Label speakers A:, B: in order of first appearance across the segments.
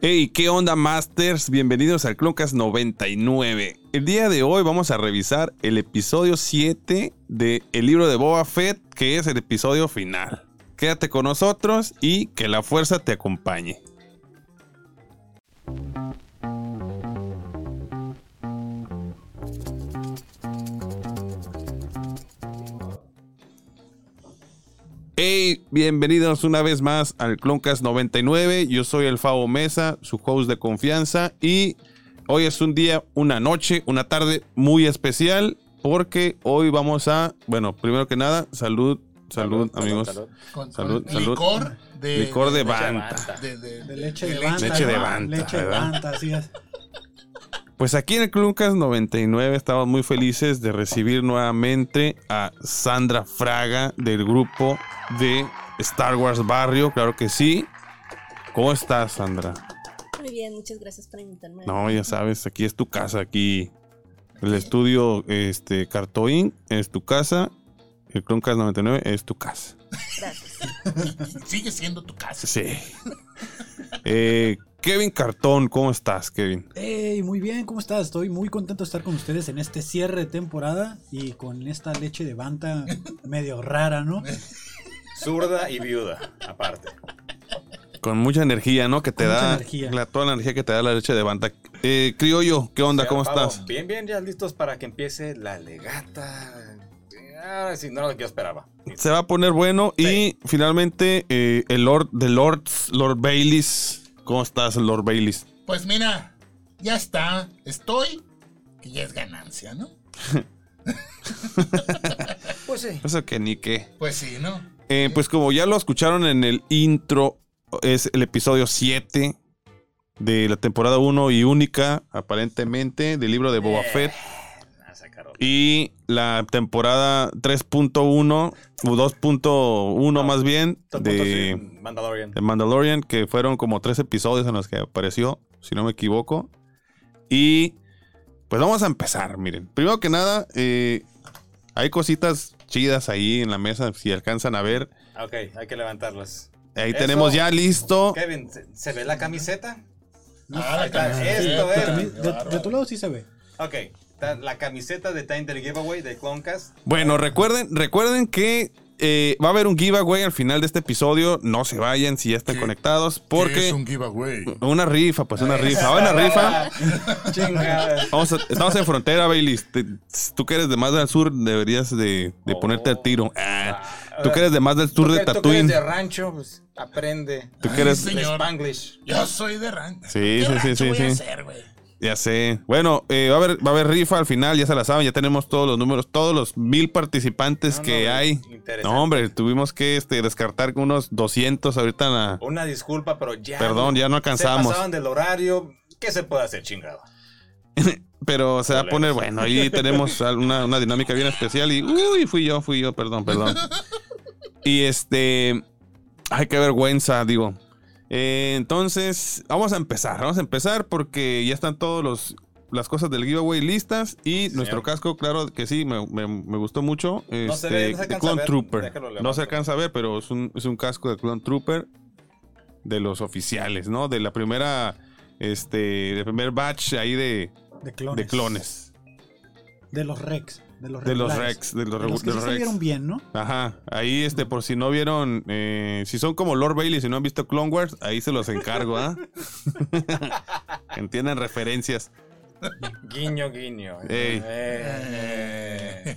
A: Hey, ¿qué onda, Masters? Bienvenidos al Cloncast 99. El día de hoy vamos a revisar el episodio 7 de El libro de Boba Fett, que es el episodio final. Quédate con nosotros y que la fuerza te acompañe. Hey, bienvenidos una vez más al Cloncast 99. Yo soy el Fabo Mesa, su host de confianza. Y hoy es un día, una noche, una tarde muy especial. Porque hoy vamos a, bueno, primero que nada, salud, salud, amigos.
B: salud.
C: Con,
A: Salud,
C: con
A: salud.
C: Licor de,
A: Licor de
C: de-
A: banta.
C: de- de-
D: De leche
C: de
D: de banta.
A: Leche de
D: ¿no?
A: banta,
D: Leche de
A: ¿verdad?
D: banta, así es.
A: Pues aquí en el Cluncas 99 estamos muy felices de recibir nuevamente a Sandra Fraga del grupo de Star Wars Barrio, claro que sí. ¿Cómo estás, Sandra?
E: Muy bien, muchas gracias por invitarme.
A: No, ya sabes, aquí es tu casa, aquí el estudio este Cartoon es tu casa, el Cluncas 99 es tu casa.
E: Gracias.
C: Sigue siendo tu casa.
A: Sí. Eh, Kevin Cartón, ¿cómo estás, Kevin?
D: Hey, muy bien, ¿cómo estás? Estoy muy contento de estar con ustedes en este cierre de temporada y con esta leche de banta medio rara, ¿no?
B: Zurda y viuda, aparte.
A: Con mucha energía, ¿no? Que te
D: Con mucha
A: da
D: energía.
A: La, toda la energía que te da la leche de banda. Eh, Criollo, ¿qué onda? ¿Cómo
B: Señor Pavo,
A: estás?
B: Bien, bien, ya listos para que empiece la legata. Ah, sí, no era lo que yo esperaba.
A: Se va a poner bueno
B: Sí.
A: y finalmente eh, el Lord de Lords, Lord Baileys. ¿Cómo estás, Lord Baileys?
C: Pues mira, ya está. Estoy, que ya es ganancia, ¿no?
B: Pues sí.
A: Eso que ni qué.
C: Pues sí, ¿no?
A: Eh, pues como ya lo escucharon en el intro, es el episodio 7 de la temporada 1 y única, aparentemente, del libro de Boba Fett.
B: Ah, sacaron.
A: Y la temporada 3.1 o 2.1 más bien
B: Estos puntos
A: de,
B: sí, Mandalorian.
A: de Mandalorian, que fueron como tres episodios en los que apareció, si no me equivoco. Y pues vamos a empezar, miren. Primero que nada, eh, hay cositas chidas ahí en la mesa, si alcanzan a ver.
B: Ah, Ok, hay que levantarlas.
A: Ahí
B: Eso.
A: tenemos ya listo.
B: Kevin, ¿se, se ve la camiseta?
C: Ah, la
B: ahí está,
C: camiseta,
B: esto
C: qué
B: es.
D: De, de-
C: bárbaro.
D: de tu lado sí se ve.
B: Ok, está la camiseta de Time del Giveaway de Cloncast.
A: Bueno, recuerden, recuerden que eh, va a haber un giveaway al final de este episodio. No se vayan si ya están
C: Sí.
A: conectados,
C: Que
A: porque
C: Es un giveaway.
A: una rifa, pues una rifa, una
B: Ah,
A: rifa.
B: Chingada.
A: Vamos a- estamos en frontera, Bailey. Te- Tú que eres de más del sur, deberías de, de
B: Oh.
A: ponerte al tiro. Ah,
B: Ah,
A: Tú que eres de más del sur
B: Tú
A: de
B: que- tú que eres
A: Tatooine.
B: de rancho, pues aprende.
A: Tú
C: Ay,
A: que eres-
C: sí.
B: el
C: Señor.
B: Spanglish.
C: Yo soy de rancho.
A: Sí,
C: ¿Qué
A: sí, sí,
C: rancho
A: sí,
C: voy
A: sí.
C: a hacer, güey?
A: Ya sé. Bueno, eh, va, a haber, va a haber rifa al final, ya se la saben, ya tenemos todos los números, todos los mil participantes
B: No, no,
A: que
B: es
A: hay.
B: interesante.
A: No, hombre, tuvimos que este, descartar unos 200 ahorita en la,
B: Una disculpa, pero ya.
A: Perdón, ya no
B: Oh, Se
A: alcanzamos.
B: pasaban del horario. ¿Qué se puede hacer, chingado?
A: Pero se va a poner bueno. Ahí tenemos una, una dinámica bien especial. Y uy, fui yo, fui yo, perdón, perdón. Y este. Ay, qué vergüenza, digo. Eh, entonces, vamos a empezar. Vamos a empezar porque ya están todos los. Las cosas del giveaway listas y nuestro casco, claro que sí, me, me- me gustó mucho. Este,
B: No se ve, no se
A: de
B: alcanza
A: Clone
B: a ver.
A: Trooper.
B: Déjalo, levanto.
A: No se alcanza a ver, pero es un, es un casco de Clone Trooper de los oficiales, ¿no? De la primera, este, el primer batch ahí de,
D: De clones.
A: de clones.
D: De los Rex. De los,
A: De los
D: regulares.
A: Rex. De los,
D: De los que
A: de
D: sí
A: los
D: se
A: Rex.
D: vieron bien, ¿no?
A: Ajá. Ahí, este, por si no vieron. eh, si son como Lord Bailey, si no han visto Clone Wars, ahí se los encargo, ¿ah? Entiendan referencias.
B: Guiño, guiño.
A: Ey.
B: Eh.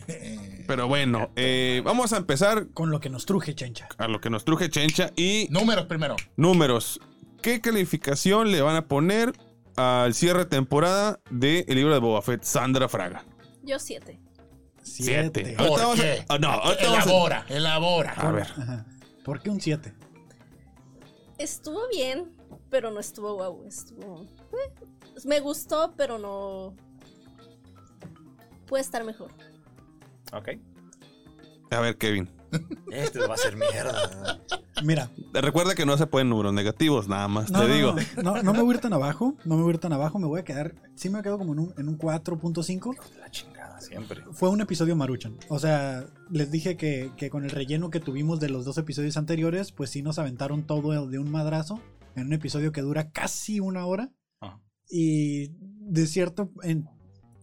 A: Pero bueno, eh, vamos a empezar
D: Con lo que nos truje, chencha.
A: a lo que nos truje Chencha y
C: Números primero.
A: números. ¿Qué calificación le van a poner al cierre de temporada de El libro de Boba Fett, Sandra Fraga?
E: Yo siete.
D: Siete.
A: Ahorita
C: ¿Por
A: vamos a-
C: qué?
A: ah, no, ahorita vamos a-
C: Elabora, elabora.
A: A ver.
D: Ajá. ¿Por qué un 7?
E: Estuvo bien, pero no estuvo guau. Estuvo. eh, Me gustó, pero no. Puede estar mejor.
B: Ok.
A: A ver, Kevin.
B: Este va a ser mierda.
D: Mira,
A: Recuerda que no se pueden números negativos, nada más,
D: no,
A: Pues te
D: no,
A: digo.
D: no, no, no me voy a ir tan abajo, no me voy a ir tan abajo, me voy a quedar, sí me quedo como en un, en un 4.5.
B: La chingada siempre.
D: Fue un episodio maruchan, o sea, les dije que, que con el relleno que tuvimos de los dos episodios anteriores, pues sí nos aventaron todo el de un madrazo, en un episodio que dura casi una hora.
B: Ajá.
D: Y de cierto, en-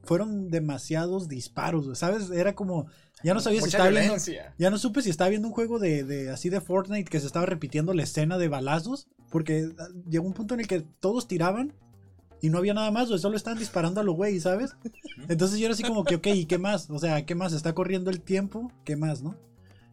D: fueron demasiados disparos, güey, ¿sabes? Era como, ya no sabía si
B: Mucha
D: estaba viendo,
B: violencia.
D: ya no supe si estaba viendo un juego de, de- así de Fortnite que se estaba repitiendo la escena de balazos, porque ah, llegó un punto en el que todos tiraban y no había nada más, güey, solo estaban disparando a los güey, ¿sabes? Entonces yo era así como que, ok, ¿y qué más? O sea, ¿qué más? Está corriendo el tiempo, ¿qué más, no?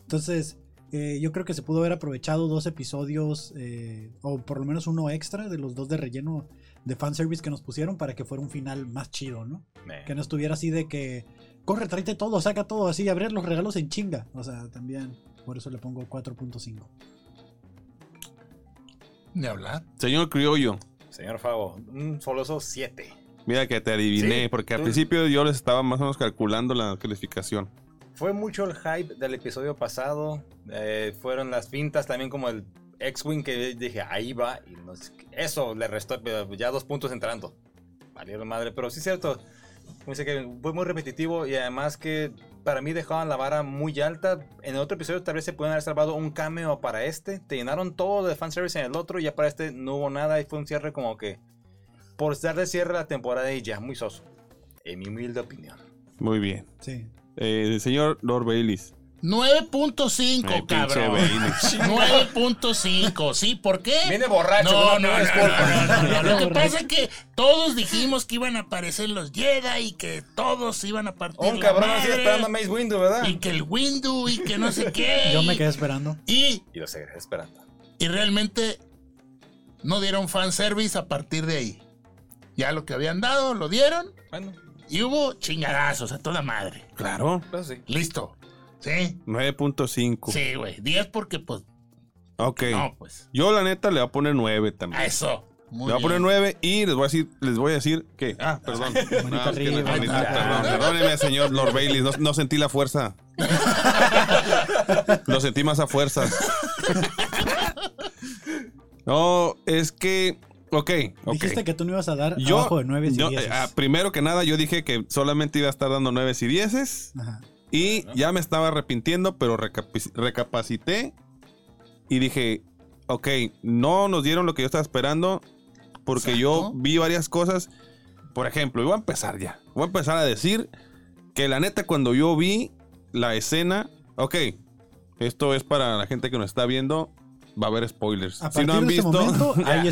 D: Entonces, eh, yo creo que se pudo haber aprovechado dos episodios, eh, o por lo menos uno extra de los dos de relleno de fanservice que nos pusieron para que fuera un final más chido, ¿no?
B: Me-
D: Que no estuviera así de que corre, tráete todo, saca todo, así, abrir los regalos en chinga. O sea, también por eso le pongo 4.5.
C: Ni hablar.
A: Señor Criollo,
B: Señor Fago, un soloso 7.
A: mira que te adiviné,
B: Sí,
A: porque al
B: tú-
A: principio yo les estaba más o menos calculando la calificación.
B: Fue mucho el hype del episodio pasado. eh, fueron las pintas también como el X-Wing que dije, ahí va. Y no sé qué- eso le restó pero ya dos puntos entrando. Valieron madre, pero sí es cierto. Como dice Kevin, fue muy repetitivo y además que para mí dejaban la vara muy alta. En el otro episodio tal vez se pudieron haber salvado un cameo para este. Te llenaron todo de fanservice en el otro y ya para este no hubo nada y fue un cierre como que... Por darle cierre a la temporada y ya, muy soso. En mi humilde opinión.
A: Muy bien.
D: Sí.
A: Eh, señor Lord Baileys.
C: 9.5,
A: Eh, pinche
C: cabrón.
A: Baileys.
C: 9.5. ¿Sí? ¿Por qué?
B: Viene borracho,
C: No,
B: güey,
C: no, no,
B: Ah, es culpa.
C: no, no, no, no. Lo que
D: Borracho.
C: pasa es que todos dijimos que iban a aparecer los Jedi y que todos iban a partir. la
B: Un Oh, cabrón así
C: madre,
B: esperando a Mace Windu, ¿verdad?
C: Y que el Windu y que no sé qué.
D: Yo me quedé esperando.
C: Y,
B: Y lo seguiré esperando.
C: y realmente no dieron fanservice a partir de ahí. Ya lo que habían dado lo dieron
B: Bueno,
C: y hubo chingadazos a toda madre.
A: Claro.
B: eso sí.
C: Listo. Sí.
A: 9.5.
C: Sí, güey. 10 porque, pues,
A: Ok.
C: no, pues.
A: Yo la neta le voy a poner 9
C: A
A: también.
C: eso. Muy
A: le voy a poner
C: bien.
A: 9 y les voy a decir, les voy a decir que. Ah, perdón. Ah,
D: Manita
A: es que no-
D: arriba.
A: manita- perdón, Perdóneme, señor Lord Baileys. No, no sentí la fuerza. Lo sentí más a fuerza. No, es que. Ok, ok.
D: Dijiste que tú no ibas a dar
A: Yo,
D: abajo de 9 y
A: yo,
D: 10.
A: eh, ah, primero que nada, yo dije que solamente iba a estar dando 9 y 10
D: Ajá.
A: y ya me estaba arrepintiendo, pero recapi- recapacité y dije, ok, no nos dieron lo que yo estaba esperando porque yo
C: Exacto.
A: vi varias cosas. Por ejemplo, y voy a empezar ya. Voy a empezar a decir que la neta cuando yo vi la escena, ok, esto es para la gente que nos está viendo, va a haber spoilers.
D: A
A: Si
D: partir
A: no han
D: de
A: visto...
D: este momento hay
B: Ya.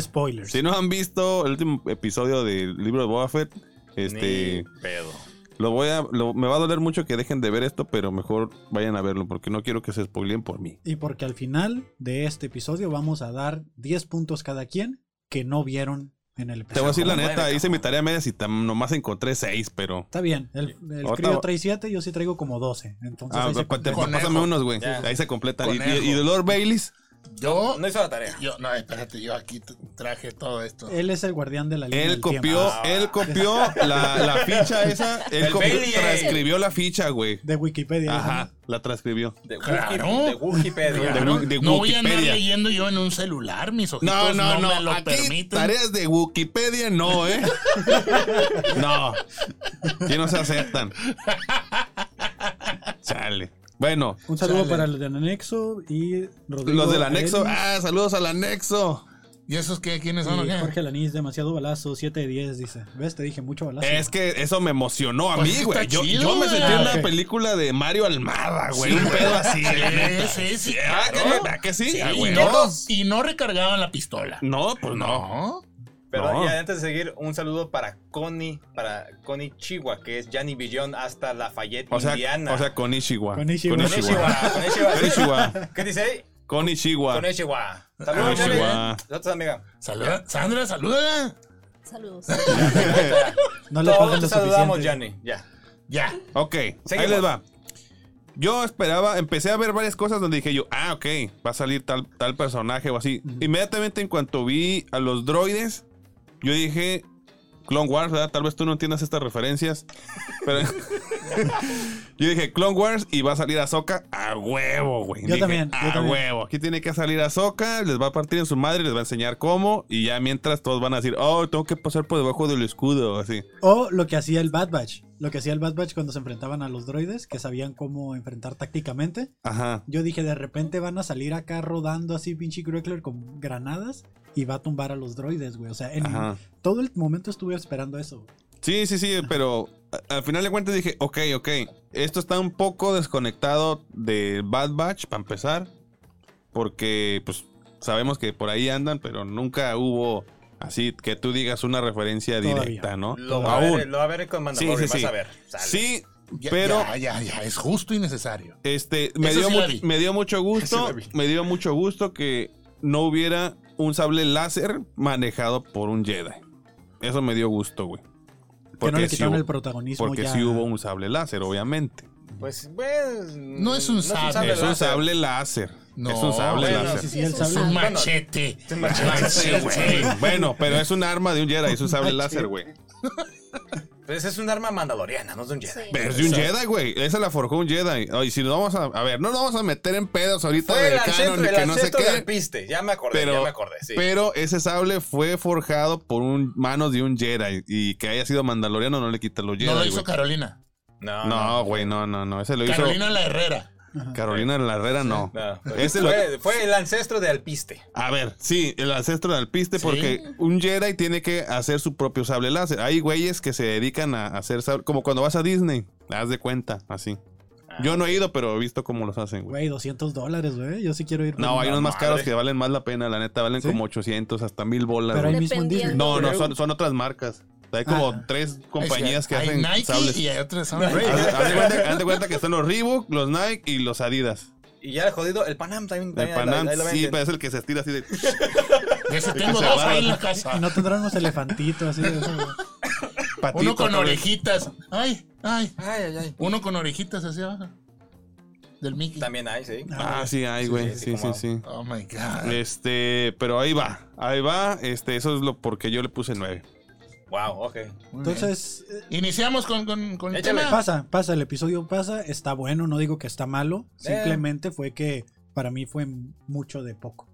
D: spoilers.
A: Si no han visto el último episodio del libro de Boba Fett, este,
B: Ni pedo.
A: lo voy a, lo- me va a doler mucho que dejen de ver esto, pero mejor vayan a verlo porque no quiero que se spoileen por mí.
D: Y porque al final de este episodio vamos a dar 10 puntos cada quien que no vieron en el episodio.
A: Te voy a decir la
B: como
A: neta,
B: nueve,
A: hice
B: cabrón.
A: mi tarea media y tam- nomás encontré seis, pero
D: Está bien, el, el
A: Ahorita
D: crío
A: va-
D: trae 7, yo sí traigo como 12. Entonces
A: ah,
D: ahí se
A: pa- te-
D: completa.
A: pásame unos, güey.
B: Ya.
A: Ahí se completan. Y,
C: Conejo.
A: y de Lord Baileys,
C: Yo,
B: No hizo la tarea.
C: yo, no, espérate, yo aquí t- traje todo esto.
D: Él es el guardián de la línea
A: él
D: del tiempo.
A: copió, él copió la, la ficha esa, él
B: El
A: copió-
B: Bailey, eh.
A: transcribió la ficha, güey.
D: de Wikipedia.
A: Ajá, la transcribió.
B: De, Wiki-
C: Claro.
B: de Wikipedia.
A: De-
C: Claro,
A: de
C: no voy a andar
A: Wikipedia.
C: leyendo yo en un celular, mis ojitos
A: No, no, no.
C: me lo
A: aquí
C: permiten.
A: Tareas de Wikipedia no, ¿eh? no. Aquí no se aceptan. Chale. Bueno,
D: Un saludo
C: Chale.
D: para los del anexo y Rodrigo
A: los del anexo.
D: Arelis
A: Ah, saludos al anexo.
D: Ah,
C: ¿Y esos qué?
D: y
C: ¿Quiénes son? o qué?
D: Jorge Lanís, demasiado balazo, 7 de 10, dice. ¿Ves? Te dije mucho balazo.
A: Es que eso me emocionó a
C: Pues
A: mí,
C: está
A: güey. Yo,
C: chido,
A: yo me sentí
C: güey.
A: en una
D: Ah, ok.
A: película de Mario Almada, güey. un pedo así. la neta.
C: Sí, sí, sí,
A: Ah, que,
C: claro.
A: ¿verdad que sí?
C: Sí,
A: Ah,
C: y
A: güey,
C: no-
A: no.
C: Y no recargaban la pistola.
A: No, pues no.
C: No.
B: Perdón,
A: No.
B: y antes de seguir, un saludo para Connie, para Connie Chihuahua, que es Gianni Billón hasta Lafayette,
A: O sea,
B: Indiana. E
A: o sea, con Ishiwa. Con
D: Konnichiwa.
A: Ishiwa.
B: Konnichiwa, konnichiwa.
A: Con Ishiwa.
B: ¿Qué dice?
A: Con Ishiwa.
B: Konnichiwa. Saludos, Gianni.
A: Konnichiwa.
B: Nosotros, amiga.
C: Saluda, Sandra, saluda.
E: Saludos.
D: no le pagan
B: Todos te
D: lo
B: saludamos,
D: suficiente.
B: Gianni. Ya.
C: Ya.
A: Ok, ahí
B: Seguimos.
A: les va. Yo esperaba, empecé a ver varias cosas donde dije yo, ah, ok, va a salir tal, tal personaje o así. Inmediatamente en cuanto vi a los droides, yo dije, Clone Wars, ¿verdad? Tal vez tú no entiendas estas referencias. Pero yo dije, Clone Wars y va a salir Ahsoka a huevo, güey.
D: Yo
A: Dije,
D: también, yo
A: A
D: también".
A: huevo. Aquí tiene que salir Ahsoka, les va a partir en su madre, les va a enseñar cómo. Y ya mientras todos van a decir, oh, tengo que pasar por debajo del escudo, así.
D: O lo que hacía el Bad Batch. lo que hacía el Bad Batch cuando se enfrentaban a los droides, que sabían cómo enfrentar tácticamente.
A: Ajá.
D: Yo dije, de repente van a salir acá rodando así pinche Crackler con granadas y va a tumbar a los droides, güey. O sea, en
A: Ajá.
D: todo el momento estuve esperando eso. güey.
A: Sí, sí, sí, pero a- al final de cuentas dije, ok, ok, esto está un poco desconectado de Bad Batch para empezar, porque pues sabemos que por ahí andan, pero nunca hubo así que tú digas una referencia
D: Todavía.
A: directa, ¿no?
B: Lo va, a ver,
A: Aún.
B: lo va a ver con Mandalorian,
A: Sí, sí, sí.
B: vas a ver. Sale.
A: Sí,
C: Ya-
A: pero
C: Ya, ya, ya, es justo y necesario.
A: este me
C: Eso
A: dio,
C: sí la
A: mu-
C: vi.
A: me dio mucho
C: Eso
A: gusto,
C: la vi.
A: me dio mucho gusto que no hubiera un sable láser manejado por un Jedi. Eso me dio gusto, güey.
D: Que no le
A: sí
D: quitaron
A: hubo-
D: el protagonismo
A: Porque
D: ya.
A: sí hubo un sable láser, obviamente.
B: Pues, pues,
C: No es un sable,
A: Es un
B: láser.
A: sable láser.
C: No,
A: es un sable
B: bueno,
A: láser.
D: Sí, sí, el
E: Es un
D: sable.
C: Es un
B: Bueno,
C: machete.
B: es un machete,
C: Machete, güey.
A: Bueno, pero es un arma de un Jedi, es un sable láser, güey.
B: Pues es un arma mandaloriana, no es de un Jedi.
E: Sí.
A: Pero es de un Jedi, güey. Esa la forjó un Jedi. Ay, si nos vamos a. A ver, no nos vamos a meter en pedos ahorita
B: Fue
A: del
B: el
A: canon
B: ancestro, el
A: que no sé
B: ancestro del
A: qué.
B: piste. Ya me acordé, ya
A: Pero,
B: me acordé, sí.
A: pero ese sable fue forjado por un manos de un Jedi. Y que haya sido mandaloriano no le quita los
C: No lo
A: Jedi,
C: hizo
A: güey.
C: Carolina.
B: no,
A: No, güey, no, no, no. Ese lo hizo
C: Carolina la Herrera.
A: Carolina la Herrera, no.
B: no.
A: Ese lo,
B: fue, fue el ancestro de Alpiste.
A: A ver, sí, el ancestro del piste, porque un Jedi tiene que hacer su propio sable láser. Hay güeyes que se dedican a hacer sable, como cuando vas a Disney, haz de cuenta, así.
B: Ah,
A: Yo no he ido, pero he visto cómo los hacen, güey.
D: Güey, 200 dólares, güey. Yo sí quiero ir.
A: No,
D: con-
A: hay unos más
B: madre.
A: caros que valen más la pena, la neta, valen
D: ¿Sí?
A: como 800 hasta 1000 bolas.
D: Pero ahí
A: güey.
D: mismo en Disney.
A: No,
E: Dependiendo.
A: no, son, son otras marcas. Hay como
D: Ah.
A: tres compañías que
C: hay
A: hacen
C: Nike
A: sables.
C: y hay otras. son-
A: Haz, haz de cuenta, haz de cuenta que son los Reebok, los Nike y los Adidas.
B: Y ya el jodido, el Panam también.
A: El
B: también
A: Panam,
B: ahí lo
A: sí,
B: venden.
A: pero es el que se estira así de...
C: De ese
A: que
C: tengo
A: se
C: dos
A: va.
C: ahí en la
D: Y
C: casa.
D: no tendrán unos elefantitos así. de eso, güey.
A: patito,
C: Uno con
A: tal vez.
C: orejitas. Ay, ay.
A: pues.
B: Ay, ay, ay.
C: Uno con orejitas hacia abajo. Del Mickey.
B: También hay, sí.
A: Ah, sí, hay,
B: Sí,
A: güey.
B: sí, sí,
A: Sí, sí,
B: como-
A: sí.
C: Oh my God.
A: Este, pero ahí va, ahí va, este, eso es lo porque yo le puse 9.
B: Wow,
C: Muy
B: ok.
C: bien.
D: Entonces, eh,
C: Iniciamos con, con, con el
B: Échale.
C: tema.
D: pasa, pasa, el episodio pasa. Está bueno, no digo que está malo. Simplemente fue que para mí fue mucho de poco.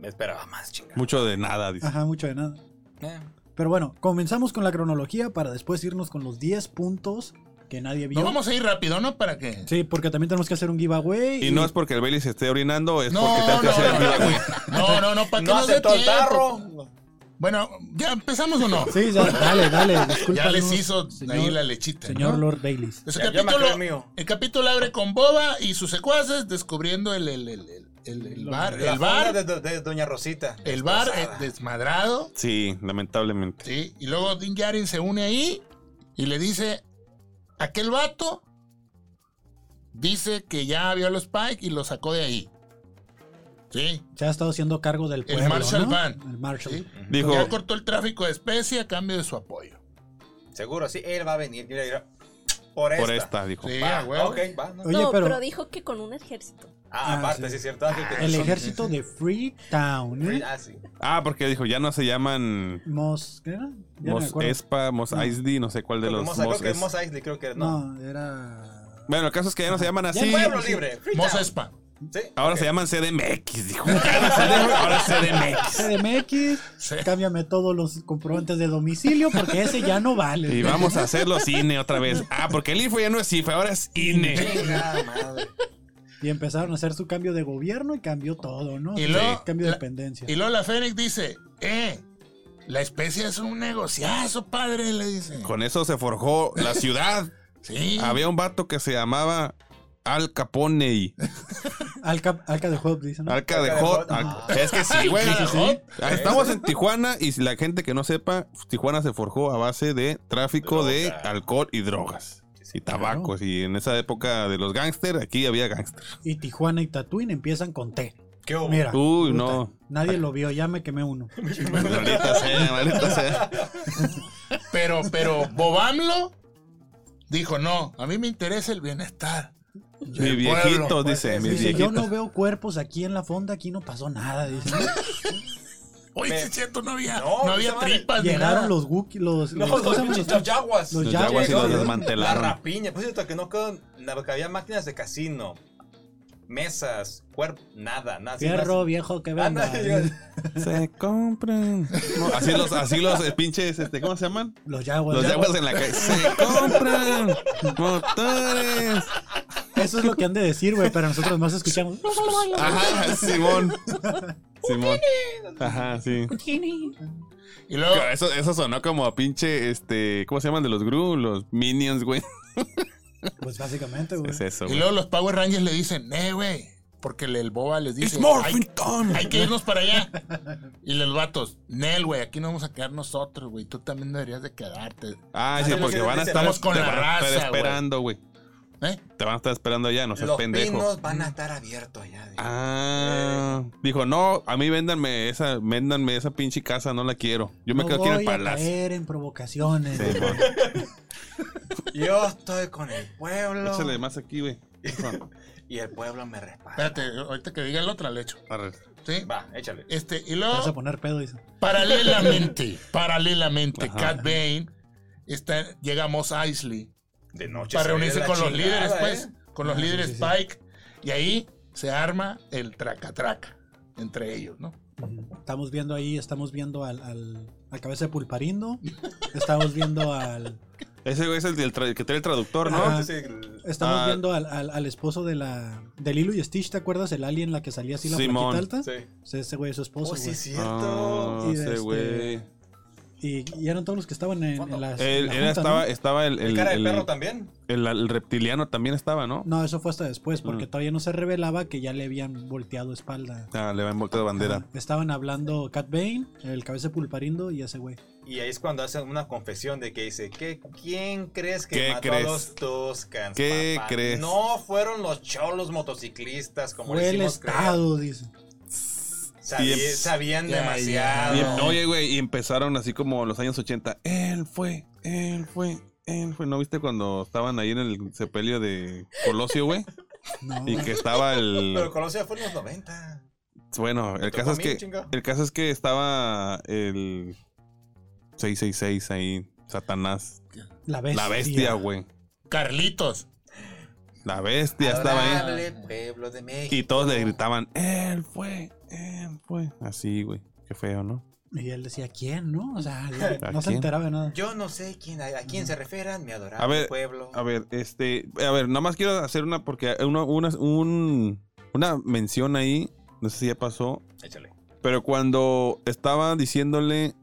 B: Me esperaba más, chinga.
A: Mucho de nada,
C: Ah.
A: dice.
D: Ajá, mucho de nada.
B: Eh,
D: Pero bueno, comenzamos con la cronología para después irnos con los 10 puntos que nadie vio.
C: No vamos a ir rápido, ¿no? Para que.
D: Sí, porque también tenemos que hacer un giveaway.
A: Y no es porque el Bailey se esté orinando, es
C: No,
A: porque
C: no,
A: tengo que hacer el
C: no,
A: giveaway.
C: no, no, no, para que
B: No
C: nos dé
B: aceptó el
C: tiempo.
B: tarro.
C: Bueno, ¿ya empezamos o no?
D: Sí, ya, dale, dale.
C: ya
D: discúlpanos,
C: les hizo
D: señor-
C: ahí la lechita.
D: Señor
C: ¿no?
D: Lord Baileys.
C: Ese
B: Ya- ya me
C: capítulo,
B: acabé el mío.
C: el capítulo abre con Boba y sus secuaces descubriendo el, el, el, el, el- el bar, Ah,
B: La
C: el
B: funda
C: bar,
B: de, de Doña Rosita.
C: el bar eh,
B: Destrozada.
C: desmadrado.
A: Sí, lamentablemente.
C: ¿sí? Y luego Din Djarin se une ahí y le dice, aquel vato dice que ya vio a los Pike y lo sacó de ahí. ¿Sí?
D: Se ha estado haciendo cargo del pueblo.
C: Marshall
D: ¿no?
C: Van.
D: El Marshall.
C: ¿Sí?
A: Dijo,
C: Ya cortó el tráfico de especie a cambio de su apoyo.
B: Seguro, sí, él va a venir. Mira, mira. Por esta.
A: por esta, dijo.
C: Sí,
B: Va,
C: a huevo.
B: ok, va. no.
D: Oye,
E: no,
D: pero-
E: pero... dijo que con un ejército.
B: Ah,
D: Ah,
B: aparte,
D: sí.
B: sí, es cierto. Ah, sí, tienes
D: El
B: razón.
D: ejército de Freetown. ¿eh?
B: Ah, sí.
A: Ah, porque dijo, ya no se llaman
D: Mos. ¿Qué era? Ya no me
A: Mos
D: acuerdo.
A: Espa, Mos
C: Mm.
A: Isley, no sé cuál de
B: Creo
A: los
B: que Mos- creo
A: Mos
B: que
A: es.
B: Mos Eisley, creo que no.
D: No, era.
A: Bueno, el caso es que ya no se llaman
D: Ya
A: así.
B: Pueblo libre.
C: Mos
B: Freetown.
C: Espa.
B: Sí.
A: Ahora
B: ok.
A: se llaman CDMX, dijo. Ahora es CDMX.
D: CDMX.
C: Sí.
D: Cámbiame todos los comprobantes de domicilio porque ese ya no vale.
A: Y vamos a hacerlo cine otra vez. Ah, porque el IFO ya no es IFE, ahora es E. INE.
B: Chingada madre.
D: Y empezaron a hacer su cambio de gobierno y cambió todo, ¿no?
C: Y luego-
D: cambio de
C: la-
D: dependencia.
C: Y luego la Fénix dice, eh, la especie es un negociazo, padre, le dice.
A: Con eso se forjó la ciudad.
C: Sí.
A: Había un vato que se llamaba Al Capone y
D: Alca, Alca de Hope, dicen. ¿no?
A: Alca de
B: Alca de
A: Hot.
B: Hot.
A: Al- Es que sí, güey.
C: Alca de Hot.
A: Ah, Estamos en Tijuana y si la gente que no sepa, pues, Tijuana se forjó a base de tráfico de
B: Droga.
A: alcohol y drogas. Y tabacos. Y en esa época de los gángsters, aquí había gángsters.
D: Y Tijuana y Tatooine empiezan con T.
B: ¿Qué hubo?
D: Mira.
A: Uy,
D: puta,
A: no.
D: Nadie lo vio, ya me quemé uno.
A: Maldita sea, maldita sea.
C: Pero, pero Bobamlo dijo, no, a mí me interesa el bienestar.
A: Mi
C: El
A: viejito,
C: pueblo,
A: dice. Mi
D: Dice, yo no
A: viejito.
D: veo cuerpos aquí en la fonda, aquí no pasó nada. dice.
C: Oye,
B: Me-
C: sí es cierto, no había, no,
B: No,
C: había
B: esa madre.
C: tripas ni nada.
D: Llegaron los Wookiees, los,
B: No,
D: los, ¿cómo
B: los
D: se llaman?
B: pinches los yaguas.
D: los
A: Los
D: ya-
A: yaguas y
D: llegó,
A: los
D: ¿no?
B: La
A: desmantelaron.
B: rapiña. Pues cierto que no quedó. na- Porque había máquinas de casino. mesas, cuerpo, nada, nada. Ah, sí,
D: Fierro
B: nada.
D: viejo que
B: Anda,
D: venda.
B: yo-
A: Se compran. No, así los, así los eh, pinches, este, ¿cómo se llaman?
D: Los Jaguars.
A: Los yaguas en la calle. Pues Se compran motores.
D: Eso es lo que han de decir, güey, pero nosotros no se escuchamos.
C: Ah.
A: Ajá, Simón. Simón. Ajá, sí.
C: Y luego,
A: Eso, eso sonó como a pinche, este, ¿cómo se llaman de los Gru? Los Minions, güey.
D: Pues básicamente, güey.
A: Es eso,
C: y
A: güey.
C: luego los Power Rangers le dicen, eh, güey. Porque el el boba les
A: It's
C: dice, "Hay-
A: morphing time.
C: Hay que irnos para allá. Y los vatos, Nel, güey, aquí nos vamos a quedar nosotros, güey. Tú también deberías de quedarte.
A: Ah,
B: Ah,
A: sí,
B: sí,
A: porque
B: sí,
A: van a
B: sí,
A: estar.
C: estamos con
A: te
C: la
A: van a estar
C: raza, güey.
A: esperando, güey.
C: ¿Eh?
A: Te van a estar esperando allá, no seas
B: Los
A: pendejo.
B: pinos van a estar abiertos ya. digo.
A: Ah, dijo, no, a mí véndanme esa, véndanme esa pinche casa, no la quiero. Yo me
D: no
A: quedo aquí
D: voy
A: en el
D: a
A: palacio.
D: caer en provocaciones.
A: Sí,
D: güey.
A: mon.
B: Yo estoy con el pueblo.
A: Échale más aquí, güey.
B: Y el pueblo me respalda.
C: Espérate, ahorita que diga el otro le echo.
A: Arre.
C: ¿Sí?
B: Va, échale.
C: Este, y
D: Te Vas a
C: luego,
D: poner pedo, dice.
C: paralelamente, paralelamente,
A: Ajá.
C: Cat Bane está, llega a Mos Eisley
B: De noche.
C: para
B: se oye
C: reunirse
B: la
C: con los
B: chingada,
C: líderes,
B: ¿eh?
C: pues. Con los
D: Ah, sí,
C: líderes
D: sí, sí.
C: Pike. Y ahí se arma el traca-traca entre ellos, ¿no?
D: Ujú. Estamos viendo ahí, estamos viendo al, al, al cabeza de pulparindo. Estamos viendo al.
A: Ese güey es el, del tra- el que trae el traductor, ¿no?
D: Ajá.
B: Entonces, el-
D: Estamos
A: Ah.
D: viendo al, al, al esposo de la. De Lilo y Stitch, ¿te acuerdas? El alien la que salía así la
A: Simón.
D: flaquita alta.
B: sí.
D: Sí, Ese güey es su esposo.
B: Oh, sí,
D: güey.
B: es
A: Ah,
B: cierto.
D: Y
A: ese
D: este-
A: güey.
D: Y, y eran todos los que estaban en, en las- en
A: Él-
D: la
A: él
D: junta,
A: estaba, eh. estaba el,
B: El
A: el,
B: cara de
A: el-
B: perro también.
A: el- el reptiliano también estaba, ¿no?
D: ¿no? No, eso fue hasta después, porque
A: Mm.
D: todavía no se revelaba que ya le habían volteado espalda.
A: Ah, le va en boca de bandera.
D: Ajá. Estaban hablando Cat Bane, el cabeza de pulparindo y ese güey.
B: Y ahí es cuando hacen una confesión de que dice, ¿qué, ¿quién crees que
A: ¿Qué
B: mató
A: crees?
B: a los Tuscans?
A: ¿Qué
B: papá?
A: crees?
B: No fueron los cholos motociclistas como
D: Fue
B: le
D: el
B: hicimos creer.
D: Estado, dice.
B: Sabi-
A: Y em-
B: sabían
C: Ya, ya.
B: demasiado.
A: Y em-
C: Ah.
A: oye, güey, y empezaron así como en los años 80. Él fue, él fue, él fue. ¿No viste cuando estaban ahí en el sepelio de Colosio, güey?
D: No,
A: Y que estaba el.
B: Pero Colosia fue en los 90.
A: Bueno, el
B: Tocó
A: caso
B: a
A: es
B: mí,
A: que
B: chinga.
A: el caso es que estaba el 666 ahí, Satanás,
D: la bestia.
A: la bestia, güey.
C: Carlitos.
A: La bestia estaba ahí
B: Adorable pueblo de México.
A: y todos le gritaban, "Él fue, él fue." Así, güey. Qué feo, ¿no?
D: Y él decía, ¿quién, no? O sea, él
A: ¿A
D: no se
A: quién?
D: enteraba de nada.
B: Yo no sé quién, a, a quién se referan, mi adorable
A: A ver,
B: pueblo.
A: A ver, este, a ver, nada más quiero hacer una porque uno- una, un- una mención ahí, no sé si ya pasó,
B: Échale. Ujú.
A: pero cuando estaba diciéndole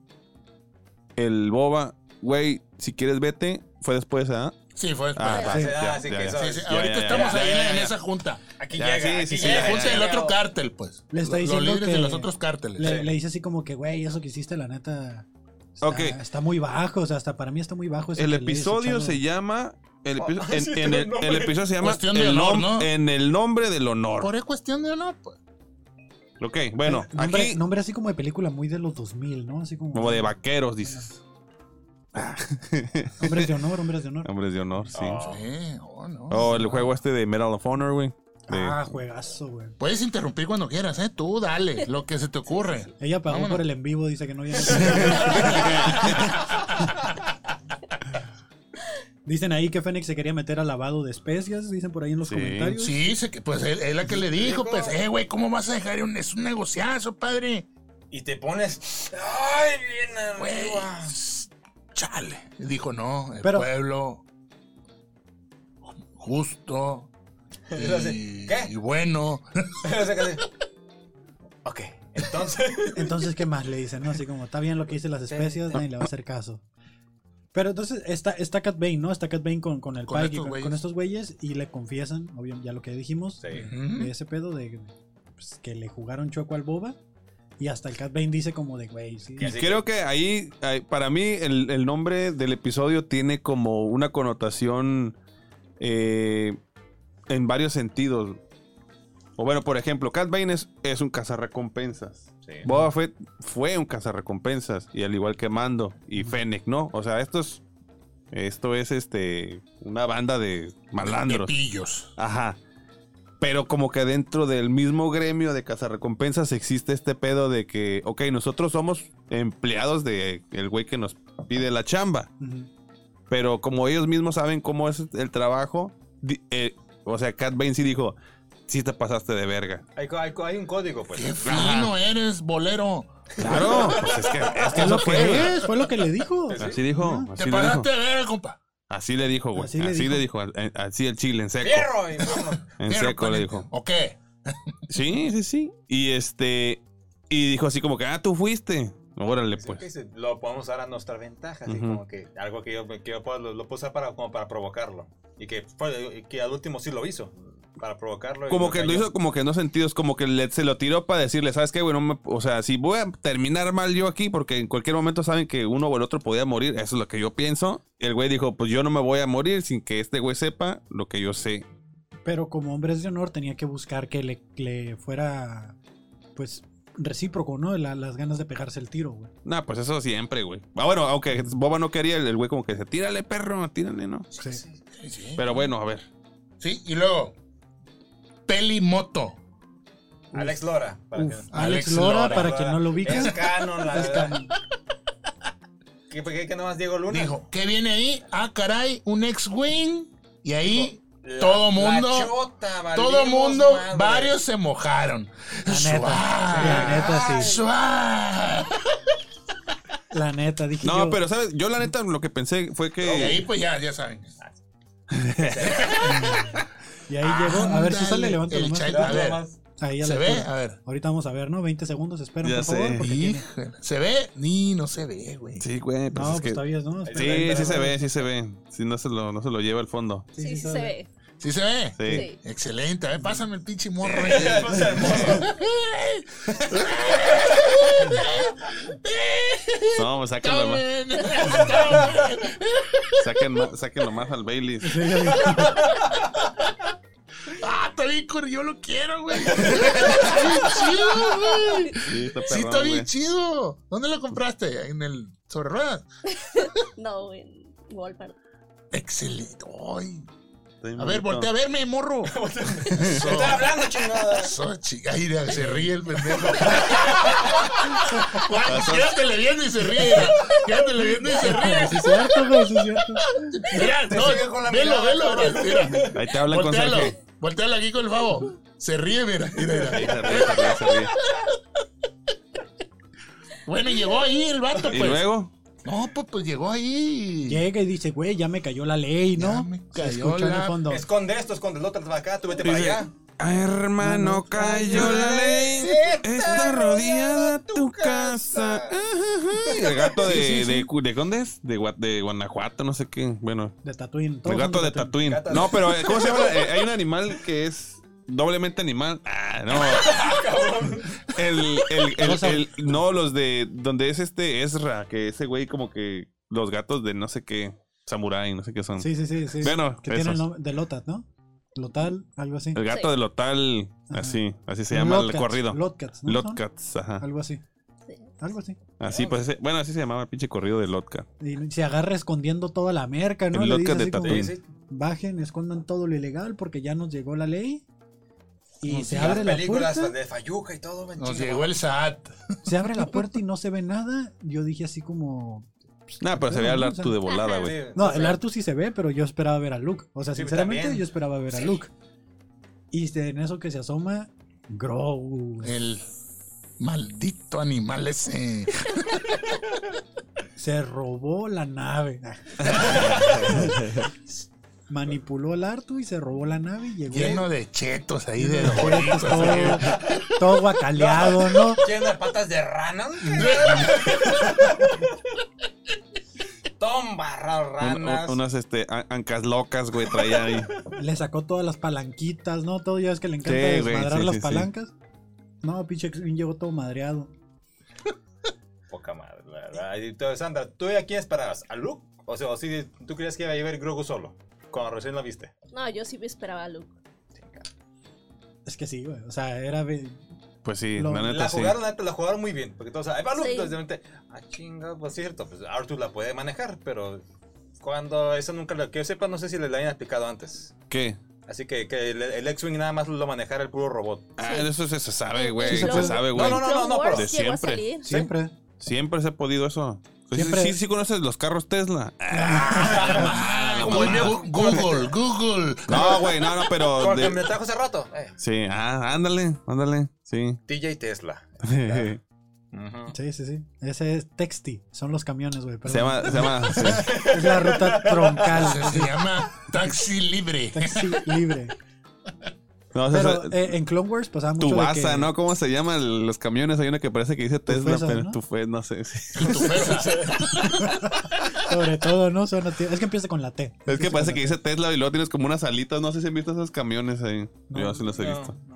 A: el boba, güey, si quieres vete, fue después, ¿ah?
C: Sí, fue.
A: Ah, va,
D: Sí.
A: ya,
B: Ah, sí
A: ya,
B: que
A: ya.
B: eso-
C: Sí, sí,
A: Ya,
C: Ahorita
A: ya, ya,
C: estamos
A: ya,
C: ahí
A: ya,
C: en
A: ya.
C: esa junta.
B: Aquí
A: Ya,
B: llega.
A: sí, sí,
B: aquí
A: sí,
C: Y la
B: llega,
C: junta del
B: llega.
C: otro cártel, pues.
D: Le está
C: Los-
D: diciendo
C: los líderes
D: que-
C: de los otros cárteles.
D: Le,
B: Sí.
D: le dice así como que, güey, eso que hiciste, la neta. Está,
A: Ok.
D: está muy bajo, o sea, hasta para mí está muy bajo.
C: Pues
D: eso
A: El
D: que le hayas
A: episodio
D: echado.
A: se llama. El, episodio,
B: Ah, sí,
A: en, en
B: tiene
A: el,
B: un nombre.
A: el episodio se llama
C: Cuestión de
A: el
C: honor,
A: nom-
C: ¿no?
A: En el nombre del honor.
C: Por es cuestión de honor, pues.
A: Ok, bueno,
D: Nombre,
A: aquí.
D: nombre así como de película muy de los 2000, ¿no? Así como.
A: Como de vaqueros, dices.
D: Hombres de honor, hombres de honor.
A: Nombres de honor, sí.
B: Ah.
C: Sí, oh, no.
A: O el juego este de Medal of Honor, güey. De-
D: Ah, juegazo, güey.
C: Puedes interrumpir cuando quieras, ¿eh? Tú dale, lo que se te ocurre.
D: Ella pagó
C: Vámonos.
D: por el en vivo, dice que no viene. Dicen ahí que Fénix se quería meter al lavado de especias, dicen por ahí en los
A: Sí.
D: comentarios.
C: Sí, se que- pues él- es la que le dijo, pues, eh, güey, ¿cómo vas a dejar un, es un negociazo, padre?
B: Y te pones. ¡Ay, bien
C: Güey,
B: arriba!
C: chale. Dijo, no, el
D: Pero-
C: pueblo justo
B: Pero
C: y,
B: así, ¿qué?
C: y bueno.
B: O sea, que- ok, entonces.
D: Entonces, ¿qué más le dicen? ¿No? Así como, está bien lo que dicen las especias, nadie le va a hacer caso. Pero entonces está, está Cat Bane, ¿no? Está Cat Bane con, con el
C: Con
D: Pike
C: estos
D: y con,
C: güeyes.
D: con estos güeyes y le confiesan, obvio, ya lo que dijimos,
B: Sí.
D: de ese pedo de pues, que le jugaron choco al boba. Y hasta el Cat Bane dice como de, güey, sí.
A: Y
B: Así
A: creo que ahí, ahí- para mí, el, el nombre del episodio tiene como una connotación eh, en varios sentidos. O bueno, por ejemplo, Cat Bane es, es un cazarrecompensas.
B: Sí.
A: Boba Fett fue un cazarrecompensas, y al igual que Mando y Fennec, ¿no? O sea, esto es, esto es este, una banda de
C: De
A: malandros.
C: pillos.
A: Ajá. Pero como que dentro del mismo gremio de cazarrecompensas existe este pedo de que, ok, nosotros somos empleados de el güey que nos pide la chamba.
D: Ujú.
A: Pero como ellos mismos saben cómo es el trabajo, di- eh, o sea, Cat Bane sí dijo, sí te pasaste de verga.
B: Hay, co- hay co- hay un código, pues.
C: ¡Qué fino eres, bolero!
A: Claro, pues es que, es que eso
D: Es lo
A: fue.
D: que es, fue lo que le dijo.
A: Así dijo, así
C: Te
A: le dijo.
C: paraste de ver, compa.
A: Así le dijo, güey.
D: Así le
A: Así le dijo, al- así el chile en seco.
B: ¡Fierro! Y vámonos.
A: En
C: Fierro,
A: seco le
C: pariente.
A: dijo.
C: ¿O qué?
A: Sí, sí, sí. Y este. Y dijo así como que, ah, tú fuiste. Órale,
B: Sí,
A: pues.
B: que se- lo podemos usar a nuestra ventaja, así
A: Ujú.
B: como que algo que yo, que yo puedo- lo, lo puedo usar para, como para provocarlo. Y que, fue- y que al último sí lo hizo, para provocarlo. y
A: Como
B: no
A: que lo
B: cayó.
A: hizo como que en dos sentidos, como que le- se lo tiró para decirle, ¿sabes qué, güey? No me- o sea, si voy a terminar mal yo aquí, porque en cualquier momento saben que uno o el otro podía morir, eso es lo que yo pienso. El güey dijo, pues yo no me voy a morir sin que este güey sepa lo que yo sé.
D: Pero como hombres de honor tenía que buscar que le, le fuera, pues, recíproco, ¿no? La- las ganas de pegarse el tiro, güey.
A: Nah, pues eso siempre, güey. Ah, bueno, aunque Boba no quería, el el güey como que dice, tírale, perro, tírale, ¿no?
D: Sí.
C: Sí, sí.
A: Pero bueno, a ver.
C: Sí, y luego, Pelimoto.
B: Alex Lora. para
D: Uf,
B: que-
D: Alex, Lora,
C: Lora.
D: para quien no lo ubica.
B: Es canon, la
D: es
B: verdad.
D: como-
B: ¿Qué, qué, qué nomás Diego Luna?
C: Dijo, ¿qué viene ahí? Ah, caray, un ex-wing. Y ahí
B: La-
C: todo
B: la
C: mundo,
B: chota, valimos
C: todo mundo,
B: madre.
C: varios se mojaron.
D: La
C: Suá,
D: neta, la neta, sí.
C: suá.
D: La neta, dije
A: No,
D: yo,
A: pero, ¿sabes? Yo la neta lo que pensé fue
C: Y ahí
A: que...
C: pues ya, ya saben.
D: Y ahí llegó. A ver si sale,
C: Ándale,
D: levanta la
C: el
D: mano.
C: Chai-
B: Ya,
C: a ver.
B: nomás.
D: Ahí a la
C: ¿Se ve?
D: altura.
C: A ver.
D: Ahorita vamos a ver, ¿no? 20 segundos, esperen,
A: Ya
D: por
A: sé.
D: favor. Porque tiene-
C: Híjole, ¿Se ve? Ni, no se ve, güey.
A: Sí, güey, pues
D: No,
A: es que...
D: pues todavía no. espera.
A: Sí, sí se ve, sí se ve. Si no se lo, no se lo lleva al fondo.
E: Sí, sí, se ve.
C: ¿Sí se ve?
A: Sí.
E: Sí.
C: Excelente, a ver, pásame el pinche morro.
A: No, pues sáquenlo más. Saquen, ma- sáquenlo más al Bailey.
D: Sí, ya vi.
C: Ah, está bien cur- yo lo quiero, güey. Está bien chido, güey.
A: Sí, está
C: Sí, está
A: perrón,
C: bien
A: güey.
C: chido. ¿Dónde lo compraste? En el sobre ruedas.
E: No, en Walmart.
C: Excelente. Ay.
A: Está bien
C: A ver,
A: bonito.
C: voltea a verme, morro. Eso,
B: Estoy hablando, chingada.
C: eso, chi- Ay, mira, se ríe el pendejo. Guau, Quédatele viendo y se ríe. mira. Quédatele viendo y se ríe.
D: Sí, es cierto, güey, sí, es cierto.
C: Mira, no,
B: sigue con la
C: velo,
B: mirada,
C: velo, mira, mira.
A: Ahí te hablan con
C: Voltealo,
A: Sergio.
C: voltealo aquí con el babo. Se ríe, mira, mira, mira.
A: Ahí se ríe, se ríe, se ríe.
C: Bueno, y llegó ahí el vato,
A: Y
C: pues.
A: luego,
C: No, pues, pues llegó ahí.
D: Llega y dice, güey, ya me cayó la ley, ¿no?
C: Ya me
D: Se
C: cayó
D: escucha en el
C: la-
D: fondo.
B: Esconde esto, esconde el otro, acá, tú vete para
A: dice,
B: allá.
A: "Ay, hermano, cayó la ley. Está rodeada tu casa. Ajá, ajá. Y El gato de, de, cu- de ¿dónde es? De, Gua- de Guanajuato, no sé qué. Bueno,
D: De Tatooine. todos
A: el gato
D: son
A: de Tatooine.
B: Gato de-
A: No, pero eh, ¿cómo se llama? Eh, Hay un animal que es doblemente animal. Ah, no. El, el, el-
D: Cosa.
A: el- no, los de donde es este Ezra, que ese güey como que los gatos de no sé qué, samurái, no sé qué son.
D: Sí, sí, sí. sí.
A: Bueno,
D: que tiene el
A: esos.
D: nombre de Lotat, ¿no? Lotal, algo así.
A: El gato
E: Sí.
A: de Lotal,
D: Ajá.
A: así, así se llama el
D: Lotcats,
A: corrido.
D: Lotcats, ¿no?
A: Lotcats,
D: Son
A: ajá.
D: Algo así.
E: Sí.
D: Algo así.
A: Así, pues, ese- bueno, así se llamaba el pinche corrido de Lotcat.
D: Y se agarra escondiendo toda la merca, ¿no?
A: El
D: Le dice
A: Lotcat de
D: así como,
A: Tatooine.
B: Sí, sí.
D: bajen, escondan todo lo ilegal porque ya nos llegó la ley. Y
C: Nos
D: se
C: llegó
D: abre
B: Las
D: la
B: películas
D: puerta.
B: de Fayuca y todo, ven,
C: Nos
B: chinga,
C: llegó el SAT.
D: Se abre la puerta y no se ve nada. Yo dije así como. Pues,
A: Nah, pero se veía hablar tú de volada,
B: Sí,
A: güey.
D: No,
B: o sea,
D: el Artu sí se ve, pero yo esperaba ver a Luke. O sea,
B: eh, Sí,
D: sinceramente,
B: también.
D: yo esperaba ver a
B: Sí.
D: Luke. Y se- en eso que se asoma, Grogu. güey.
C: El maldito animal ese.
D: Se robó la nave. Manipuló al Artu y se robó la nave y llegó.
C: Lleno de chetos ahí de
D: Pues,
C: doritos.
D: todo,
C: ahí.
D: todo guacaleado, ¿no?
B: Lleno de patas de rana. Toma, ra-
A: Un- un-
B: ranas.
A: unas este, an- ancas locas, güey, traía ahí.
D: Le sacó todas las palanquitas, ¿no? Todo ya ves que le encanta
A: Sí, güey,
D: desmadrar
A: sí,
D: las
A: sí, sí.
D: palancas. No, pinche X-Wing llegó todo madreado.
B: Poca madre, la verdad. Y tú, Sandra, ¿tú a quién esperabas? ¿A Luke? O sea, o si tú creías que iba a llevar Grogu solo, cuando recién la viste.
E: No, yo sí me esperaba a Luke.
D: Es que sí, güey. O sea, era. ve-
A: Pues sí,
D: Lo-
A: la neta
B: La
A: sí.
B: jugaron, la neta, la jugaron muy bien. Porque todos, ahí va Luke.
E: Sí.
B: Entonces, de repente, ah, chinga, pues cierto, pues Arthur la puede manejar, pero cuando eso nunca lo que yo sepa, no sé si le la hayan explicado antes.
A: ¿Qué?
B: Así que, que el, el X-Wing nada más lo manejara el puro robot.
A: Ah, eso se, se sabe, güey.
E: Sí,
A: se
E: lo-
A: sabe, güey.
B: No, no, no,
E: Clone
B: no, pero
E: Wars
A: de
E: llegó a
A: siempre.
E: salir.
D: Siempre.
A: Siempre se ha podido eso. Pues sí,
D: Siempre- Ah.
A: sí, sí conoces los carros Tesla.
C: Ah,
B: Como el mío.
C: Google, Google, Google.
A: No, güey, no, no, pero.
B: Con el
A: de-
B: que me trajo hace rato. eh,
A: Sí, ah, ándale, ándale, sí.
B: TJ Tesla.
D: Ah,
A: Se
B: Ujú.
D: Sí, sí, sí. Ese es Texti. Son los camiones, güey. perdón.
A: llama, se llama. sí.
D: Es la ruta
C: Se,
D: troncal.
C: se llama Taxi Libre.
D: Taxi libre.
A: No, o sea,
D: Pero
A: se-
D: eh, en Clone Wars pasaba mucho. de
A: Tubasa,
D: que-
A: ¿no? ¿Cómo se llaman los camiones? Hay uno que parece que dice Tesla,
D: Tufesa,
A: pero
D: ¿no?
A: tu fe, no sé. sí.
C: Tu fuerza.
D: Sobre todo, ¿no? Son ati- es que empieza con la T.
A: Es que
D: Empieza
A: parece
D: con
A: que
D: la
A: dice Tesla y luego tienes como unas alitas. No sé si han visto esos camiones ahí. Yo
D: No,
A: sí los he visto.
D: T.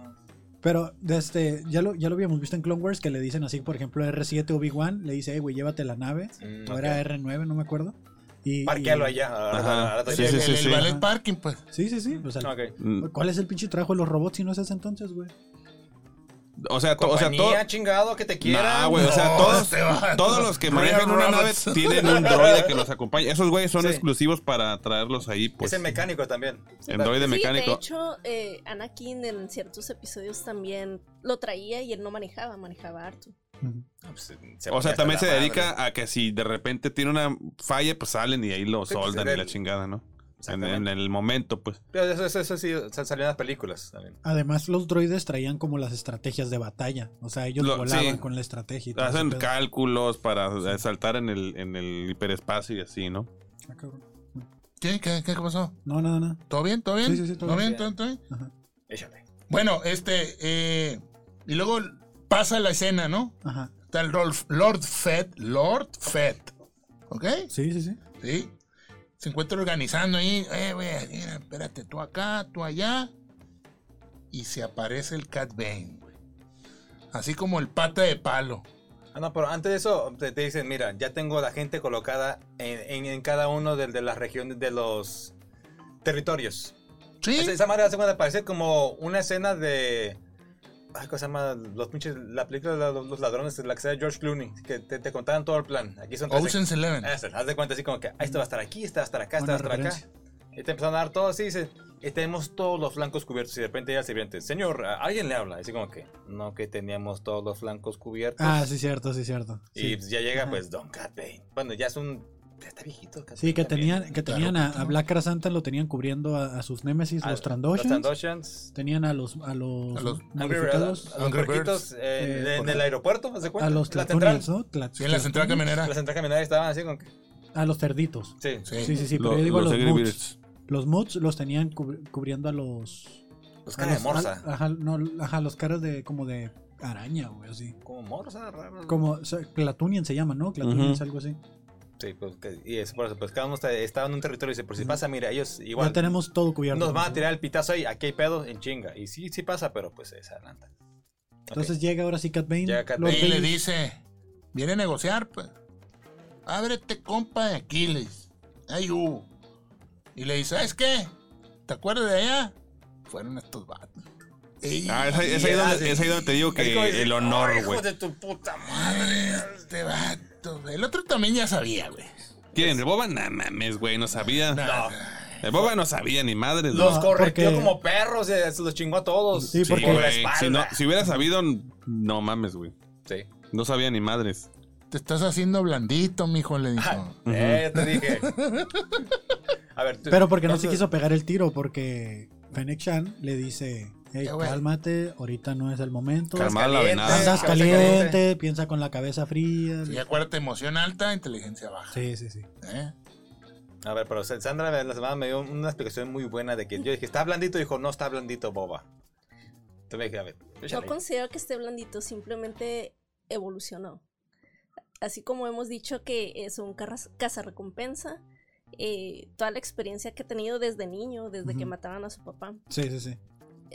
D: Pero desde, ya, lo, ya lo habíamos visto en Clone Wars que le dicen así, por ejemplo, R7 Obi-Wan le dice, hey, güey, llévate la nave.
B: Mm,
D: o
B: ok.
D: era R9, no me acuerdo. Y,
B: Parquéalo
D: y-
B: allá. ahora-
A: Ajá,
B: ahora- ahora-
A: sí,
C: el,
A: sí, sí,
C: el- el
A: sí.
C: ballet parking, pues.
D: Sí, sí, sí. O sea,
B: Ok.
A: Mm,
D: ¿Cuál es el pinche trabajo de los robots si no es ese entonces, güey?
A: O sea, to- o sea,
B: Compañía,
A: todo.
B: chingado, que te quiera.
A: Nah, güey, o sea,
C: No,
A: todos,
C: este vato.
A: todos los que
C: Real
A: manejan una nave
C: robots.
A: tienen un droide que los acompaña. Esos güeyes son
B: Sí.
A: exclusivos para traerlos ahí, pues.
B: Es el mecánico también.
A: El droide
E: Sí, de
A: mecánico.
E: hecho, eh, Anakin en ciertos episodios también lo traía y él no manejaba, manejaba harto.
B: Ah, pues,
A: O sea,
B: hasta
A: también
B: la
A: se
B: madre.
A: dedica a que si de repente tiene una falla, pues salen y ahí lo
B: Sí, pues,
A: soldan
B: en
A: y la
B: el-
A: chingada, ¿no? En,
B: Exactamente.
A: en el momento, pues.
B: Pero Eso, eso, eso sí sal- salió en las películas también.
D: Además, los droides traían como las estrategias de batalla. O sea, ellos
A: Lo-
D: volaban
A: sí.
D: con la estrategia. y todo ese
A: Hacen
D: pedo.
A: cálculos para eh, saltar en el, en el hiperespacio y así, ¿no?
D: Ah, cabrón.
C: ¿Qué, qué, qué pasó?
D: No, no, no.
C: ¿Todo bien? ¿Todo bien?
D: Sí, sí, sí, todo
C: ¿Todo
D: bien.
C: bien? ¿Todo, todo bien?
D: Ajá.
B: Échale.
C: Bueno, este. eh, y luego pasa la escena, ¿no?
D: Ajá.
C: Está el Rolf- Lord Fed. Lord Fed. ¿Ok?
D: Sí, sí, sí.
C: ¿Sí? Se encuentra organizando ahí. Eh, güey, mira, espérate, tú acá, tú allá. Y se aparece el Cat Bane, güey. Así como el pata de palo.
B: Ah, no, pero antes de eso te, te dicen, mira, ya tengo la gente colocada en, en- en cada uno del- de, las regiones de los territorios.
C: ¿Sí?
B: Esa, esa manera hace cuando aparece como una escena de... Ay, ¿Cómo se llama? Los pinches, la película de los, los ladrones, la que sea de George Clooney, que te, te contaban todo el plan. Aquí
A: Oh,
B: son tres-
C: Ocean's Eleven.
B: Eso, haz de cuenta así como que ah, este va a estar aquí, este va a estar acá, este va
D: Buena
B: a estar acá.
D: referencia.
B: Y te empezaron a dar todo así, dice, y tenemos todos los flancos cubiertos. Y de repente llega el sirviente, señor, ¿a alguien le habla. Así como que, no, que teníamos todos los flancos cubiertos.
D: Ah, sí, cierto, sí, cierto.
B: Y
D: Sí,
B: pues ya llega
D: Ajá.
B: pues Don Cat Bane. Bueno, ya es un... Ya está viejito. Cat
D: Sí,
B: Bane
D: que
B: también.
D: tenían, que tenían a, a Black Krasantan lo tenían cubriendo a, a sus némesis,
B: Ah,
D: los Trandoshans.
B: Los Trandoshans.
D: Tenían a los, a los,
C: A los
B: Angry Birds,
D: modificados.
B: a los
C: Angry
B: puerquitos, eh,
D: Eh,
B: de- en
D: por-
B: el aeropuerto, ¿haz de
D: A
B: cuenta?
D: los
B: la
D: Tlatonians,
B: central.
D: ¿no? Tla-
C: Sí, en la central
D: Tlatonians.
C: camionera.
B: La central caminera estaban así como que...
D: A los cerditos.
B: Sí.
C: Sí.
D: Sí, sí, sí. Pero
A: Lo-
D: yo digo a
A: los
D: los
A: Angry
D: moods.
A: Birds.
D: Los moods los tenían cubri- cubriendo a los... A
B: Los caras
D: los-
B: de morsa.
D: a- ajá, no, ajá, los caras de como de araña, güey, así.
B: Como morsa, raro.
D: Como o sea, Clatunian se llama, ¿no? Clatunian
A: Ujú.
D: es algo así.
B: Sí, pues, que- y es por eso, pues cada uno está- estaba en un territorio y dice, por si
D: Ujú.
B: pasa, mira, ellos igual
D: ya tenemos todo cubierto.
B: nos van a
D: ¿no?
B: tirar el pitazo ahí, aquí hay pedo en chinga. Y sí, sí pasa, pero pues se adelanta.
D: Entonces llega ahora sí Cat Bane.
B: Llega Cat
D: Lord
B: Bane.
C: Y le
D: Bane.
C: dice, viene a negociar, pues. Ábrete, compa de Aquiles. Ahí hubo. Y le dice, ¿sabes qué? ¿Te acuerdas de allá? Fueron estos vatos. Ey,
A: Ah, es ahí, es ahí donde, es ahí donde te digo que el honor, güey.
B: Eh, de tu puta
C: madre, este vato. güey. El otro también ya sabía, güey.
A: ¿Quién? ¿El Boba? No mames, güey, no sabía.
B: No,
A: El Boba no sabía ni madre.
B: los
A: güey.
B: correteó
D: porque-
B: como perros, eh, se los chingó a todos.
D: Sí,
A: Sí,
D: porque-
B: por la
A: güey,
B: espalda.
A: si, no- si hubiera sabido, no mames, güey.
B: Sí.
A: No sabía ni madres.
C: Te estás haciendo blandito, mijo, le dijo.
B: Eh, te dije. A ver, tú-
D: Pero porque no se
B: entonces-
D: quiso pegar el tiro, porque Fennec Chan le dice: Hey,
C: Eh, güey.
D: cálmate, ahorita no es el momento.
A: Calma. Calmar la
B: Caliente,
A: venada.
D: Andas
B: cabeza
D: caliente, piensa con la cabeza fría.
C: Sí,
D: Sí,
C: acuérdate, emoción alta, inteligencia baja.
D: sí, sí.
C: ¿eh?
B: A ver, pero Sandra la semana me dio una explicación muy buena de que yo dije, ¿está blandito? Dijo, no, está blandito, boba. Entonces me dije, a ver, échale.
E: No considero que esté blandito, simplemente evolucionó. Así como hemos dicho que es un carras- cazarrecompensa, eh, toda la experiencia que ha tenido desde niño, desde que
D: Ujú.
E: mataban a su papá,
D: Sí, sí, sí.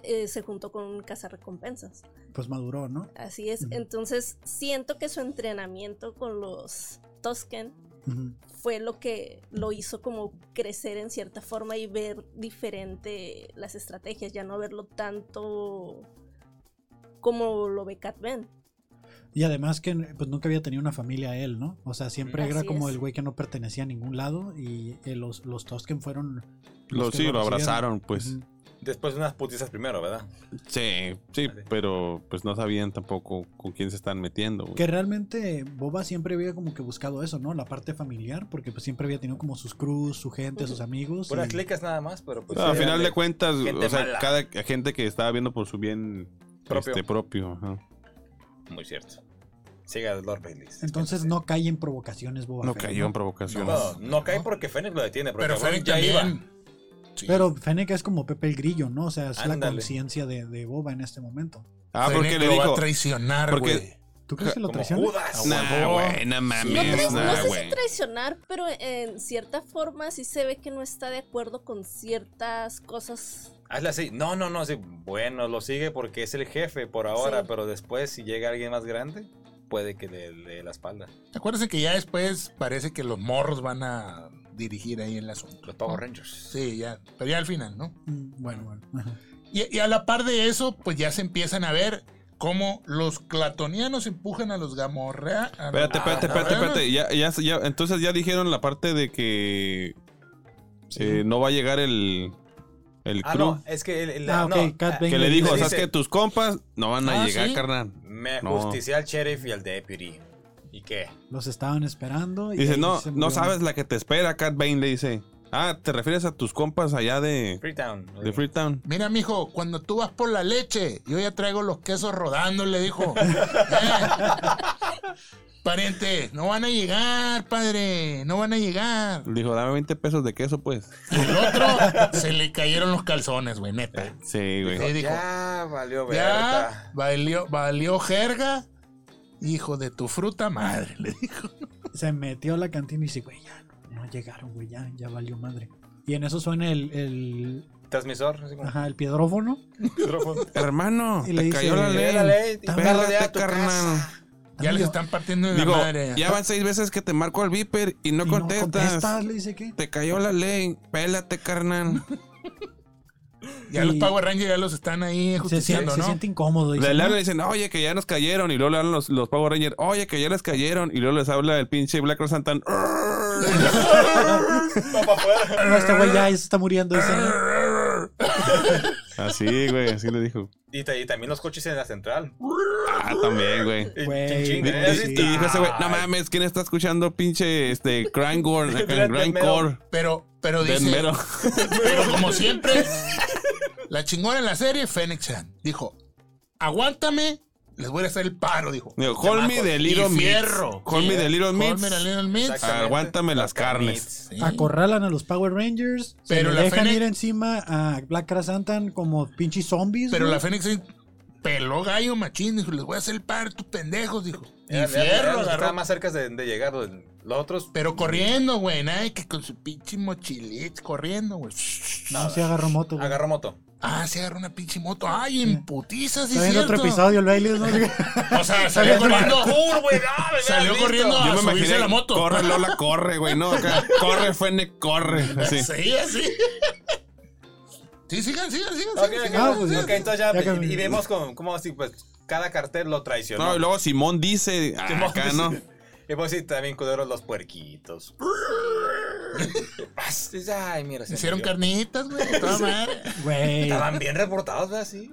E: eh, se juntó con un cazarrecompensas.
D: Pues maduró, ¿no?
E: Así es.
D: Ujú.
E: Entonces, siento que su entrenamiento con los Tosken
D: Ujú.
E: fue lo que lo hizo como crecer en cierta forma y ver diferente las estrategias, ya no verlo tanto como lo ve Cat Ben.
D: Y además que pues nunca había tenido una familia él, ¿no? O sea, siempre
E: Así
D: era como
E: es.
D: el güey que no pertenecía a ningún lado y eh, los, los Tosken fueron...
A: Los,
D: que
A: sí, lo
D: recibieron.
A: abrazaron, pues.
D: Ujú.
B: Después de unas putizas primero, ¿verdad?
A: Sí, sí, pero pues no sabían tampoco con quién se están metiendo. güey.
D: Que realmente Boba siempre había como que buscado eso, ¿no? La parte familiar, porque pues siempre había tenido como sus crews, su gente, sus amigos.
B: Puras
D: y-
B: clicas nada más, pero pues.
A: No,
B: sí,
A: al final
B: dale.
A: de cuentas,
B: gente
A: o sea,
B: mala.
A: cada gente que estaba viendo por su bien
B: Propio.
A: este, propio. ajá.
B: Muy cierto. Siga Lord Bailey.
D: Entonces no cae en provocaciones Boba
A: No
D: Fett,
A: cayó en provocaciones.
B: No, no cae porque Fennec lo detiene, pero,
C: Pero
B: cabrón,
C: Fennec
B: ya iba.
C: también. Sí.
D: Pero Fennec es como Pepe el Grillo, ¿no? O sea, es la
B: Ándale.
D: conciencia de, de Boba en este momento.
A: Ah,
C: Fennec
A: porque le
C: lo va
A: dijo.
C: a traicionar,
A: porque-
C: güey.
D: ¿Tú crees que lo
B: Como
D: traiciona?
B: Judas.
A: Nah,
C: huevo.
A: güey, no
E: No,
A: mames,
E: tra- no
A: nah,
E: sé
A: güey.
E: si traicionar, pero en cierta forma sí se ve que no está de acuerdo con ciertas cosas.
B: Hazle así. No, no, no. Así. Bueno, lo sigue porque es el jefe por ahora,
E: Sí.
B: pero después, si llega alguien más grande, puede que le le dé la espalda.
C: Acuérdense que ya después parece que los morros van a dirigir ahí el asunto.
B: Los Power Rangers.
C: Sí, ya. Pero ya al final, ¿no?
D: Mm, Bueno, bueno. Ajá.
C: Y, y a la par de eso, pues ya se empiezan a ver cómo los clatonianos empujan a los gamorrea. a los
A: Espérate, espérate, espérate,
C: gamorreanos.
A: espérate. Ya, ya, ya- entonces ya dijeron la parte de que eh, no va a llegar el, el
B: Ah,
A: crew.
B: no, es que. El, el-
D: Ah,
B: no,
D: ok, Cat
B: ah,
D: Bane
A: Que le dijo,
B: Le
A: ¿sabes
B: dice-
A: que Tus compas no van a
C: Ah,
A: llegar,
C: sí.
A: carnal.
B: Me
A: No.
B: ajusticié al sheriff y al deputy. ¿Y qué?
D: Los estaban esperando. Y
A: Dice,
D: ahí
A: no,
D: se
A: no
D: murió.
A: sabes la que te espera, Cat Bane, le dice. Ah, ¿te refieres a tus compas allá de,
B: Freetown.
A: de Freetown?
C: Mira, mijo, cuando tú vas por la leche, yo ya traigo los quesos rodando, le dijo. Eh, Pariente, no van a llegar, padre, no van a llegar.
A: Le Dijo, dame 20 pesos de queso, pues.
C: El otro se le cayeron los calzones, güey, neta.
A: Sí, güey.
C: Sí, dijo,
B: Ya
C: ya
B: valió verga.
C: valió, valió jerga, hijo de tu fruta madre, le dijo.
D: Se metió a la cantina y dice, güey, ya no, no llegaron, güey, ya, ya valió madre. Y en eso suena el, el,
B: Transmisor. Así como
D: ajá, el piedrófono.
B: micrófono.
A: Hermano,
D: Y le
A: te
D: dice,
A: cayó la
D: "Ve
A: ley.
B: la ley,
A: Espérate,
B: perro de a tu
A: carnal.
B: casa.
C: Ya les
D: Amigo,
C: están partiendo de
A: Digo,
C: la madre.
A: ya van seis veces que te marco al viper y no
D: y
A: contestas.
D: contestas, le dice que.
A: Te cayó la ley. Pélate, carnal.
C: Ya los
D: Y-
C: Power Rangers ya los están ahí
D: Se, siente-
C: justiciando,
D: se
C: ¿no?
D: siente incómodo. dice,
A: Le
D: ¿no?
A: hablan y dicen, oye, que ya nos cayeron. Y luego le hablan los, los Power Rangers, oye, que ya les cayeron. Y luego les habla el pinche Black Rose Santan.
D: No, este güey ya se está muriendo. dice, ¿no?
A: Así, güey, así le dijo.
B: Y, ta- y también los coches en la central.
A: Ah, también, güey.
B: Y
D: Güey,
B: ching, ching,
A: Y,
D: Ay,
B: así
A: y-
B: está.
A: y dijo ese güey, no mames, ¿quién está escuchando pinche este Grindcore? acá, Grindcore.
C: Pero, pero
A: Death
C: dice,
A: metal.
C: Pero como siempre, la chingona en la serie, Fennec Chan, dijo: Aguántame, les voy a hacer el paro, dijo.
A: Digo, Call me the little
C: Y
A: meat.
C: fierro.
A: Call me the little meat.
C: Colmer and Little Mix.
B: Exacto.
A: Aguántame las carnes.
B: Carnits.
C: Sí.
D: Acorralan a los Power Rangers.
C: Pero
D: Pero
C: la
D: dejan
C: Fennec-
D: ir encima a Black Krasantan como pinches zombies.
C: Pero
D: güey.
C: la Fennec Chan peló gallo machín, dijo: Les voy a hacer el paro, estos pendejos, dijo. Y
B: Era- era- era
C: fierro
B: los que
C: agarró.
B: Estaban más cerca de, de llegar. Los, los otros.
C: Pero corriendo, güey, nada, que con su pinche mochilit, corriendo, güey.
D: No, se agarró moto. güey.
B: Agarró moto.
C: Ah, se agarró una pinche moto. Ay, en putizas, sí,
D: Está viendo otro
C: cierto.
D: episodio el Bailey. ¿no?
C: O sea, salió corriendo.
B: güey! ¡No, me
C: Salió
B: hubieras
C: corriendo
B: visto!
C: a subirse a la moto.
A: Corre, Lola, corre, güey. No, acá, corre, Fene, corre. Así.
C: Sí, así. Sí, sigan, sigan, sigan.
B: Ok,
C: sigan,
B: ok,
C: sigan,
D: Ah, pues,
C: sigan.
B: ok, entonces ya,
D: Ya
B: y,
D: que-
B: y vemos como, como así, pues, cada cartel lo traicionó.
A: No, y luego Simón dice, ah,
B: Simón
A: acá
B: dice-
A: no.
B: Y pues sí, también culeros los puerquitos. Pastes, Ay, mira, se
C: Hicieron
B: murió.
C: carnitas, güey. de toda madre.
D: Güey.
B: Estaban bien reportados, ¿verdad? Sí.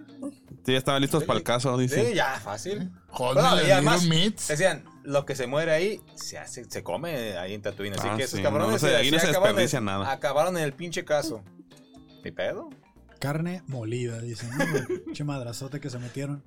A: Sí, ya estaban listos para el caso,
B: Sí,
A: dice.
B: ya, fácil.
C: Joder,
B: Bueno,
C: los
B: y además,
C: Little Mits.
B: decían, lo que se muere ahí, se hace, se come ahí en Tatooine. Así
A: Ah,
B: que esos
A: sí,
B: cabrones
A: no, o sea, ahí no se
B: acabaron de-
A: desperdicia nada.
B: Acabaron en el pinche caso. ¿Mi pedo?
D: Carne molida, dicen. ¿no? Che madrazote que se metieron.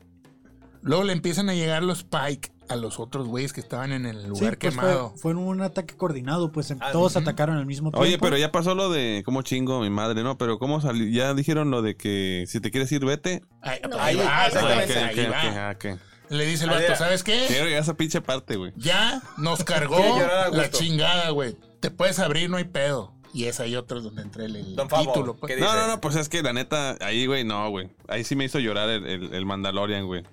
C: Luego le empiezan a llegar los Pike a los otros güeyes que estaban en el
D: Sí,
C: lugar
D: pues fue,
C: quemado.
D: fue un ataque coordinado, pues em-
B: Ah,
D: todos
C: ujú.
D: atacaron al mismo tiempo.
A: Oye, pero
C: pues.
A: ya pasó lo de cómo chingo mi madre, ¿no? Pero cómo salió, ya dijeron lo de que si te quieres ir, vete.
C: Ahí,
E: No.
C: ahí
B: Ahí,
C: va,
A: Ah,
C: exactamente,
A: ok,
C: Pues ahí
A: ok,
C: va.
A: ok, ah, ok.
C: Le dice el
B: Ahí
C: vato,
B: va.
C: ¿sabes qué?
A: Quiero llegar a esa pinche parte, güey.
C: Ya nos cargó
B: Quiero llorar a
C: la
B: gusto.
C: chingada, güey. Te puedes abrir, no hay pedo. Y es ahí otro donde entré el, el
B: Don Favo,
C: título. pues.
B: ¿qué dice?
A: No, no, no, pues es que la neta, ahí, güey, no, güey. Ahí sí me hizo llorar el, el- el Mandalorian, güey.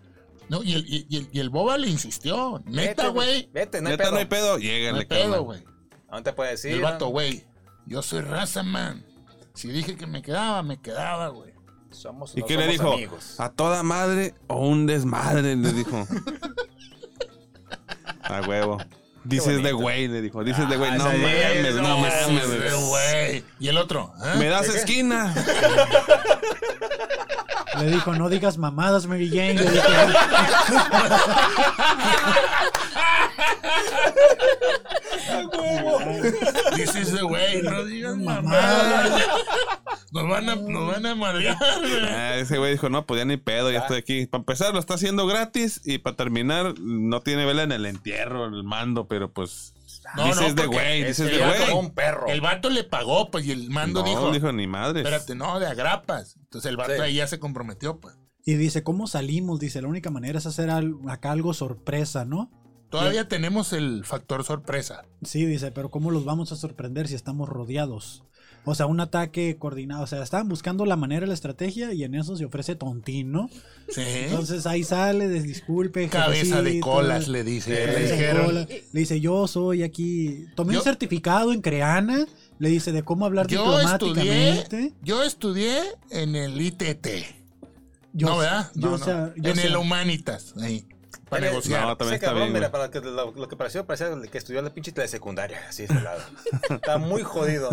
C: No, y, el, y- y el- y el boba le insistió. Neta,
B: Vete,
C: güey.
B: Vete, no hay
A: neta,
B: pedo.
A: no hay pedo,
C: No hay
A: llégale,
C: pedo,
A: carnal.
C: güey.
B: No te puedes decir.
C: el vato, güey. Yo soy raza, man. Si dije que me quedaba, me quedaba, güey.
B: Somos,
A: ¿Y
B: no
A: qué le
B: somos
A: dijo? Ah,
B: amigos.
A: ¿A toda madre o un desmadre? Le dijo. A huevo. Dices de
B: bonito.
A: güey, le dijo. Dices de güey,
B: Ah,
A: no
B: sí,
A: mames,
B: no
A: no
B: mames,
A: mames.
C: Eh,
A: güey.
C: güey. Y el otro, ¿eh?
A: Me das esquina.
D: Le dijo, no digas mamadas, Mary Jane. Le dije,
C: This is the way, no digas
D: mamadas.
C: mamadas. Nos van a, nos van a marear, güey.
A: Ah, ese güey dijo, no, pues ya ni pedo,
B: Ah.
A: ya estoy aquí. Para empezar, lo está haciendo gratis y para terminar, no tiene vela en el entierro, el mando, pero pues...
C: No,
A: dices
C: no,
A: de
C: porque
A: güey,
C: es
A: dices
C: que
A: de
C: ya
A: güey.
C: como
B: un perro.
C: El vato le pagó, pues, y el mando
A: no,
C: dijo,
A: ni madres.
C: espérate, no, de agrapas. Entonces el vato
B: Sí.
C: ahí ya se comprometió, pues.
D: y dice, ¿cómo salimos? Dice, la única manera es hacer al- acá algo sorpresa, ¿no?
C: Todavía tenemos el factor sorpresa.
D: Sí, dice, pero ¿cómo los vamos a sorprender si estamos rodeados? O sea, un ataque coordinado. O sea, estaban buscando la manera, la estrategia, y en eso se ofrece tontín, ¿no?
C: Sí.
D: Entonces ahí sale, des- disculpe.
C: ¿Eh? Cabeza de
D: jefecito.
C: colas, le dice. le
D: Cabeza de
C: dijeron.
D: cola. Le dice, yo soy aquí. Tomé
C: Yo-
D: un certificado en Creana. Le dice de cómo hablar
C: Yo estudié,
D: diplomáticamente.
C: yo estudié en el ITT.
D: Yo,
C: no, ¿verdad?
D: yo
C: No, no.
D: sea- yo
C: en
D: sea-
C: el Humanitas. Ahí. Para
B: Eres-
C: negociar.
A: No, también
B: Ese
A: está
B: cabrón,
A: bien,
B: mira,
A: güey.
B: para lo que, lo- lo que pareció, parecía que estudió la pinche telesecundaria, así de lado. Está muy jodido.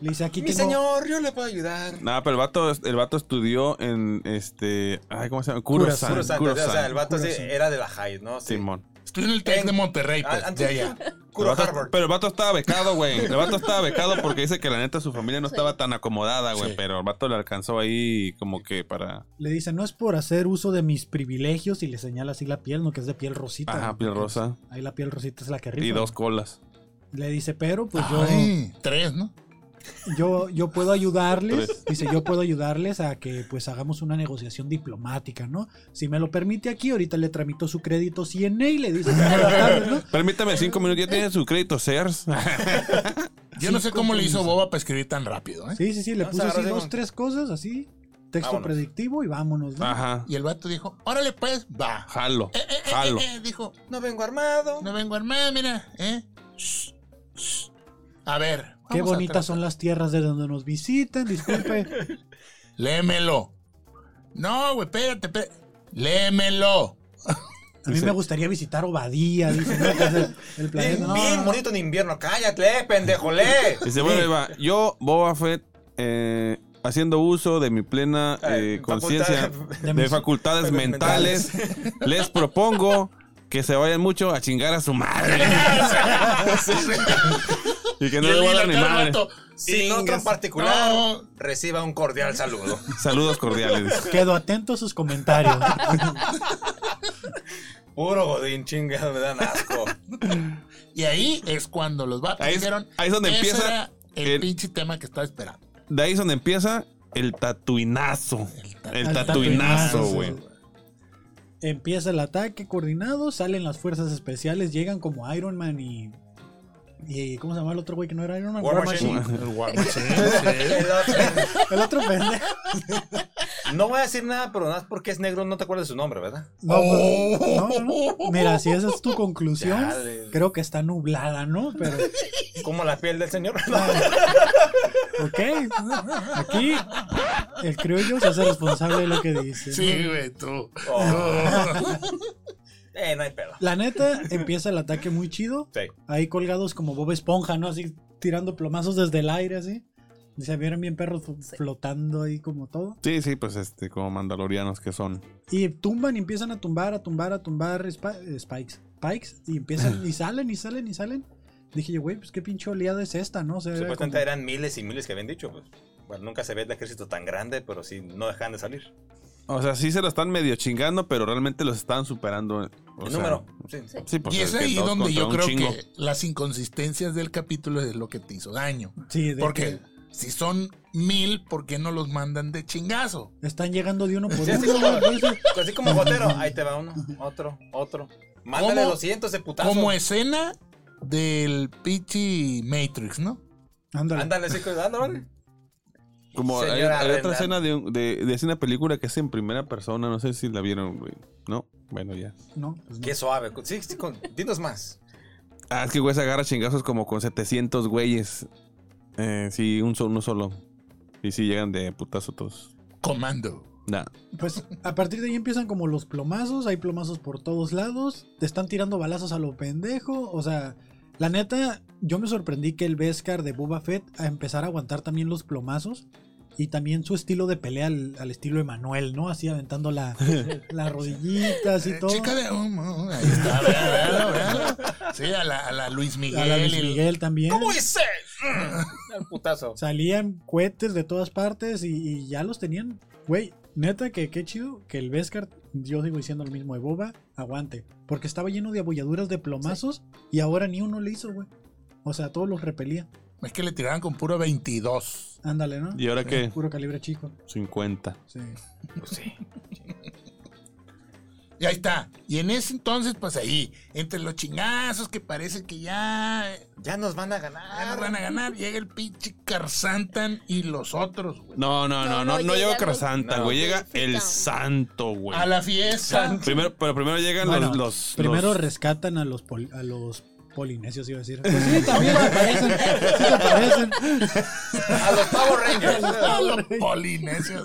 D: Le dice, aquí
B: Mi
D: tengo-
B: señor, yo le puedo ayudar.
A: Nada, pero el vato, el vato estudió en este. Ay, ¿cómo se llama?
D: Kurosan.
A: Kurosan.
B: Puro santo, o sea, el vato sí,
D: Puro santo.
B: era de la high, ¿no? Sí.
A: Simón.
C: Estudié en el TEC de Monterrey,
B: Ah,
C: pues,
B: antes-
C: de allá.
A: Pero
B: Puro
A: el, vato,
B: Harvard.
A: pero el vato estaba becado, güey. El vato estaba becado porque dice que la neta su familia no estaba tan acomodada, güey.
C: Sí.
A: Pero el vato le alcanzó ahí como que para.
D: Le dice, no es por hacer uso de mis privilegios y le señala así la piel, no que es de piel rosita.
A: Ajá,
D: ¿no?
A: piel rosa.
D: Ahí la piel rosita es la que rifa.
A: Y dos colas.
D: Le dice, pero pues
C: Ay, tres, ¿no?
D: yo, yo, yo puedo ayudarles.
A: Tres.
D: Dice, yo puedo ayudarles a que pues hagamos una negociación diplomática, ¿no? Si me lo permite aquí, ahorita le tramito su crédito 100 y le dice, "Buenas tardes", ¿no?
A: Permítame cinco minutos. Ya tiene su crédito, Sears.
C: Yo no
D: Sí,
C: sé cómo le hizo
D: compromiso.
C: Boba para escribir tan rápido, ¿eh?
D: Sí, sí, sí, le
B: Vamos
D: puso
B: a
D: así
B: agarrar
D: dos,
B: un-
D: tres cosas, así, texto
B: Vámonos.
D: predictivo y vámonos, ¿no?
A: Ajá.
C: Y el vato dijo, órale pues, va.
A: Jalo.
C: Eh, eh, eh,
A: Jalo.
C: eh, eh, dijo,
B: No vengo armado.
C: no vengo armado, mira, ¿eh? Shh, shh. A ver.
D: Qué
C: vamos a tratar.
D: bonitas son las tierras de donde nos visitan, disculpe.
C: Léemelo. No, güey, espérate, espérate. Léemelo.
D: A mí
A: Dice-
D: me gustaría visitar Obadía, dice, ¿no? Entonces, el
B: Bien,
D: planeta. no,
B: bien
D: no, no.
B: bonito en invierno. Cállate, pendejo, lee.
A: Dice, bueno, ahí va. Yo, Boba Fett, eh, haciendo uso de mi plena eh,
B: Eh,
A: conciencia
B: facultad-
A: de,
D: mis-
A: facultades mentales, les propongo que se vayan mucho a chingar a su madre. y que no
C: Y
A: le
C: el- y la
A: van a ni
C: cara del
A: madre.
C: vato,
B: Sin otro en
C: "Chingas".
B: particular,
C: No.
B: reciba un cordial saludo.
A: Saludos cordiales.
D: Quedo atento a sus comentarios.
B: Puro godín, chingado, me dan asco.
C: Y ahí es cuando los vatos
A: Ahí es-
C: dijeron.
A: ahí es donde
C: "Ese
A: empieza
C: era el,
A: el-
C: pinche tema que estaba esperando.
A: De ahí es donde empieza el tatuinazo. El
D: Al
A: tatuinazo,
D: tatuinazo.
A: güey.
D: Empieza el ataque coordinado, salen las fuerzas especiales, llegan como Iron Man y. y ¿Cómo se llama el otro güey que no era Iron Man?
B: War Machine.
C: El War Machine, sí.
B: El otro-
D: El otro pendejo.
B: No voy a decir nada, pero nada más porque es negro, no te acuerdas de su nombre, ¿verdad?
D: No, pues, no, no. Mira, si esa es tu conclusión,
B: Oh. Chale.
D: creo que está nublada, ¿no? Pero.
B: Como la piel del señor.
D: Ok. Aquí el criollo se hace responsable de lo que dice. ¿no?
C: Sí, güey, tú.
B: Oh. eh, no hay pedo.
D: La neta, empieza el ataque muy chido.
B: Sí.
D: Ahí colgados como Bob Esponja, ¿no? Así tirando plomazos desde el aire, así. Y se vieron bien perros fl-
E: Sí.
D: flotando ahí como todo.
A: Sí, sí, pues este, como mandalorianos que son.
D: Y tumban y empiezan a tumbar, a tumbar, a tumbar spa- eh, spikes. Pikes. Y empiezan y salen y salen y salen. Dije yo, güey, pues qué pinche oleada es esta, ¿no? O sea, era
B: Supuestamente
D: como-
B: eran miles y miles que habían dicho. Pues. Bueno, nunca se ve el ejército tan grande, pero sí no dejan de salir.
A: O sea, sí se lo están medio chingando, pero realmente los están superando. O
B: el
A: sea,
B: número. Sí.
E: Sí.
A: Sí, pues
C: y es
A: que
C: ahí
A: dos
C: donde
A: contra
C: yo
A: un
C: creo
A: chingo.
C: que las inconsistencias del capítulo es lo que te hizo daño.
D: Sí, de
C: Porque si son mil, ¿por qué no los mandan de chingazo?
D: que están llegando de uno por
B: Sí,
D: uno.
B: así como-
D: ¿no? Entonces,
B: Así como gotero, ahí te va uno, otro, otro. Mándale
C: ¿Cómo?
B: los cientos de putazo.
C: Como escena del Pichi Matrix, ¿no?
D: ándale.
B: Ándale, sí, ándale, vale.
A: Como hay,
B: Señora
A: hay otra
B: Brenda.
A: escena de, un- de, de- es una película que es en primera persona, no sé si la vieron, güey. No, bueno, ya.
D: No, pues no.
B: Qué suave. Sí, sí, con- dinos más.
A: Ah, es que güey se agarra chingazos como con 700 güeyes. Eh, sí, un solo, uno solo. Y sí, llegan de putazo todos.
C: Comando.
A: Nah.
D: Pues a partir de ahí empiezan como los plomazos, hay plomazos por todos lados, te están tirando balazos a lo pendejo, o sea, la neta, yo me sorprendí que el Beskar de Boba Fett a empezar a aguantar también los plomazos Y también su estilo de pelea al, al estilo de Manuel, ¿no? Así aventando la, las rodillitas y
C: Eh,
D: todo.
C: Chica de humo. Ahí está, véalo, véalo, véalo. Sí, a la, a la Luis Miguel.
D: A la Luis
C: y-
D: Miguel también.
B: ¿Cómo dice? Al putazo.
D: Salían cohetes de todas partes y, y ya los tenían. Güey, neta que qué chido que el Vescar, yo sigo diciendo lo mismo de Boba, aguante. Porque estaba lleno de abolladuras de plomazos y ahora ni uno le hizo, güey. O sea, todos los repelía.
C: Es que le tiraban con puro 22.
D: Ándale, ¿no?
A: ¿Y ahora qué?
D: Puro calibre chico.
A: 50.
D: Sí.
C: Y ahí está. Y en ese entonces, pues ahí, entre los chingazos que parece que ya,
B: Ya nos van a
C: ya
B: ganar.
C: nos van a ganar, llega el pinche Carzantan y los otros, güey.
A: No, no, no,
E: No,
A: no,
E: no
A: no
E: llega
A: llega
E: el-
A: Carzanta,
B: No.
A: güey. Llega
E: Free
A: el
E: Town.
A: santo, güey.
C: A la fiesta.
A: Primero, pero primero llegan
D: Bueno,
A: los, los-
D: primero
A: los-
D: rescatan a los, pol- a los polinesios, iba a decir. Pues sí, también se parecen. Sí se parecen.
B: A los Power
C: A
B: Rangers.
C: los polinesios.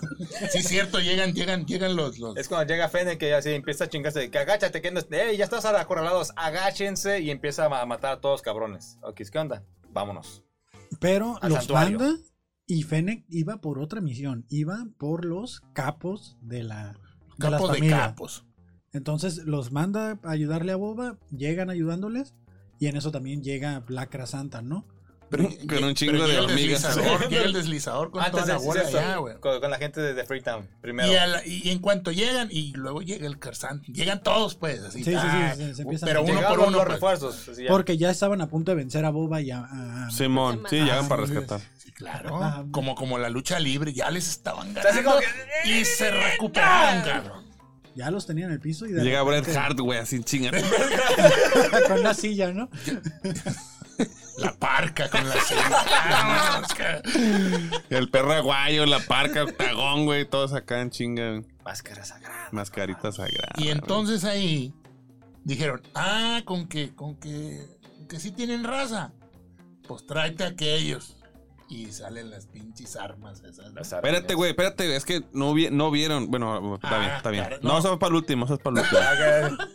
C: Sí, cierto, llegan, llegan, llegan los, los.
B: Es cuando llega Fennec que así empieza a chingarse de que agáchate, que no ¡Ey, ya estás acorralados! ¡Agáchense! Y empieza a matar a todos cabrones. Ok, ¿qué onda? Vámonos.
D: Pero
B: Al
D: los
B: santuario.
D: Banda y Fennec iba por otra misión, iba por los capos de la de las
C: Capos de
D: familias.
C: capos.
D: Entonces los manda a ayudarle a Boba, llegan ayudándoles y en eso también llega Lacra Santa, ¿no?
A: con un chingo
C: Pero
A: de
C: llega el
A: hormigas.
C: deslizador, llega el deslizador con
D: Ah,
B: Antes
C: toda
B: de
C: la bola allá, güey.
B: con, con la gente de, de Freetown, primero.
C: Y, a la- y en cuanto llegan, y luego llega el Carzantan. Llegan todos, pues, así.
D: Sí, sí, sí,
C: ah,
D: se- se empiezan
C: pero
D: a-
C: uno
B: Llegaron
C: por uno.
B: los
C: pues.
B: refuerzos. así ya.
D: Porque ya estaban a punto de vencer a Boba y a, a- a-
A: Simón, sí,
E: Ah,
A: llegan para
D: sí,
A: rescatar.
C: Sí, claro.
D: Ajá.
C: Como, como la lucha libre, ya les estaban
B: sea, así como "Eh,
C: ganando. Y se recuperaron, cabrón.
D: ya los tenían en el piso y de
A: Llega Bret
D: repente-
A: Hart, güey, así chinga.
D: con la silla, ¿no?
C: La parca con la silla. Ah, no, es que-
A: El perro aguayo, la parca, el tagón, güey, todos acá en chinga. güey.
B: Máscara sagrada.
A: Mascarita sagrada.
C: Y entonces ahí dijeron, ah, con que, con que, con que sí tienen raza. Pues tráete a aquellos. Y salen las pinches armas esas.
B: Las
A: güey. Espérate, güey, espérate, es que no, vi- no vieron. Bueno, está
C: Ah,
A: bien, está bien.
C: claro,
A: no,
C: no.
A: eso es para el último, eso es para el último.
B: Ok.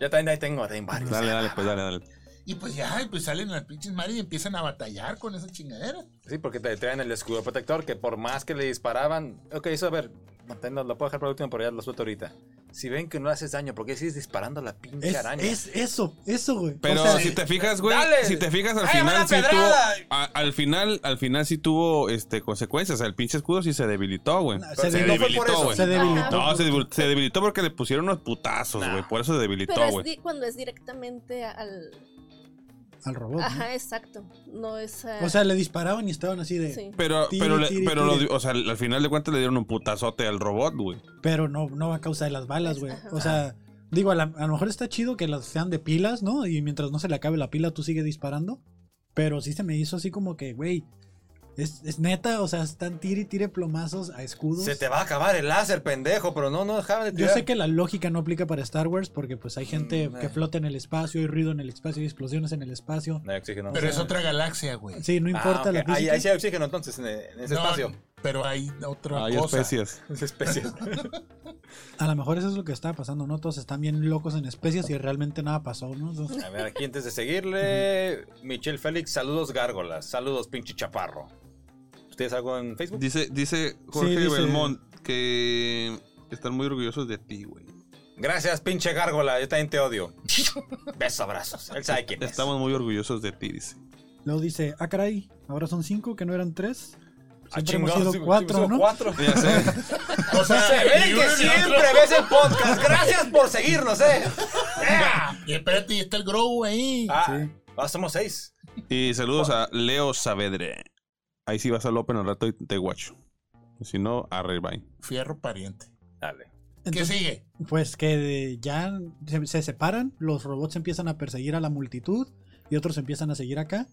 B: Yo también ahí tengo, tengo varios.
A: dale, dale, pues dale, dale.
C: Y pues ya, pues salen las pinches mares y empiezan a batallar con esas chingaderas.
B: Sí, porque te traen el escudo protector que por más que le disparaban. Ok, eso a ver, manténlo, lo puedo dejar para el último, pero ya lo suelto ahorita. Si ven que no haces daño, ¿por qué sigues disparando a la pinche
D: Es,
B: araña?
D: es eso, eso, güey.
A: Pero
D: O sea,
A: si te fijas, güey,
B: dale.
A: si te fijas al
B: Ay,
A: final
B: una
A: sí tuvo
B: pedrada.
A: a- al final al final sí tuvo este consecuencias, o sea, el pinche escudo sí se debilitó, güey.
D: se,
B: se
A: Se
B: no
D: debilitó,
B: fue por
A: debilitó,
B: eso.
A: güey.
D: se debilitó.
E: Ajá.
A: No, se debil- se debilitó porque le pusieron unos putazos,
B: Nah.
A: güey. Por eso se
E: Pero
A: debilitó,
E: es
A: güey.
E: di- cuando es directamente al...
D: al robot. ¿no?
E: Ajá, exacto. No es... a-
D: O sea, le disparaban y estaban así de.
E: sí.
A: Pero,
D: Tiri,
A: pero, le-
D: tiri,
A: pero lo
D: tiri.
A: di- o sea, al final de cuentas le dieron un putazote al robot, güey.
D: Pero no, no a causa de las balas, güey.
E: Ajá.
D: O sea, digo, a, la- a lo mejor está chido que las sean de pilas, ¿no? Y mientras no se le acabe la pila, tú sigues disparando. Pero sí se me hizo así como que, güey, es, es neta, o sea, están tire y tire plomazos a escudos.
B: Se te va a acabar el láser, pendejo, pero no, no dejaban de
D: Yo
B: tirar.
D: sé que la lógica no aplica para Star Wars porque pues hay gente
B: Mm,
D: que
B: eh.
D: flota en el espacio, hay ruido en el espacio, hay explosiones en el espacio.
B: No hay oxígeno.
C: Pero es otra galaxia, güey.
D: Sí, no
B: Ah,
D: importa
B: ok.
D: la
B: ahí,
D: física.
B: ahí sí hay oxígeno entonces, en, en ese
C: No,
B: espacio.
C: Pero hay otra
A: Hay
C: cosa.
A: especies.
B: Esa especie.
D: A lo mejor eso es lo que está pasando, ¿no? Todos están bien locos en especies y realmente nada pasó, ¿no? Entonces,
B: A ver, aquí antes de seguirle, Michelle Félix, saludos gárgolas, saludos pinche chaparro. ¿Ustedes algo en Facebook?
A: Dice, dice Jorge
D: Sí, dice-
A: Belmont que están muy orgullosos de ti, güey.
B: Gracias, pinche gárgola, yo también te odio. Besos, abrazos. Él sabe quién es.
A: Estamos muy orgullosos de ti, dice.
D: luego dice, ah, caray, ahora son cinco que no eran tres.
B: Ah,
D: Siempre hemos sido
B: chingados, sí,
D: cuatro,
B: hemos sido
D: ¿no?
B: cuatro.
A: Ya sé.
C: O sea,
B: Se ve
C: ni
B: que
C: Ah, uno ni
B: siempre ves el podcast. Gracias por seguirnos, eh.
C: otro. Y espérate, y está el Grow ahí.
B: Ah, ah, somos seis.
A: Y saludos a Leo Saavedre. Ahí sí vas al Open al rato y te guacho. Si no, arre, bye.
C: Fierro pariente.
B: Dale.
C: ¿Qué
D: Entonces,
C: sigue?
D: Pues que de- ya se, se separan, los robots empiezan a perseguir a la multitud y otros empiezan a seguir acá.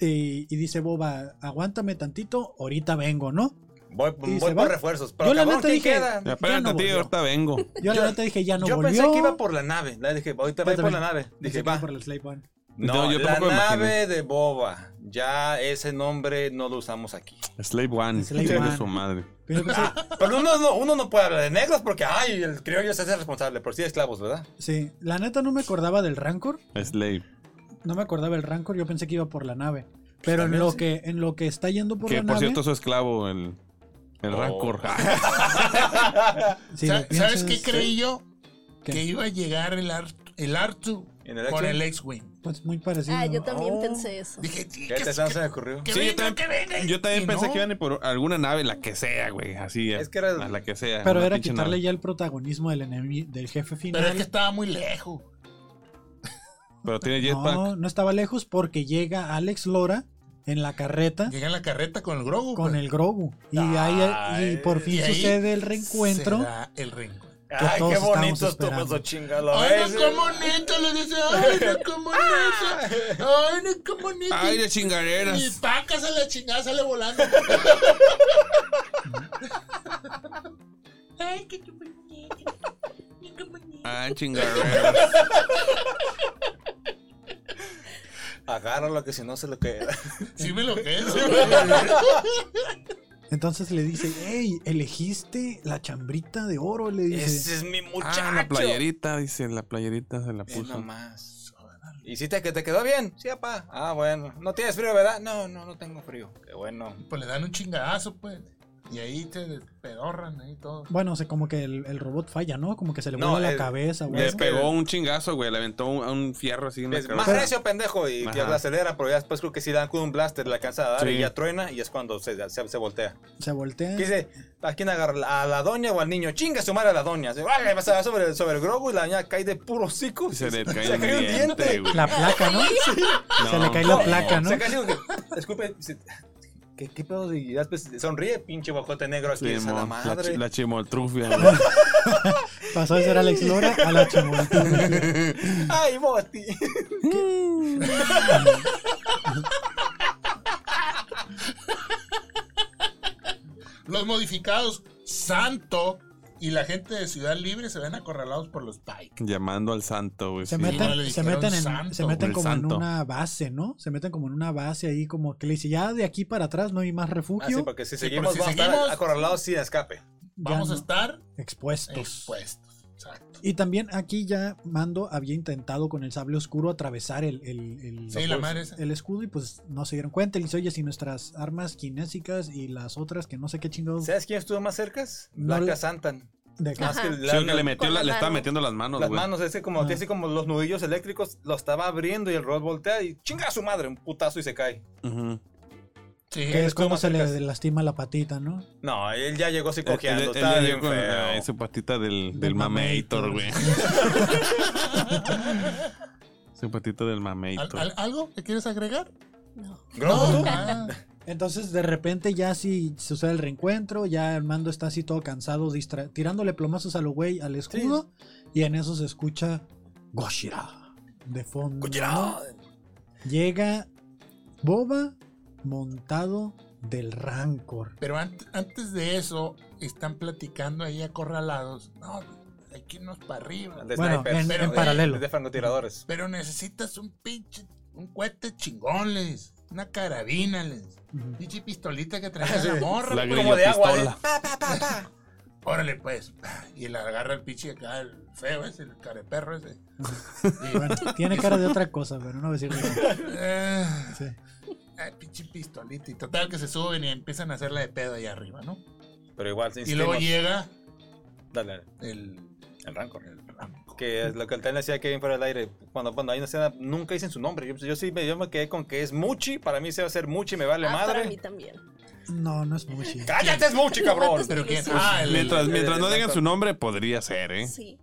D: Y, y dice Boba, aguántame tantito, ahorita vengo, ¿no?
B: Voy,
D: Y
B: voy
D: se
B: por
D: va.
B: refuerzos. Pero
D: Yo la
B: cabrón,
D: neta
B: ¿quién
D: dije-
B: queda?
A: Ya, espérate,
D: no
A: tío,
D: volvió.
A: ahorita vengo.
D: Yo,
B: Yo-
D: la neta dije, ya no
B: yo
D: volvió.
B: pensé que iba por la nave. La dije, ahorita voy
D: Yo
B: por la
D: también.
B: nave.
D: Pensé
B: Dije,
D: que iba
B: va.
D: por el Slave One.
B: No,
A: No, yo
B: la
A: tampoco me imaginé.
B: nave de Boba. Ya ese nombre no lo usamos aquí.
A: Slave One.
D: Slave
A: chingue
D: One.
A: su madre.
D: Pero yo pensé-
B: Pero uno no, uno no puede hablar de negros porque, ay, el criollo se hace responsable. Por si sí esclavos, ¿verdad?
D: sí, la neta no me acordaba del Rancor.
A: Slave.
D: No me acordaba del Rancor, yo pensé que iba por la nave. Pero en
B: Pues También
D: lo,
B: sí.
D: que, en lo que está yendo por
A: que
D: la
A: por
D: nave.
A: cierto es su esclavo, el El
B: Oh.
A: Rancor.
D: Si
C: Sa-
D: lo
C: ¿Sabes
D: piensas,
C: qué creí yo?
D: ¿Qué?
C: Que iba a llegar el, Ar- el Artu
B: ¿En el
C: con
B: X-Wing?
C: el X-Wing.
D: Pues muy parecido.
E: Ah, yo
D: ¿no?
E: también
B: Oh.
E: pensé eso.
C: Dije, sí,
B: ¿Qué
C: que, que-
B: te se ocurrió?
C: que
A: Sí, yo
C: venga,
A: también-
C: que venga.
A: Yo
C: Y
A: también pensé
C: no.
A: que iban a ir por alguna nave, la que sea, güey. Así.
B: Es que era-
A: a la que sea.
D: Pero
A: una
D: era
A: pinche
D: quitarle
A: nave.
D: ya el protagonismo del enemigo, del jefe final.
C: Pero es que estaba muy lejos.
A: Pero tiene jetpack.
D: no, no estaba lejos porque llega Alex Lora en la carreta
C: Llega en la carreta con el Grogu.
D: con
C: pues.
D: el Grogu. Y ahí
B: Ay,
D: y por
C: y
D: fin
C: ahí
D: sucede el reencuentro.
C: Se da el reencuentro.
B: Ay,
D: todos
B: qué
D: estábamos
B: bonito estuvo
D: esperando.
B: eso, chingalo.
C: Ay,
A: eh.
C: no, qué bonito, le dice. Ay, no, qué bonito. Ay, no, qué bonito.
A: Ay, de
C: Mi
A: chingaderas.
C: paca se la chingada sale volando. Ay, qué bonito. Qué bonito.
A: Ay, chingaderas.
B: Agárralo que si no se lo queda.
C: Sí me lo quedo.
D: Entonces le dice, hey, elegiste la chambrita de oro, le dice.
B: Ese es mi muchacho. Eh,
A: Ah, la playerita, dice. La playerita se la
B: Ve
A: puso.
B: nomás. ¿Hiciste que te quedó bien? Sí, papá. Ah, bueno. ¿No tienes frío, verdad? No, no, no tengo frío. Qué bueno.
C: Pues le dan un chingadazo, pues. Y ahí te pedorran ahí todo.
D: Bueno, o sea, como que el, el robot falla, ¿no? Como que se le
B: No,
D: vuela la
B: el-
D: cabeza. o
A: Le
D: algo.
B: que-
A: pegó un chingazo, güey. Le aventó un, un fierro así en la
B: Es más
A: cabeza.
B: recio, pendejo. Y te
A: Ajá.
B: la acelera, pero ya después creo que sí dan con un blaster, le alcanza a dar
A: Sí. Mm.
B: y ya truena y es cuando se, se, se voltea.
D: Se voltea.
B: ¿Qué dice? ¿A quién agarra? ¿A la doña o al niño? Chinga su madre a la doña. Así, ¡ay! Pasaba sobre, sobre el grogo y la doña cae de puro hocico.
A: Se le cae
B: se
A: un diente, güey.
D: La placa, ¿no? Se le cae la placa, ¿no?
B: Se cae así como que. Disculpe. se- ¿Qué, qué pedo? Y ya después sonríe, pinche guajote negro aquí.
A: Sí,
B: es a Pues la
A: mon, la,
B: madre.
A: chi- la chimoltrufia, güey.
D: Pasó de ser Alex Lora a la chimoltrufia.
B: ¡Ay, Boti!
C: Los modificados, Santo y la gente de Ciudad Libre se ven acorralados por los Pike.
A: Llamando al santo, güey.
D: Se
A: sí.
C: no le
D: meten, se
C: dijeron
D: meten, en,
C: santo,
D: se meten
A: el
D: como en
A: santo.
D: una base, ¿no? Se meten como en una base ahí, como que le dice, ya de aquí para atrás no hay más
B: Ah, sí,
D: refugio.
B: porque si
C: Sí,
B: seguimos,
D: pues,
C: porque si
B: vamos a
C: seguimos-
B: estar acorralados sin escape.
D: ya
C: Vamos a
D: no,
C: estar
D: expuestos.
C: expuestos. Exacto.
D: Y también aquí ya Mando había intentado con el sable oscuro atravesar el, el- el-
C: Sí, la madre esa.
D: el escudo y pues no se dieron cuenta. Le dice, oye, si nuestras armas kinésicas y las otras que no sé qué chingados...
B: ¿Sabes quién estuvo más cerca?
D: No
B: Blanca
D: le-
B: Santan.
D: de acá".
E: Ajá.
A: Sí, creo que le metió
E: Con
A: la-
E: la
A: le estaba
E: mano.
A: metiendo las manos,
B: Las
A: güey.
B: manos, ese como,
D: Ah.
B: así como los nudillos eléctricos, lo estaba abriendo y el robot voltea y chinga a su madre, un putazo y se cae.
A: Ujú.
C: Sí,
D: Que es
B: estuvo
D: como
B: más
D: se le
B: cerca.
D: lastima la patita, ¿no?
B: No, él ya llegó así
A: Él- él-
B: cojeando.
A: él
B: estaba
A: le dio
B: bien
A: con
B: feo.
A: eh, su patita del,
D: Del
A: del mamator,
D: mamator.
A: güey. su patita del mamator.
C: ¿Al- al- ¿Algo que quieres agregar?
E: No.
B: Grogu, tú.
C: Ah,
D: Entonces, de repente, ya sí sucede el reencuentro. Ya el mando está así todo cansado, distra- tirándole plomazos a lo güey al escudo. Y en eso se escucha Goshira de fondo. ¿no? Llega Boba montado del Rancor.
C: Pero an- antes de eso, están platicando ahí acorralados. No, hay que irnos para arriba.
B: De
D: Bueno,
B: snipers,
D: en-
B: pero
C: en
B: de-
D: paralelo.
B: De francotiradores.
C: Pero necesitas un pinche, un cohete chingón, les. Una carabina, les.
D: Ujú.
C: Pinche pistolita que trae la morra.
A: La
C: pues.
A: grillo pistola.
B: ¿eh? Pa, pa, pa, pa.
C: Órale, pues. Y le agarra el pinche acá, el feo ese, el careperro ese. Y,
D: Bueno, tiene cara de otra cosa, pero no voy a decir nada.
C: eh,
D: Sí.
C: ay, pinche pistolita. Y total, que se suben y empiezan a hacerla de pedo ahí arriba, ¿no?
B: Pero igual,
A: Este,
C: Y luego
A: pues,
B: insistimos.
C: llega
B: Dale, dale.
C: el.
B: el rancor.
C: el Ramco.
B: Que es lo que el Tania decía Kevin fuera del aire. Cuando, cuando hay una escena, nunca dicen su nombre. Yo, yo sí me, yo me quedé con que es Muchi. Para mí se va a ser Muchi, me vale
E: Ah, para mí
B: madre.
E: también.
D: No, no es Mushi.
B: ¡Cállate, es Muchi, cabrón!
C: ¿Pero quién?
E: Ilusión.
C: Ah, el.
A: Mientras,
B: el-
A: mientras
B: el-
A: no
B: el-
A: digan su nombre, podría ser, ¿eh?
E: Sí.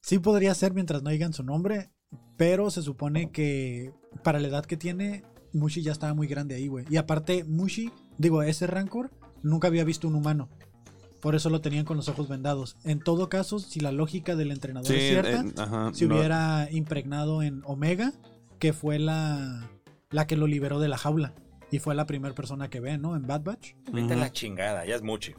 D: Sí podría ser mientras no digan su nombre, pero se supone que para la edad que tiene, Mushi ya estaba muy grande ahí, güey. Y aparte, Mushi, digo, ese Rancor nunca había visto un humano. Por eso lo tenían con los ojos vendados. En todo caso, si la lógica del entrenador
A: Sí,
D: es cierta,
A: eh, ajá.
D: se
A: no-
D: hubiera impregnado en Omega, que fue la, la que lo liberó de la jaula. Y fue la primera persona que ve, ¿no? En Bad Batch.
B: Vete a la chingada, ya es Muchi.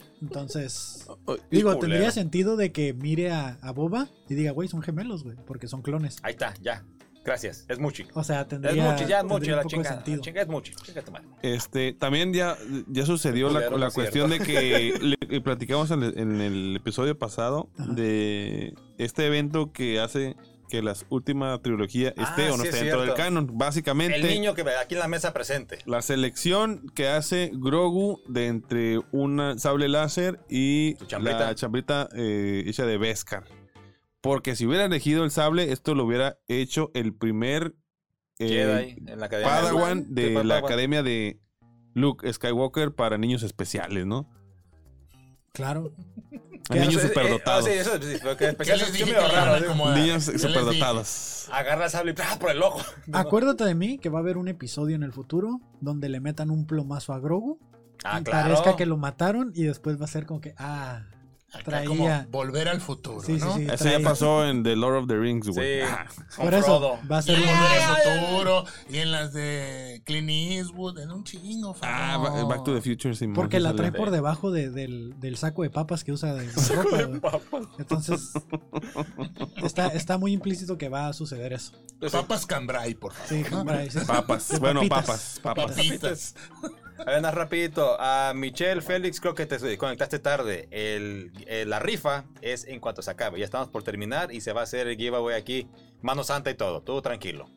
D: Entonces,
A: Oh,
D: digo,
B: culero.
D: tendría sentido de que mire a, a Boba y diga, güey, son gemelos, güey, porque son clones.
B: Ahí está, ya. Gracias, es Muchi.
D: O sea,
B: Es
D: tendría,
B: Muchi, ya
D: tendría
B: es Muchi, a
D: un poco
B: la
D: de
B: chingada. La
D: sentido.
B: chingada es Muchi, chinga tu madre.
A: Este, también ya, ya sucedió la,
B: Culero,
A: la
B: no es
A: cuestión de que le- le platicamos en el, en el episodio pasado
D: Ajá.
A: de este evento que hace que la última trilogía esté
B: Ah,
A: o no
B: sí, es
A: esté dentro del
B: cierto.
A: canon. Básicamente,
B: El niño que ve aquí en la mesa presente.
A: la selección que hace Grogu de entre un sable láser y
B: Su chambrita.
A: la chambrita eh, hecha de Beskar. Porque si hubiera elegido el sable, esto lo hubiera hecho el primer eh,
B: Jedi en la academia.
A: Padawan de
B: Sí,
A: la
B: Padawan.
A: academia de Luke Skywalker para niños especiales, ¿no?
D: Claro.
A: A
D: ¿Qué
A: niños
B: Eso es-
A: superdotados.
B: eh, ah, sí, eso es- lo que
A: pues,
B: es
C: ¿Qué
B: especial.
C: les
B: Es que
C: dije
B: me
C: que le van a
A: ¿eh?
B: raro. digo,
C: acomodar?
A: Niños
C: ¿Qué les dije?
A: superdotados.
B: Agarra el sable y ¡pra! por el ojo.
D: Acuérdate de mí que va a haber un episodio en el futuro donde le metan un plomazo a Grogu
B: Ah,
D: y
B: claro.
D: parezca que lo mataron y después va a ser como que, ah,
C: Acá
D: Traía-
C: como volver al futuro,
D: Sí, sí,
C: ¿no?
D: sí.
A: Eso ya
D: trae-
A: pasó en The Lord of the Rings, güey.
B: Sí.
A: Ah,
B: Con
D: por eso
B: Frodo.
D: va a ser
C: Y en
D: un-
C: Volver al futuro y en las de Clint Eastwood, en un chingo,
A: ah,
C: famo.
A: Ba- Back to the Future, Simón,
D: Porque
A: sí
D: la
A: sale.
D: traen por debajo de- del, del saco de papas que usa de ropa, güey. Entonces, está, está muy implícito que va a suceder eso.
C: Papas Cambrai, por favor.
D: Sí, hombre, sí.
A: Papas,
D: De
A: bueno,
D: papitas.
A: papas, papas.
C: Papitas.
B: A ver, más rapidito. A Michelle, Félix, creo que te conectaste tarde. El, eh, la rifa es en cuanto se acabe. Ya estamos por terminar y se va a hacer el giveaway aquí. Mano santa y todo. Tú tranquilo.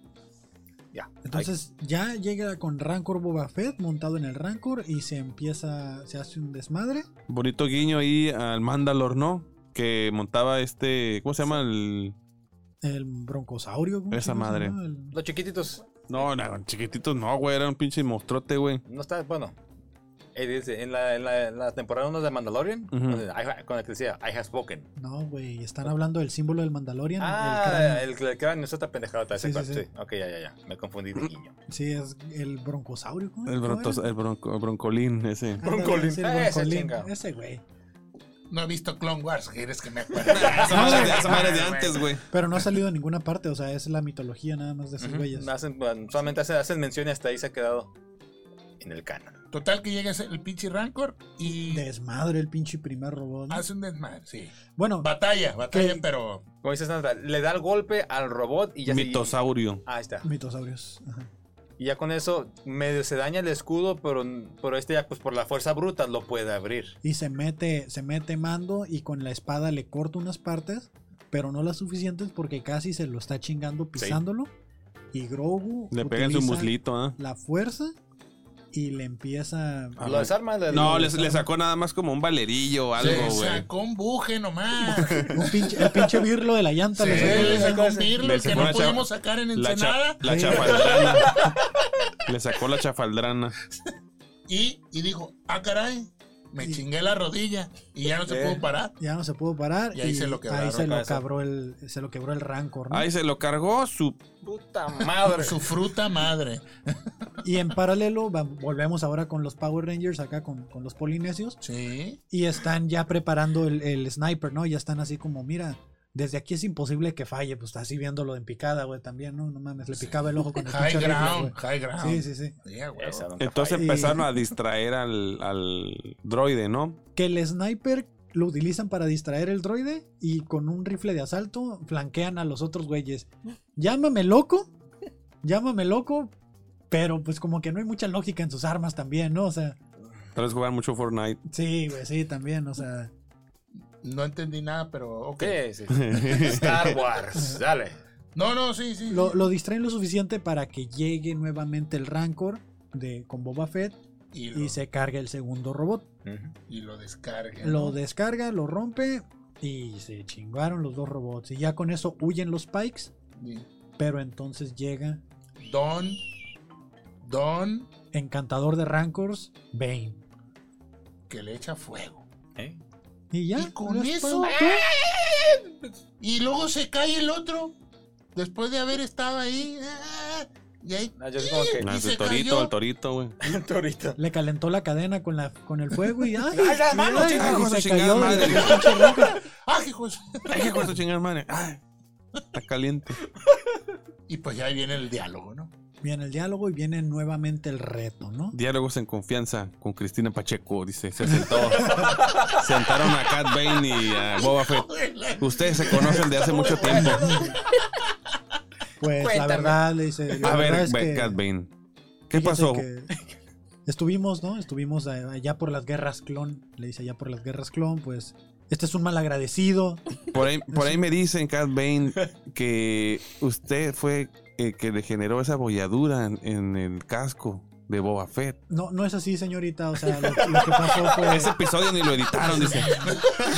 B: Ya.
D: Entonces ya llega con Rancor Boba Fett montado en el Rancor y se empieza, se hace un desmadre.
A: Bonito guiño ahí al Mandalor, ¿no? Que montaba este. ¿Cómo se llama? El.
D: El broncosaurio. ¿cómo
A: Esa
D: se llama?
A: madre.
B: Ay,
D: El-
B: los chiquititos.
A: No, no, chiquititos no, güey. Era un pinche monstruote, güey.
B: No está, bueno. Eh, dice, en, la, en, la, en la temporada 1 de Mandalorian,
A: Ujú.
B: donde I ha- con el que decía, I have spoken.
D: No, güey, están hablando del símbolo del Mandalorian. el
B: Ah,
D: cráneo.
B: el, el cráneo, eso está pendejado.
D: Sí,
B: Sí,
D: sí, sí.
B: sí. Ok, ya, ya, ya. Me confundí de niño.
D: Sí, es el broncosaurio. ¿cómo-
A: El,
D: cómo era?
A: brontos- el bronco- broncolín ese.
D: Ándale,
B: broncolín.
D: sí, el
B: Ah, ese
D: broncolín,
B: chingado.
D: Ese güey.
C: No he visto Clone Wars, ¿quieres que me Ah, acuerde?
A: Esa madre es de- esa madre es de antes, güey.
D: Pero no ha salido en ninguna parte, o sea, es la mitología nada más de esos
B: Ujú.
D: güeyes.
B: Hacen- bueno, solamente hacen, hacen mención y hasta ahí se ha quedado en el canon.
C: Total que llega ese- el pinche Rancor y
D: Desmadre el pinche primer robot.
B: Ah,
D: ¿no?
C: hace un desmadre, sí.
D: Bueno,
C: Batalla, batalla,
D: ¿Qué?
C: pero
B: Como dice Sandra, le da el golpe al robot y ya se-
A: Mitosaurio.
B: Ahí está.
D: mitosaurios. ajá.
B: Y ya con eso medio se daña el escudo, pero, pero este ya pues por la fuerza bruta lo puede abrir.
D: Y se mete, se mete mando y con la espada le corta unas partes, pero no las suficientes porque casi se lo está chingando pisándolo. Y Grogu
A: Le pegan su
D: utiliza
A: muslito, ¿ah?
D: La fuerza y le empieza.
A: Ah,
B: lo desarma. le-
A: No,
B: lo
A: le, le
B: desarma.
A: sacó nada más como un valerillo o algo,
C: se
A: güey.
C: sacó un buje nomás.
D: un pinche- el pinche birlo de la llanta.
C: Sí,
D: le sacó.
C: le sacó un
B: Sí.
C: birlo
A: Le
C: que
A: sacó
C: no
A: la chava-
C: pudimos sacar en
A: La, cha-
C: Ensenada.
A: la
D: Sí.
A: chafaldrana. le sacó la chafaldrana.
C: Y, y dijo, ah, caray, me
D: Sí.
C: chingué la rodilla y ya no se
B: Eh.
C: pudo parar.
D: Ya no se pudo parar.
C: Y ahí se lo quebraron,
D: ahí se lo,
B: cabeza.
D: cabró el, se lo quebró el rancor. ¿no?
A: Ahí se lo cargó su.
B: Puta madre.
C: Su fruta madre.
D: Y en paralelo va- volvemos ahora con los Power Rangers acá con, con los polinesios.
C: Sí.
D: Y están ya preparando el, el sniper, ¿no? Ya están así como, mira, desde aquí es imposible que falle. Pues está así viéndolo en picada, güey, también, ¿no? No mames, le picaba el ojo con el
C: High
D: pinche rifle,
C: ground,
D: güey.
C: high ground.
D: Sí, sí, sí.
C: Sí, a huevo.
B: Esa nunca
A: Entonces
B: falla.
A: empezaron a distraer al, al droide, ¿no?
D: Que el sniper lo utilizan para distraer el droide y con un rifle de asalto flanquean a los otros güeyes. Llámame loco, llámame loco, pero pues como que no hay mucha lógica en sus armas también, ¿no? O sea,
A: Tal vez jugar mucho Fortnite.
D: sí, güey, sí, también, o sea.
C: No entendí nada, pero ok.
B: Sí, sí. Star Wars. Dale.
C: No, no, sí, sí.
D: lo,
C: sí.
D: lo distraen lo suficiente para que llegue nuevamente el Rancor de, con Boba Fett
C: Y lo,
D: y se cargue el segundo robot.
C: y lo descargue.
D: Lo
C: ¿no?
D: descarga, lo rompe y se chingaron los dos robots. Y ya con eso huyen los Pikes,
C: Sí.
D: pero entonces llega
C: Don. Don
D: Encantador de Rancors, Bane.
C: que le echa fuego.
B: ¿Eh?
D: Y ya.
C: Y con
D: los
C: eso.
D: fue-
C: Y luego se cae el otro. Después de haber estado ahí. ah, Y ahí. eh,
B: Ah, yo como que-
C: y
A: Ah,
C: se
A: el torito,
C: cayó.
A: el torito, güey.
B: Ahorita.
D: Le calentó la cadena con, la, con el fuego y ya.
B: ¡Ay, las manos,
A: chingada, hijo de
D: se
A: su
D: cayó
A: chingada
D: del
A: madre!
D: pinche Rancor.
C: ¡Ah, qué hijo de su-
A: Ay, qué cuesta chingar, madre. Ay, está caliente.
C: Y pues ya ahí viene el diálogo, ¿no?
D: Viene el diálogo y viene nuevamente el reto, ¿no?
A: Diálogos en confianza con Cristina Pacheco, dice. Se sentó. Sentaron a Cat Bane y a Boba Fett. Ustedes se conocen de hace mucho tiempo.
D: Pues la
B: Cuéntame.
D: verdad, le dice. la
A: A
D: verdad
A: ver,
D: es que-
A: Cat Bane. ¿Qué
D: Fíjate
A: pasó?
D: que estuvimos, ¿no? Estuvimos a- allá por las guerras clon. Le dice allá por las guerras clon, pues Este es un malagradecido.
A: Por ahí, por ahí me dicen, Cat Bane, que usted fue el que le generó esa bolladura en, en el casco de Boba Fett.
D: No, no es así, señorita. O sea, lo, lo que pasó fue.
A: Ese episodio ni lo editaron, dice.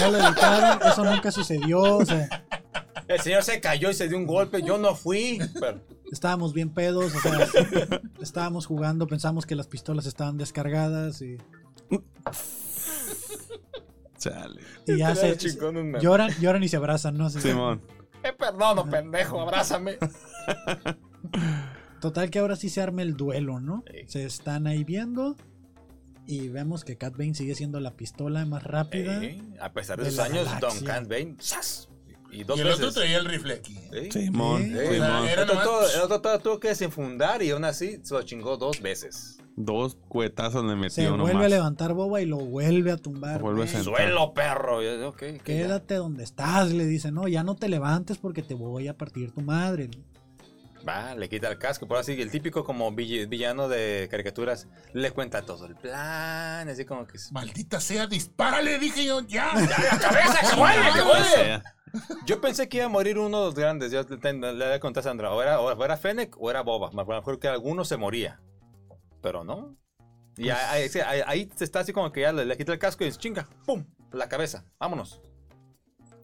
D: No lo editaron, eso nunca sucedió. O sea,
B: El señor se cayó y se dio un golpe. Yo no fui. Pero,
D: estábamos bien pedos. O sea, estábamos jugando, pensamos que las pistolas estaban descargadas y,
A: Chale.
D: y ya se.
B: Estaría chingón un meme.
D: Lloran, lloran y se abrazan, ¿no? Así que-
A: Simón.
B: Te perdono, pendejo, abrázame.
D: Total que ahora sí se arma el duelo, ¿no?
B: Sí.
D: Se están ahí viendo y vemos que Cat Bane sigue siendo la pistola más rápida.
B: Eh, a pesar de,
D: De
B: sus
D: la
B: años, Don
D: galaxia.
B: Can Bane, ¡zas! Y dos
C: y el otro
B: veces.
C: traía el rifle aquí.
B: Sí.
A: Simón.
D: Sí.
B: Eh,
C: O sea,
A: Simón.
C: era
B: El otro,
C: nomás-
B: todo- el otro todo tuvo que desenfundar y aún así se lo chingó dos veces.
A: Dos cuetazos le metió
D: Se vuelve
A: nomás.
D: a levantar Boba y lo vuelve a tumbar.
A: Vuelve a
D: Eh,
A: sentar.
B: Suelo, perro. Y yo, ok, ok, ya.
D: Quédate donde estás, le dice, no, ya no te levantes porque te voy a partir tu madre.
B: Va, le quita el casco. Por así, el típico como vill- villano de caricaturas le cuenta todo el plan. Así como que.
C: Maldita sea, dispárale, dije yo, ya.
B: ¡La cabeza! ¡Que huele, que
A: O
B: huele!
A: sea,
B: Yo pensé que iba a morir uno de los grandes. Yo le, ten- le había contado a Sandra. O era, o era Fennec o era Boba. Me acuerdo que alguno se moría. Pero no. Y ahí, ahí- ahí- ahí se está así como que ya le, le quita el casco y dice, chinga, ¡pum! La cabeza. Vámonos.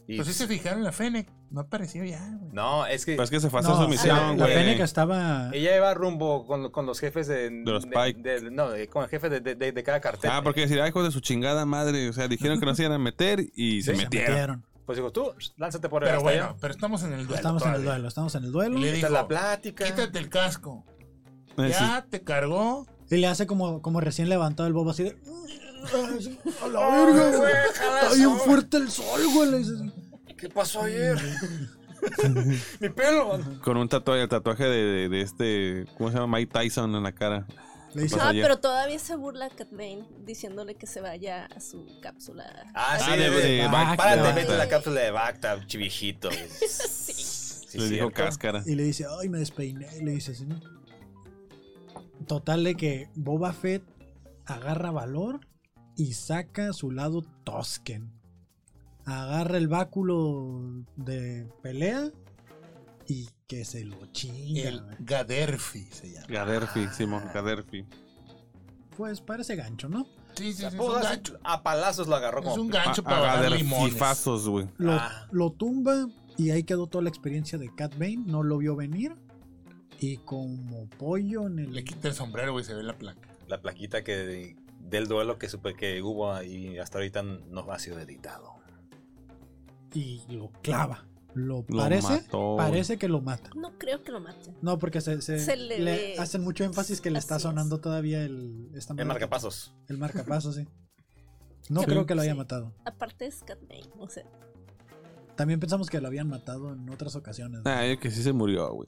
B: Y-
C: Pues sí se fijaron la Fennec, no apareció ya, güey.
B: no, es que
A: Pero es que se fue a hacer
D: No,
A: su misión,
D: la, la
A: güey.
D: Fénica estaba...
B: ella iba rumbo con, con los jefes de...
A: De los Pike.
B: de- no, de- con el jefe de, de- de- de cada cartel.
A: Ah, porque decir, ay, hijos de su chingada madre. O sea, dijeron que no se iban a meter y se
D: se
A: metieron.
D: metieron.
B: Pues digo, tú, lánzate por
C: Pero
B: hasta
C: bueno,
B: allá.
C: pero estamos en el duelo.
D: Estamos en el
C: todavía.
D: duelo, estamos en el duelo.
C: Y le
B: Esta
C: dijo,
B: es la plática.
C: Quítate el casco.
A: Eh, sí.
C: Ya te cargó.
D: Y le hace como, como recién levantado el Boba así de... ¡A la
B: Ay,
D: verga!
B: "Oh, güey, jala
D: Está
B: eso.
D: bien fuerte el sol, güey. le dice así.
B: ¿Qué pasó ayer? Mi pelo.
A: Con un tatuaje, el tatuaje de, de- de este, ¿cómo se llama? Mike Tyson en la cara.
D: Le dice,
A: Pues
E: Ah,
A: ayer.
E: pero todavía se burla Cat Bane diciéndole que se vaya a su cápsula.
B: Ah, sí,
A: Ah, de-
B: de-
A: de
B: de-
A: Bacta.
B: Párate,
D: Bacta.
B: vete a la cápsula de Bacta, chivijito. Sí,
A: Le dijo
B: cierto.
A: cáscara.
D: Y le dice, ay, me despeiné. Le dice así, ¿no? Total de que Boba Fett agarra valor y saca su lado Tosken. Agarra el báculo de pelea y que se lo chinga.
C: El
D: güey.
C: Gaderfi se llama.
A: Gaderfi, Simón, Gaderfi.
D: Pues parece gancho, ¿no?
C: Sí, sí, sí,
B: La
C: es un
B: puta,
C: gancho.
B: A palazos lo agarró
C: Es
B: como.
C: un gancho
A: A-
C: para
A: a
C: bajar limones.
A: Gaderfifazos, güey.
D: Lo,
B: Ah.
D: lo tumba y ahí quedó toda la experiencia de Cat Bane. No lo vio venir. Y como pollo en el...
C: Le quita el sombrero, güey, se ve la placa.
B: La plaquita que de- del duelo que supe que hubo y hasta ahorita no ha sido editado.
D: Y lo clava. Lo
A: Lo
D: parece.
A: mató, güey.
D: parece que lo mata.
E: No creo que lo maten.
D: No, porque se, se-
E: Se le
D: le,
E: ve.
D: hacen mucho énfasis que le está
E: Así es.
D: sonando todavía el, esta
C: Mm.
B: En
D: madre que-
B: marcapasos.
D: El marcapasos, sí. No
E: Sí.
D: creo que lo haya
E: Sí.
D: matado.
E: Aparte es Cat Bane, o sea,
D: También pensamos que lo habían matado en otras ocasiones.
A: Ah, yo que sí se murió, güey.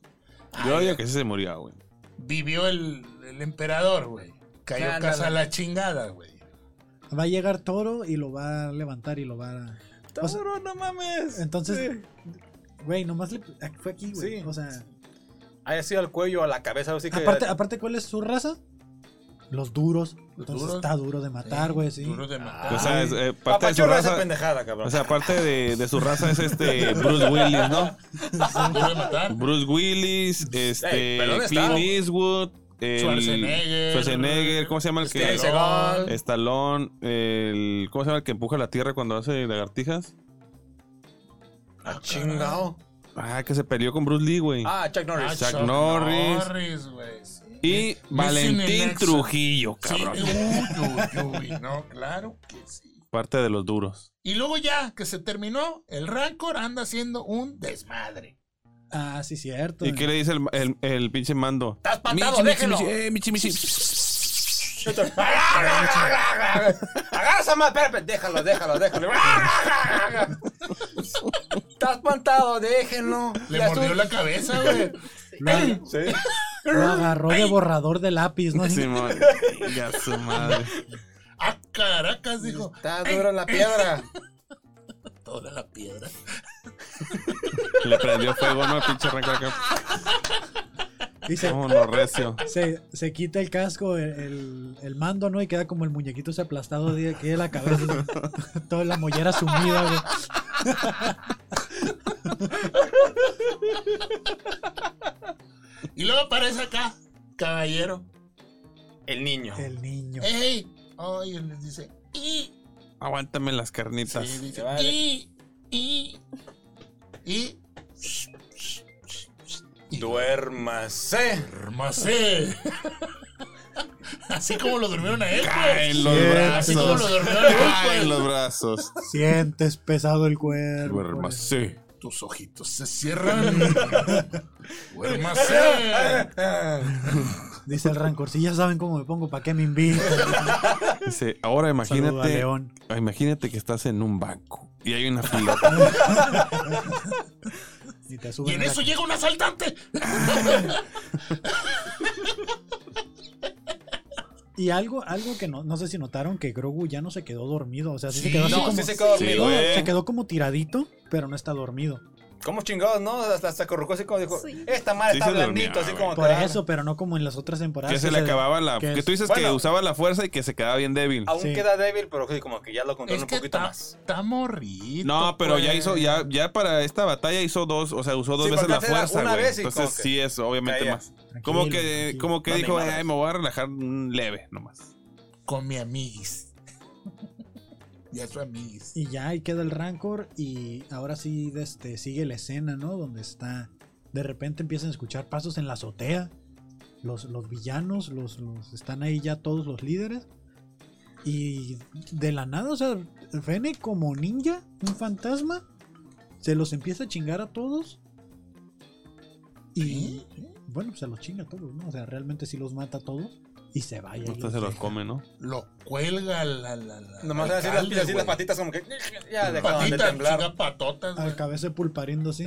A: Yo digo que sí se murió, güey.
C: Vivió el, el emperador, güey. Cayó
B: Nah,
C: casa
B: nah,
C: a la chingada, güey.
D: Va a llegar Toro y lo va a levantar y lo va a... O sea,
B: Toro, no mames.
D: entonces, güey, nomás le... Fue aquí, güey.
B: Sí.
D: O sea,
B: Haya sido al cuello, a la cabeza, así que.
D: aparte, aparte, ¿cuál es su raza? Los duros. Entonces
C: duros.
D: está duro de matar, güey, sí.
C: Duro de matar.
A: O sea, es, eh, parte de su
B: Papachorra esa
A: raza.
B: pendejada, cabrón.
A: O sea, parte de, de su raza es este Bruce Willis, ¿no? Ah.
C: duro de matar.
A: Bruce Willis, este
B: Ey, pero ¿dónde
A: Clint
B: está?
A: Eastwood, el-
C: Schwarzenegger.
A: Schwarzenegger, ¿cómo se llama el ah,
C: Este,
A: que?
B: Steven
A: Estalón,
B: Seagal.
A: el ¿cómo se llama el que empuja la tierra cuando hace lagartijas?
B: Ah, chingado.
A: Ah, que se peleó con Bruce Lee, güey.
B: Ah, Chuck
C: Ah,
B: Norris.
A: Chuck Norris.
C: güey, sí.
A: y Valentín
C: Nexo.
A: Trujillo,
C: Sí,
A: cabrón.
C: uy, uy, uy, no, claro que sí.
A: Parte de los duros.
C: Y luego ya que se terminó, el Rancor anda haciendo un desmadre.
D: Ah, sí, cierto.
A: ¿Y qué le dice el, el- el pinche mando?
B: Está espantado,
A: Michi,
B: déjelo.
A: michi, eh, michi, michi.
B: Agarra esa madre, espera, espera, déjalo, déjalo, déjalo. Está espantado, déjenlo.
C: Le
B: Ya
C: mordió
B: estuvo-
C: la cabeza, güey.
D: Lo,
B: Sí.
D: lo agarró de borrador de lápiz, ¿no?
A: Simón. Ya su madre.
C: ¡Ah, caracas! Dijo.
B: Está dura la piedra.
C: Toda la piedra.
A: Le prendió fuego, ¿no? Pinche arranca acá.
D: Y se,
A: No, no, recio.
D: se, se quita el casco, el, el- el mando, ¿no? Y queda como el muñequito ese aplastado de aquí de la cabeza. Toda la mollera sumida, güey.
C: Y luego aparece acá, caballero.
B: El niño.
D: El niño.
C: ¡Ey! Oye, les dice. ¡Y!
A: Aguántame las carnitas.
C: Sí, dice,
B: vale.
C: ¡Y! ¡Y! ¡Y!
B: Duérmase.
C: ¡Hermosé! Así como lo durmieron a él, pues.
A: Caen los
D: Cierto.
A: brazos.
C: Así como lo durmieron a él, pues.
A: Caen los brazos.
D: Sientes pesado el cuerpo.
A: Duérmase.
C: Tus ojitos se cierran. ¡Duérmase!
D: Dice el rancor. Si ya saben cómo me pongo, ¿para qué me invitan?
A: Dice, ahora
D: Saludo a
A: imagínate, ah,
D: León.
A: imagínate que estás en un banco y hay una fila.
D: Y te
C: Y
D: suben
C: en
D: a la-
C: eso llega un asaltante.
D: Y algo, algo que no, no sé si notaron que Grogu ya no se quedó dormido. O sea, sí, se quedó así
B: no,
D: como.
B: sí se quedó
A: Sí,
B: dormido,
A: güey.
B: eh.
D: se quedó como tiradito, pero no está dormido.
B: ¿Cómo chingados, no? Hasta, hasta corrucó así como dijo,
E: Sí.
B: esta madre
A: Sí
B: está
A: se dormía,
B: blandito, así
A: güey.
B: como
D: Por
B: te dan".
D: eso, pero no como en las otras temporadas.
A: que se le acababa la.
D: que
A: Que,
D: es-
A: tú dices que
B: Bueno.
A: usaba la fuerza y que se quedaba bien débil.
B: Aún
D: Sí.
B: queda débil, pero sí, como que ya lo controla
C: Es
B: un
C: que
B: poquito
C: está,
B: más.
C: está morrito.
A: No, pero ya
C: pues.
A: hizo, ya, ya para esta batalla hizo dos, o sea, usó dos
B: Sí,
A: veces
B: porque
A: la
B: antes era
A: fuerza,
B: una
A: güey.
B: vez y
A: Entonces
B: como que
A: sí es, obviamente
B: caía.
A: más.
D: Tranquilo,
A: Como que,
D: tranquilo.
A: como que
B: No, ni
A: dijo,
B: madres.
A: ay, me voy a relajar un leve nomás.
C: Con mi amiguis. y a su amiguis.
D: Y ya ahí queda el Rancor. Y ahora sí de este, sigue la escena, ¿no? Donde está. De repente empiezan a escuchar pasos en la azotea. Los, los villanos, los, los- están ahí ya todos los líderes. Y de la nada, o sea, Fene como ninja, un fantasma, se los empieza a chingar a todos. Y
A: ¿Eh?
D: bueno, pues se los chinga a todos, ¿no? O sea, realmente sí los mata a todos. Y se va. y ahí
A: Entonces se los
D: deja.
A: come, ¿no?
C: Lo cuelga la. la, la
B: Nomás así, las,
C: alcalde,
B: así las
C: güey.
B: patitas como que ya dejaban de
C: Patitas,
B: temblar.
C: chinga patotas, güey.
D: Al cabeza pulparindo así.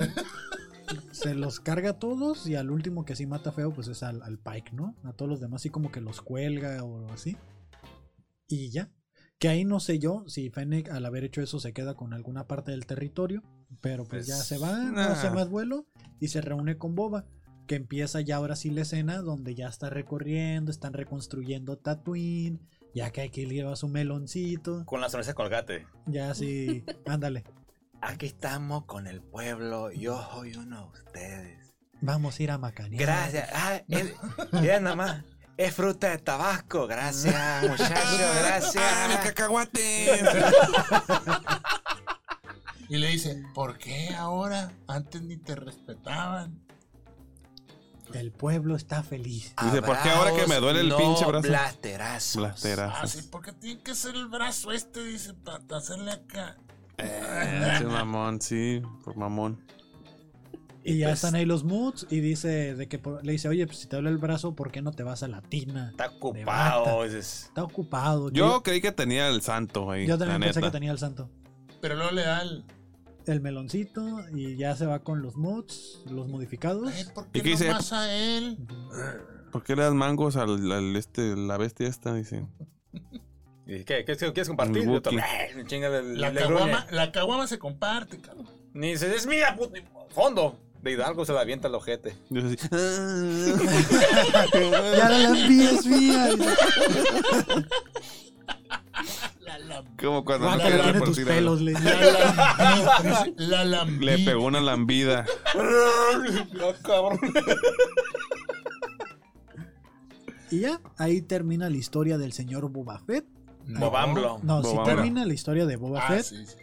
D: Se los carga a todos y al último que sí mata feo pues es al, al Pike, ¿no? A todos los demás sí como que los cuelga o así. Y ya. Que ahí no sé yo si Fennec al haber hecho eso se queda con alguna parte del territorio. Pero pues,
B: Pues,
D: ya se va, no
A: nah.
D: hace más vuelo y se reúne con Boba. Que empieza ya ahora sí la escena donde ya está recorriendo, están reconstruyendo Tatooine. Ya que aquí lleva su meloncito.
B: Con la sonrisa colgate.
D: Ya sí, ándale.
B: Aquí estamos con el pueblo, yo soy uno de ustedes.
D: Vamos a ir a Macanear.
B: Gracias. Ah, es- mira nada más. Es fruta de Tabasco, gracias, muchachos, gracias.
A: Ah, cacahuates!
C: Y le dice, ¿por qué ahora? Antes ni te respetaban.
D: El pueblo está feliz.
A: Dice, ¿por qué ahora que me duele el
B: Abrazos,
A: pinche
B: no
A: brazo?
B: Blasterazos.
A: Blastera.
C: Ah, sí, porque tiene que ser el brazo este, dice, para hacerle acá.
A: Ese mamón, sí, por mamón.
D: Y, ya
B: pues,
D: están ahí los moods y dice de que por- le dice, oye, pues si te duele el brazo, ¿por qué no te vas a la tina?
B: Está ocupado. dices.
D: Está ocupado.
A: Yo creí que tenía el santo ahí.
D: yo
A: la
D: también pensé que
A: neta.
D: tenía el santo.
C: Pero luego le da el...
D: El meloncito y ya se va con los moods, los modificados.
C: "Ay, ¿Por
A: qué
C: qué
A: dice?
C: no más a él?
A: ¿Por qué le das mangos al, al este, la bestia esta? Dice.
B: ¿Y ¿Qué, qué, qué quieres compartir?
A: El
B: Yo
A: Buki.
B: también. Chinga le-
C: La
B: le
C: caguama,
B: gruñe.
C: la caguama se comparte, cabrón.
B: Ni dices, es mía, puto. Fondo. De Hidalgo se la avienta el ojete.
A: Yo así, "Ah".
D: Ya la envía, es mía.
C: La lam-
A: Como cuando no
D: Guácala,
A: quería
D: tiene tus
A: repartir algo.
D: pelos. Le...
C: La lam- La lambí.
A: Le pegó una lambida.
B: No, cabrón.
D: Y ya, ahí termina la historia del señor Boba Fett.
B: Bobamblo.
D: No,
A: Boba
D: sí
A: Fett.
D: termina la historia de Boba
C: Ah,
D: Fett,
C: sí, sí.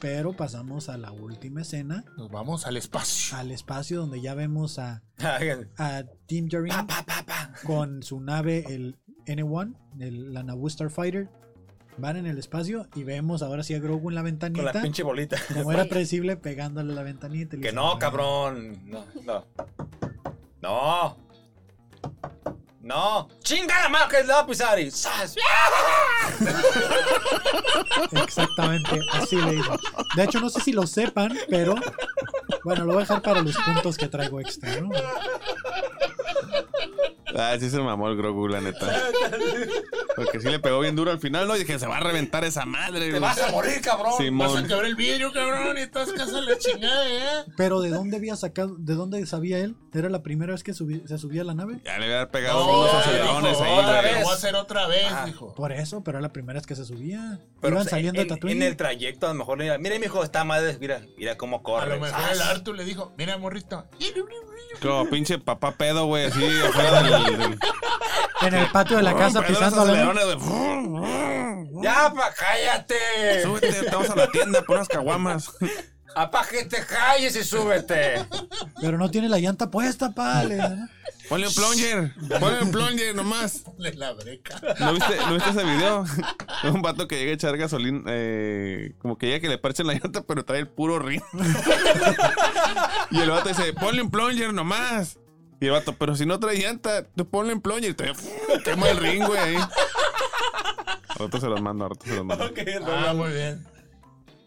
D: pero pasamos a la última escena,
C: Nos vamos al espacio.
D: al espacio donde ya vemos a,
B: Ay,
D: a Tim Jarin
B: Pa, pa, pa, pa.
D: con su nave, el N1, el- la Naboo Starfighter. Van en el espacio y vemos ahora sí a Grogu en la
B: Con la
D: ventanita.
B: pinche bolita.
D: Como era predecible, pegándole a la ventanita. y le
B: Que
D: dice,
B: no,
D: "Ah".
B: cabrón. No, no. No. No. Chinga la madre que le va a pisar y ¡zas!
D: "Ah, Exactamente, así le digo. De hecho, no sé si lo sepan, pero. Bueno, lo voy a dejar para los puntos que traigo extra, ¿no?
A: Ah, sí se mamó el Grogu, la neta. Porque sí le pegó bien duro al final, ¿no? Y dije, se va a reventar esa madre,
C: Te
A: güey.
C: vas a morir, cabrón.
A: Simón.
C: Vas a quebrar el vidrio, cabrón. Y estás casa la chingada, ¿eh?
D: Pero ¿de dónde había sacado? ¿De dónde sabía él? ¿Era la primera vez que subi- se subía a la nave?
A: Ya le voy a haber pegado
C: No,
A: unos
C: ya,
A: acelerones
C: dijo,
A: ahí,
C: otra
A: güey. Ah,
C: vez. Lo voy a hacer otra vez, dijo.
D: Por eso, pero era la primera vez que se subía.
B: Pero
D: Iban
B: pues,
D: saliendo
B: en,
D: de Tatooine.
B: en el trayecto, a lo mejor le diga, mire, mijo, está madre, mira, mira cómo
C: A
B: corre.
C: lo mejor
B: ¡Sas!
C: el Artu le dijo, mira, morrito.
A: Como pinche papá pedo, güey, así afuera del. del-
D: En el patio de la casa
A: Pegando los
D: pisando la
A: acelerones, güey.
B: ¡Ya, pa, cállate!
A: Súbete, estamos a la tienda por unas caguamas.
B: ¡Apa, que te calles y súbete!
D: Pero no tiene la llanta puesta, pale.
A: Ponle un plunger, ponle un plunger nomás.
C: Le la breca.
A: ¿No viste, ¿No viste ese video? Un vato que llega a echar gasolina, eh, como que llega que le parchen la llanta, pero trae el puro rin. y el vato dice, ponle un plunger nomás. Y el vato, pero si no trae llanta, tú ponle un plunger. Y te quema el ring, güey. ahí. Ahorita se los mando, ahorita se los mando.
C: Ah, muy bien.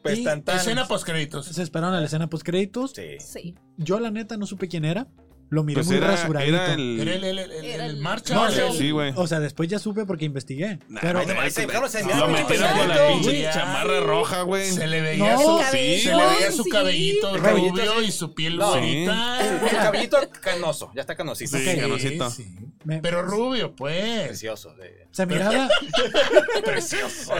B: Pues tan, tan.
C: Escena postcréditos.
D: Se esperaron a la escena post créditos.
B: Sí.
E: Sí.
D: Yo la neta no supe quién era. Lo miré
A: Pues
D: muy
A: era,
D: rasuradito.
A: era
C: Era el,
A: el...
C: el, el, el,
E: Era el-
C: marcha.
D: No,
C: o sea,
D: el-
A: Sí, güey.
D: O sea, después ya supe porque investigué.
A: Nah,
D: pero
A: vete, vete,
B: Ese cabrón se me
A: Lo
B: hace
A: metieron con la
B: chiquito,
A: pinche
C: güey.
A: chamarra roja, güey.
C: Se le veía
D: No.
C: su,
E: Su cabello,
C: se le veía su
E: sí.
C: cabellito
B: Cabellito,
C: rubio
B: sí.
C: y su piel
B: No.
C: bonita.
B: El cabellito canoso, ya está canosito.
A: Sí, canosito.
D: me-
C: Pero rubio, pues.
B: Precioso. sí.
D: se miraba.
C: Precioso.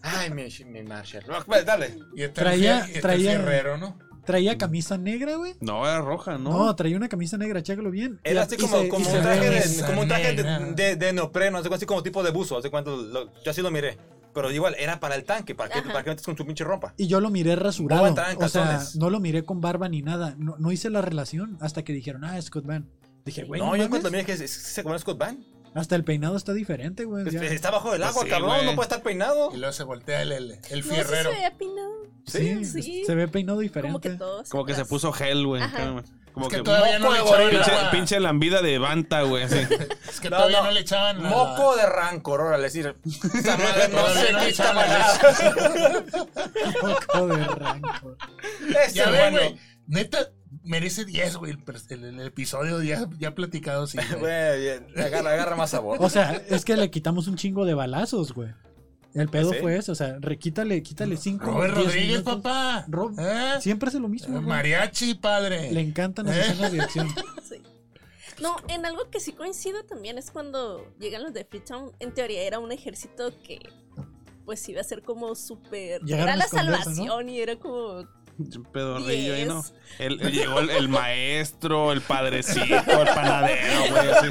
B: Ay, mi, mi Marshall. Rock, pues, dale.
C: Y este
D: Traía-
C: traía,
D: traía-
C: herrero, ¿no?
D: Traía camisa negra, güey.
A: No, era roja, ¿no?
D: No, traía una camisa negra, chécalo bien.
B: Era así
D: Y
B: como,
D: se-
B: como,
D: y
B: un
D: se
B: traje
D: ve-
B: de, como un traje de,
C: Sanera.
B: de, de neopreno, así, así como tipo de buzo, así cuando lo- yo así lo miré. Pero igual, era para el tanque, para que,
E: Ajá.
B: para que metes con tu pinche ropa.
D: Y yo lo miré rasurado.
B: No entraba en
D: o sea,
B: calzones.
D: no lo miré con barba ni nada. No, no hice la relación hasta que dijeron, ah, es Scott Van. Dije, güey,
B: no,
D: no
B: yo
D: mames,
B: cuando miré que se- se comió Scott Van.
D: hasta el peinado está diferente, güey.
B: Pues,
D: ya.
B: pues, está bajo el
A: Pues
B: agua,
A: sí,
B: cabrón,
A: güey.
B: no puede estar peinado.
C: Y luego se voltea el, el, el
E: No, sí se
C: fierrero.
E: veía peinado.
D: Sí,
E: sí.
D: se ve peinado
E: Como que
D: diferente.
E: todos.
A: Como que se puso gel, güey.
E: Ajá.
A: Como
C: es que,
A: que,
C: todavía no, le
B: moco de
C: echaban
A: pinche,
C: agua.
A: pinche lambida de Banta, güey. así.
C: Es que
B: No,
C: todavía
B: no.
C: no, le echaban a la-
B: Moco de rancor, órale, es decir, esa madre no
C: Todavía
B: se
C: no le
B: quita
C: echaban
B: para
C: la-
B: nada.
D: Poco de rancor.
B: Este
C: Ya ven,
B: bueno.
C: güey. Neta, merece 10, güey. El, pers- el- el episodio ya, ya platicado, sí. güey.
B: Güey, bien, agarra, agarra más sabor.
D: O sea, es que le quitamos un chingo de balazos, güey. El pedo
B: ¿Sí?
D: fue eso, o sea, requítale, quítale cinco.
C: Robert
D: diez
C: Rodríguez,
D: minutos.
C: papá.
D: Rob-
C: ¿Eh?
D: Siempre hace lo mismo. güey.
C: Mariachi, padre.
D: Le encantan las
C: ¿Eh?
D: escenas de acción.
E: Sí. No, en algo que sí coincido también es cuando llegan los de Freetown. En teoría era un ejército que pues iba a ser como súper...
D: Llegaron
E: Era la
D: a esconderse,
E: salvación y era como...
A: Un pedorrillo ahí, ¿no?
E: Yes.
A: El, el- llegó el, el maestro, el padrecito, el panadero, güey. así.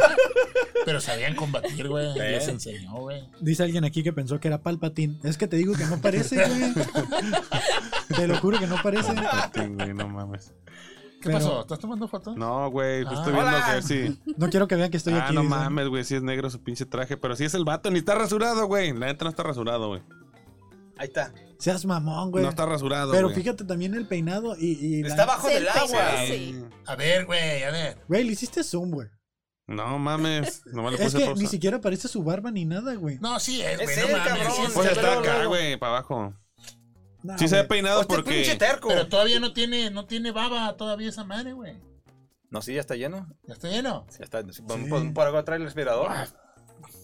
C: Pero sabían combatir, güey.
B: ¿Eh?
C: Les enseñó, güey.
D: Dice alguien aquí que pensó que era Palpatín. Es que te digo que no parece, güey. Te lo juro que no parece.
A: Patín, güey, no mames.
C: ¿Qué
D: Pero-
C: pasó? ¿Estás tomando foto?
A: No, güey, pues
C: Ah.
A: estoy viendo
B: Hola.
A: que sí.
D: No quiero que vean que estoy
A: ah,
D: aquí.
A: no
D: dice.
A: mames, güey, sí es negro su pinche traje, pero sí es el vato, ni está rasurado, güey. La neta no está rasurado, güey.
B: Ahí está.
D: Seas mamón, güey.
A: No está rasurado,
D: Pero
A: güey.
D: fíjate también el peinado y. y la-
B: Está bajo
E: Sí,
B: del
E: sí,
B: agua.
E: sí.
C: A ver, güey, a ver.
D: Güey, le hiciste zoom, güey.
A: No mames, nomás le
D: Es
A: puse
D: que
A: pausa.
D: ni siquiera parece su barba ni nada, güey.
C: No, sí es,
B: Es
C: güey.
B: él,
C: No mames.
B: cabrón.
C: sí es
A: Pues
B: se ve
A: está
B: luego,
A: acá,
B: luego.
A: güey, para abajo.
D: Nah,
A: Sí se ve
D: Ah, güey. Pues
A: peinado
B: Este pinche
A: porque...
B: terco.
C: Pero todavía no tiene, no tiene baba todavía esa madre, güey.
B: No, sí, ya está lleno.
C: Ya está lleno.
B: Ya está. sí, Por, por- por algo trae el respirador.
A: Ah, pues.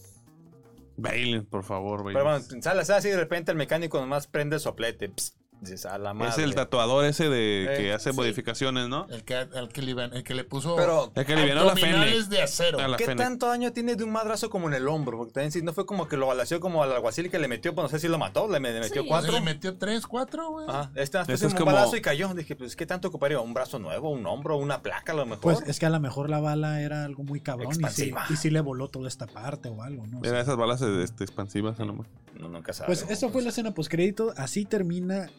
A: Bailen, por favor, güey.
B: Pero bueno, sale, sale así de repente el mecánico nomás prende el soplete. Pss, dices, a la madre.
A: Es el tatuador ese de
B: Eh,
A: que hace
E: sí.
A: modificaciones, ¿no?
D: Eh,
C: El que, al que le, el que le puso
B: Pero,
A: Es que alivianó la Fene.
C: abdominales de acero.
A: A la
B: ¿qué
A: Fene.
B: tanto daño tiene de un madrazo como en el hombro? Porque también si no fue como que lo balació como al alguacil que le metió, pues no sé si lo mató, le, me- le metió
E: Sí.
C: Pues
B: cuatro.
C: le metió tres, cuatro, güey.
A: Ah.
B: Ajá, este más
A: Eso
B: puso
A: es
B: un
A: como-
B: balazo y cayó. Dije, pues, ¿qué tanto ocuparía? ¿Un brazo nuevo? ¿Un hombro? ¿Una placa a lo mejor?
D: Pues es que a lo mejor la bala era algo muy cabrón y sí,
B: Expansiva.
D: y sí le voló toda esta parte o algo, ¿no? O sea,
A: Era esas balas eh, este, expansivas, a lo mejor.
B: No, nunca sabe.
D: Pues esa fue la escena postcrédito. Así termina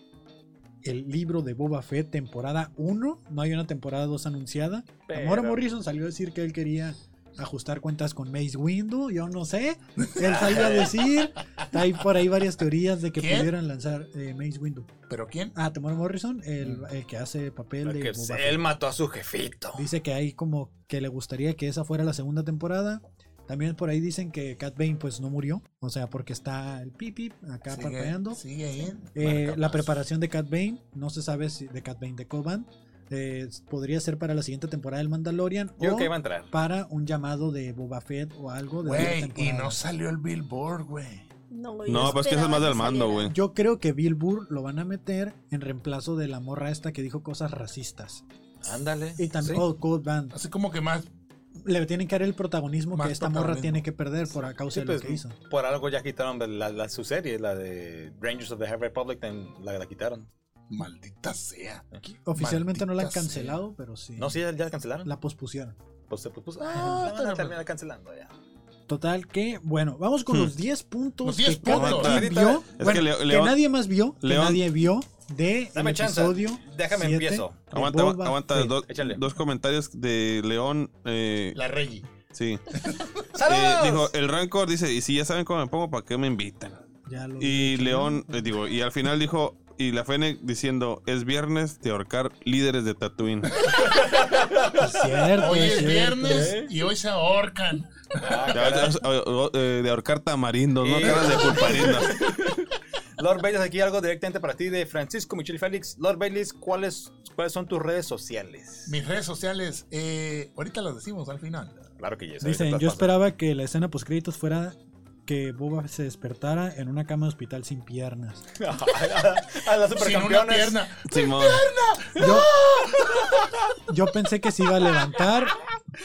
D: el libro de Boba Fett, temporada 1. No hay una temporada 2 anunciada.
B: Pero-
D: Mora Morrison salió a decir que él quería ajustar cuentas con Mace Windu. Yo no sé. Él salió a decir. Hay por ahí varias teorías de que
C: ¿Quién?
D: pudieran lanzar eh, Mace Windu.
C: ¿Pero quién?
D: Ah, Tamora Morrison, el, el que hace papel de
B: Porque
D: Boba
B: él
D: Fett.
B: mató a su jefito.
D: Dice que hay como que le gustaría que esa fuera la segunda temporada. También por ahí dicen que Cat Bane pues no murió. O sea, porque está el pip pip acá
C: Sigue-
D: parpadeando.
C: Sigue ahí.
D: Eh,
C: Marca
D: la
C: paso.
D: preparación de Cat Bane, no se sabe si de Cat Bane de Coban. eh, podría ser para la siguiente temporada del Mandalorian
B: Yo creo
D: o
B: que iba a entrar.
D: para un llamado de Boba Fett o algo de la
C: Güey, y
D: temporada.
C: no salió el Billboard, güey.
E: No, yo
A: No, pues que eso es
E: esperaba
A: más del
E: que
A: mando,
E: saliera.
A: güey.
D: Yo creo que Bill Burr lo van a meter en reemplazo de la morra esta que dijo cosas racistas.
B: Ándale.
D: Y también,
B: Sí.
D: oh, Cold Band.
C: Así como que más.
D: Le tienen que dar el protagonismo
C: Más
D: que esta morra
C: protagonismo.
D: tiene que perder por a causa
B: Sí,
D: de
B: pues,
D: lo que hizo.
B: Por algo ya quitaron la, la- su serie, la de Rangers of the High Republic, tam- la, la quitaron.
C: Maldita sea.
D: Oficialmente no la han
C: maldita
D: cancelado, pero sí.
B: No, sí, ya, ya la cancelaron.
D: La pospusieron.
B: Pues se propuso.
D: Ah,
B: Ah, la van
D: pero-
B: a terminar cancelando ya.
D: Total que, bueno, vamos con
A: Hmm.
D: los 10 puntos
C: Los 10
D: que cada
C: puntos.
D: quien
B: Sí,
D: vio.
A: Es
D: Bueno,
A: que Leo-
D: que
A: Leo-
D: nadie más vio, que
A: León-
D: nadie vio de el
B: Dame chance.
D: episodio.
B: Déjame
D: siete
B: empiezo.
D: de
A: Aguanta,
D: Boba
A: agu- aguanta
D: Fett.
A: dos,
B: échale.
A: dos comentarios de León. eh,
C: La Reggie.
A: sí. Eh,
B: ¡Saludos!
A: dijo, el Rancor dice, y si ya saben cómo me pongo, ¿para qué me invitan?
D: Ya lo
A: Y
D: dije.
A: León, eh, digo, y al final dijo, y la Fenec diciendo, es viernes de ahorcar líderes de Tatooine.
D: Es cierto,
C: Hoy es
D: cierto.
C: viernes y hoy se ahorcan.
B: Ah,
A: Ya,
B: caray.
A: ya, o- o- eh, de ahorcar tamarindos, ¿no?
B: Eh.
A: Caras de pulparindos.
B: Lord Bailey, aquí algo directamente para ti de Francisco Michel Félix. Lord Bailey, ¿cuáles, ¿cuáles son tus redes sociales?
C: Mis redes sociales, eh, ahorita las decimos al final.
B: Claro que ya sabes,
D: Dicen,
B: las
D: yo
B: paso.
D: esperaba que la escena post créditos fuera que Boba se despertara en una cama de hospital sin piernas.
B: a las
C: Sin una
B: supercampeones.
C: pierna.
A: Simón.
D: Yo, yo pensé que se iba a levantar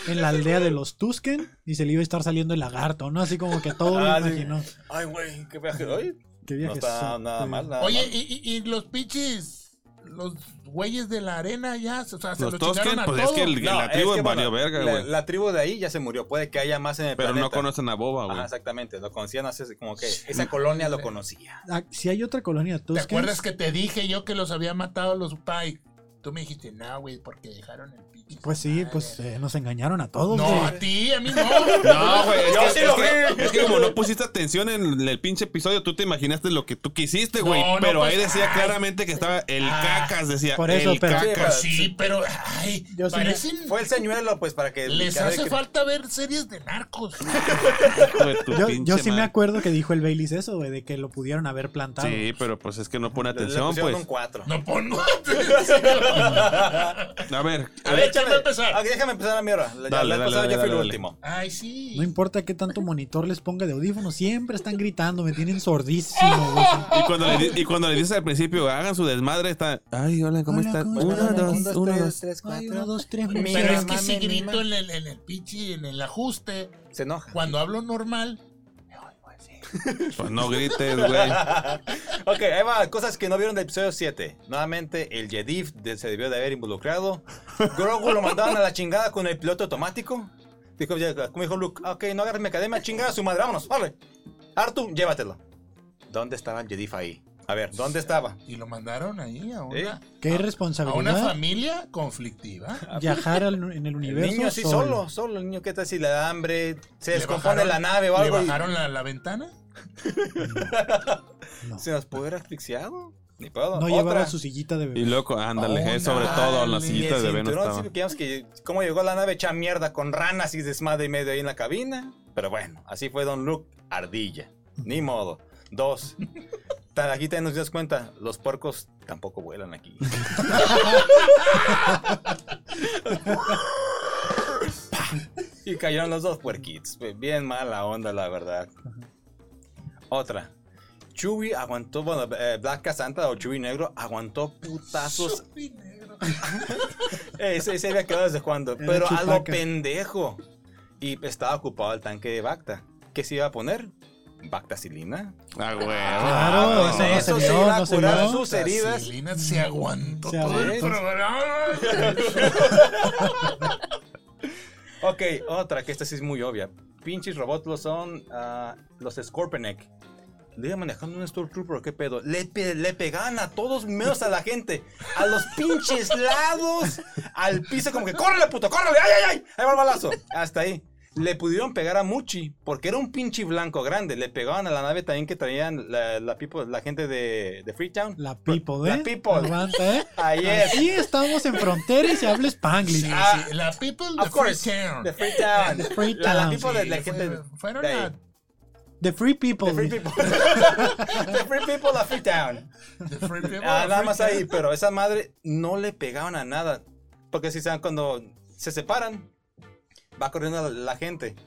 D: en la aldea de los Tusken y se le iba a estar saliendo el lagarto, ¿no? Así como que todo
B: Ah,
D: lo
B: sí.
D: imaginó.
B: Ay, güey, qué viaje. Ay,
D: Qué
B: no
D: viaje
B: está nada mal. Nada
C: Oye,
B: mal.
C: y, y- y los pinches, los güeyes de la arena ya, o sea, se
A: Los
C: lo
A: Tosken,
C: chingaron a
A: pues es
C: todos.
A: que el- la tribu en
B: bueno,
A: valió verga,
B: la-
A: güey.
B: La, tribu de ahí ya se murió. Puede que haya más en el
A: Pero no
B: planeta.
A: conocen a Boba,
B: Ajá,
A: güey.
B: exactamente. Lo conocían hace como que esa colonia lo conocía.
D: Ah, si hay otra colonia de
C: ¿Te
D: Tusken,
C: acuerdas que te dije yo que los había matado los Upai? Tú me dijiste, no, güey, porque dejaron el pinche.
D: pues sí,
C: madre".
D: pues eh, nos engañaron a todos.
C: No,
D: güey.
C: a ti, a mí no.
A: No, güey. es
B: Yo
A: que-
B: sí
A: es
B: lo
A: que-
B: vi.
A: Es que como no pusiste atención en el pinche episodio, tú te imaginaste lo que tú quisiste, güey.
C: No, no,
A: pero ahí
C: pues,
A: decía
C: ay.
A: claramente que estaba el
C: Ah.
A: cacas, decía.
D: Por eso,
A: el
D: pero-
A: cacas.
B: pero-
C: sí, pero, ay,
D: Yo sí me-
C: parecen...
B: Fue el señuelo, pues, para que.
C: Les
B: cada
C: hace
B: que-
C: falta ver series de narcos.
B: pues,
A: Hijo de tu
D: Yo,
A: pinche
D: yo sí me
A: madre.
D: acuerdo que dijo el Baileys eso, güey, de que lo pudieron haber plantado.
A: Sí, pero pues es que no pone
B: Le, le
A: atención,
B: pusieron
A: pues.
B: un 4.
C: No pongo atención.
A: A ver,
C: A ver, échame a empezar.
B: Ah, déjame empezar a mi hora. La,
A: Dale,
B: la vez
A: dale,
B: pasada
A: dale,
B: yo fui
A: dale,
B: el
A: dale.
B: último.
C: Ay, sí.
D: No importa qué tanto monitor les ponga de audífono, siempre están gritando, me tienen sordísimo, güey.
A: Y cuando, le, di- y cuando le dices al principio, hagan su desmadre, está. Ay, hola, ¿cómo
D: Hola,
A: están?
D: ¿cómo
A: Uno,
D: están?
A: dos,
D: Un,
A: uno, dos.
B: tres,
D: Ay, uno, dos, tres,
B: Mira,
C: Pero es
D: mira.
C: que si
B: mamen,
C: grito
B: mamen.
C: en el, en el pinche, en el ajuste,
B: Se enoja.
C: cuando hablo normal,
A: Pues no grites, güey.
B: ok, ahí va. Cosas que no vieron del episodio 7. Nuevamente, el Jedif de- se debió de haber involucrado. Grogu lo mandaban a la chingada con el piloto automático. Dijo, ya, como dijo Luke, "Ah, ok, no agarres mi academia, chingada, su madre, vámonos, vale. Artu, llévatelo. ¿Dónde estaba el Jedif ahí? A ver, ¿dónde estaba?
C: y lo mandaron ahí a una,
D: Qué
C: a una
D: irresponsabilidad
C: familia conflictiva.
D: viajar al- en el
B: El
D: universo.
B: niño así solo, solo. El niño, ¿qué tal si le da hambre? Se
C: Le
B: descompone
C: bajaron-
B: la nave o algo.
C: ¿Le
B: y-
C: bajaron la, la ventana?
D: No,
B: ¿Se nos pudiera asfixiado? Ni puedo.
D: no
B: Otra.
D: llevaba su sillita de
A: Y
D: bebé.
A: loco, ándale,
B: Oh,
C: Ándale.
A: eh, sobre todo en las
B: Y
A: sillitas
B: el
A: de Venus
B: cinturón,
A: estaba.
B: sí, porque digamos que cómo llegó la nave hecha mierda con ranas y desmadre y medio ahí en la cabina. Pero bueno, así fue Don Luke Ardilla. Ni modo. Dos. Tan- Aquí también nos das cuenta, los porcos tampoco vuelan aquí. y cayeron los dos puerquitos. Bien mala onda, la verdad. Otra. Chewie aguantó, bueno, eh, Black Cat Santa o Chewie Negro aguantó putazos
C: Chupi negro.
B: Eh, ese se había quedado desde cuando.
D: Era
B: Pero a lo
D: Chewbacca.
B: pendejo. Y estaba ocupado el tanque de Bacta. ¿Qué se iba a poner? Bactacilina.
A: Ah, güey. Ah,
D: Claro, eso no se
B: Eso sí
D: vio,
B: va a
D: no se
B: curar
D: vio.
B: su- Sus heridas.
C: Silina se aguantó
D: Se
C: todo el
B: aguantó.
C: programa.
B: Ok, otra, que esta sí es muy obvia. Pinches robots lo son ah, los Scorpionic. Le iba manejando un Stormtrooper, ¿qué pedo? Le, pe- le pegaban a todos menos a la gente. A los pinches lados. Al piso, como que ¡córrele, puto! ¡córrele! ¡Ay, ay, ay! Ahí va el balazo. Hasta ahí. Le pudieron pegar a Muchi, porque era un pinche blanco grande. Le pegaban a la nave también que traían la, la, people- la gente de, de Freetown.
D: La people, ¿eh?
B: La people.
D: Aguanta, ¿eh?
B: Ahí es.
D: Aquí estamos en frontera y se habla Spanglish.
C: Sí,
B: Ah,
C: sí, la people
B: Of
C: of
B: course.
C: Freetown.
B: De Freetown.
D: De Freetown,
B: La, la people de
C: Sí,
B: la
C: fue-
B: gente.
C: fueron
B: de ahí.
C: a
D: The free people.
B: The Free People. The Free People of Freetown.
C: the free people
B: Ah,
C: of
B: nada más
C: Freetown.
B: ahí, pero esa madre no le pegaban a nada. Porque si saben, cuando se separan, va corriendo la, la gente.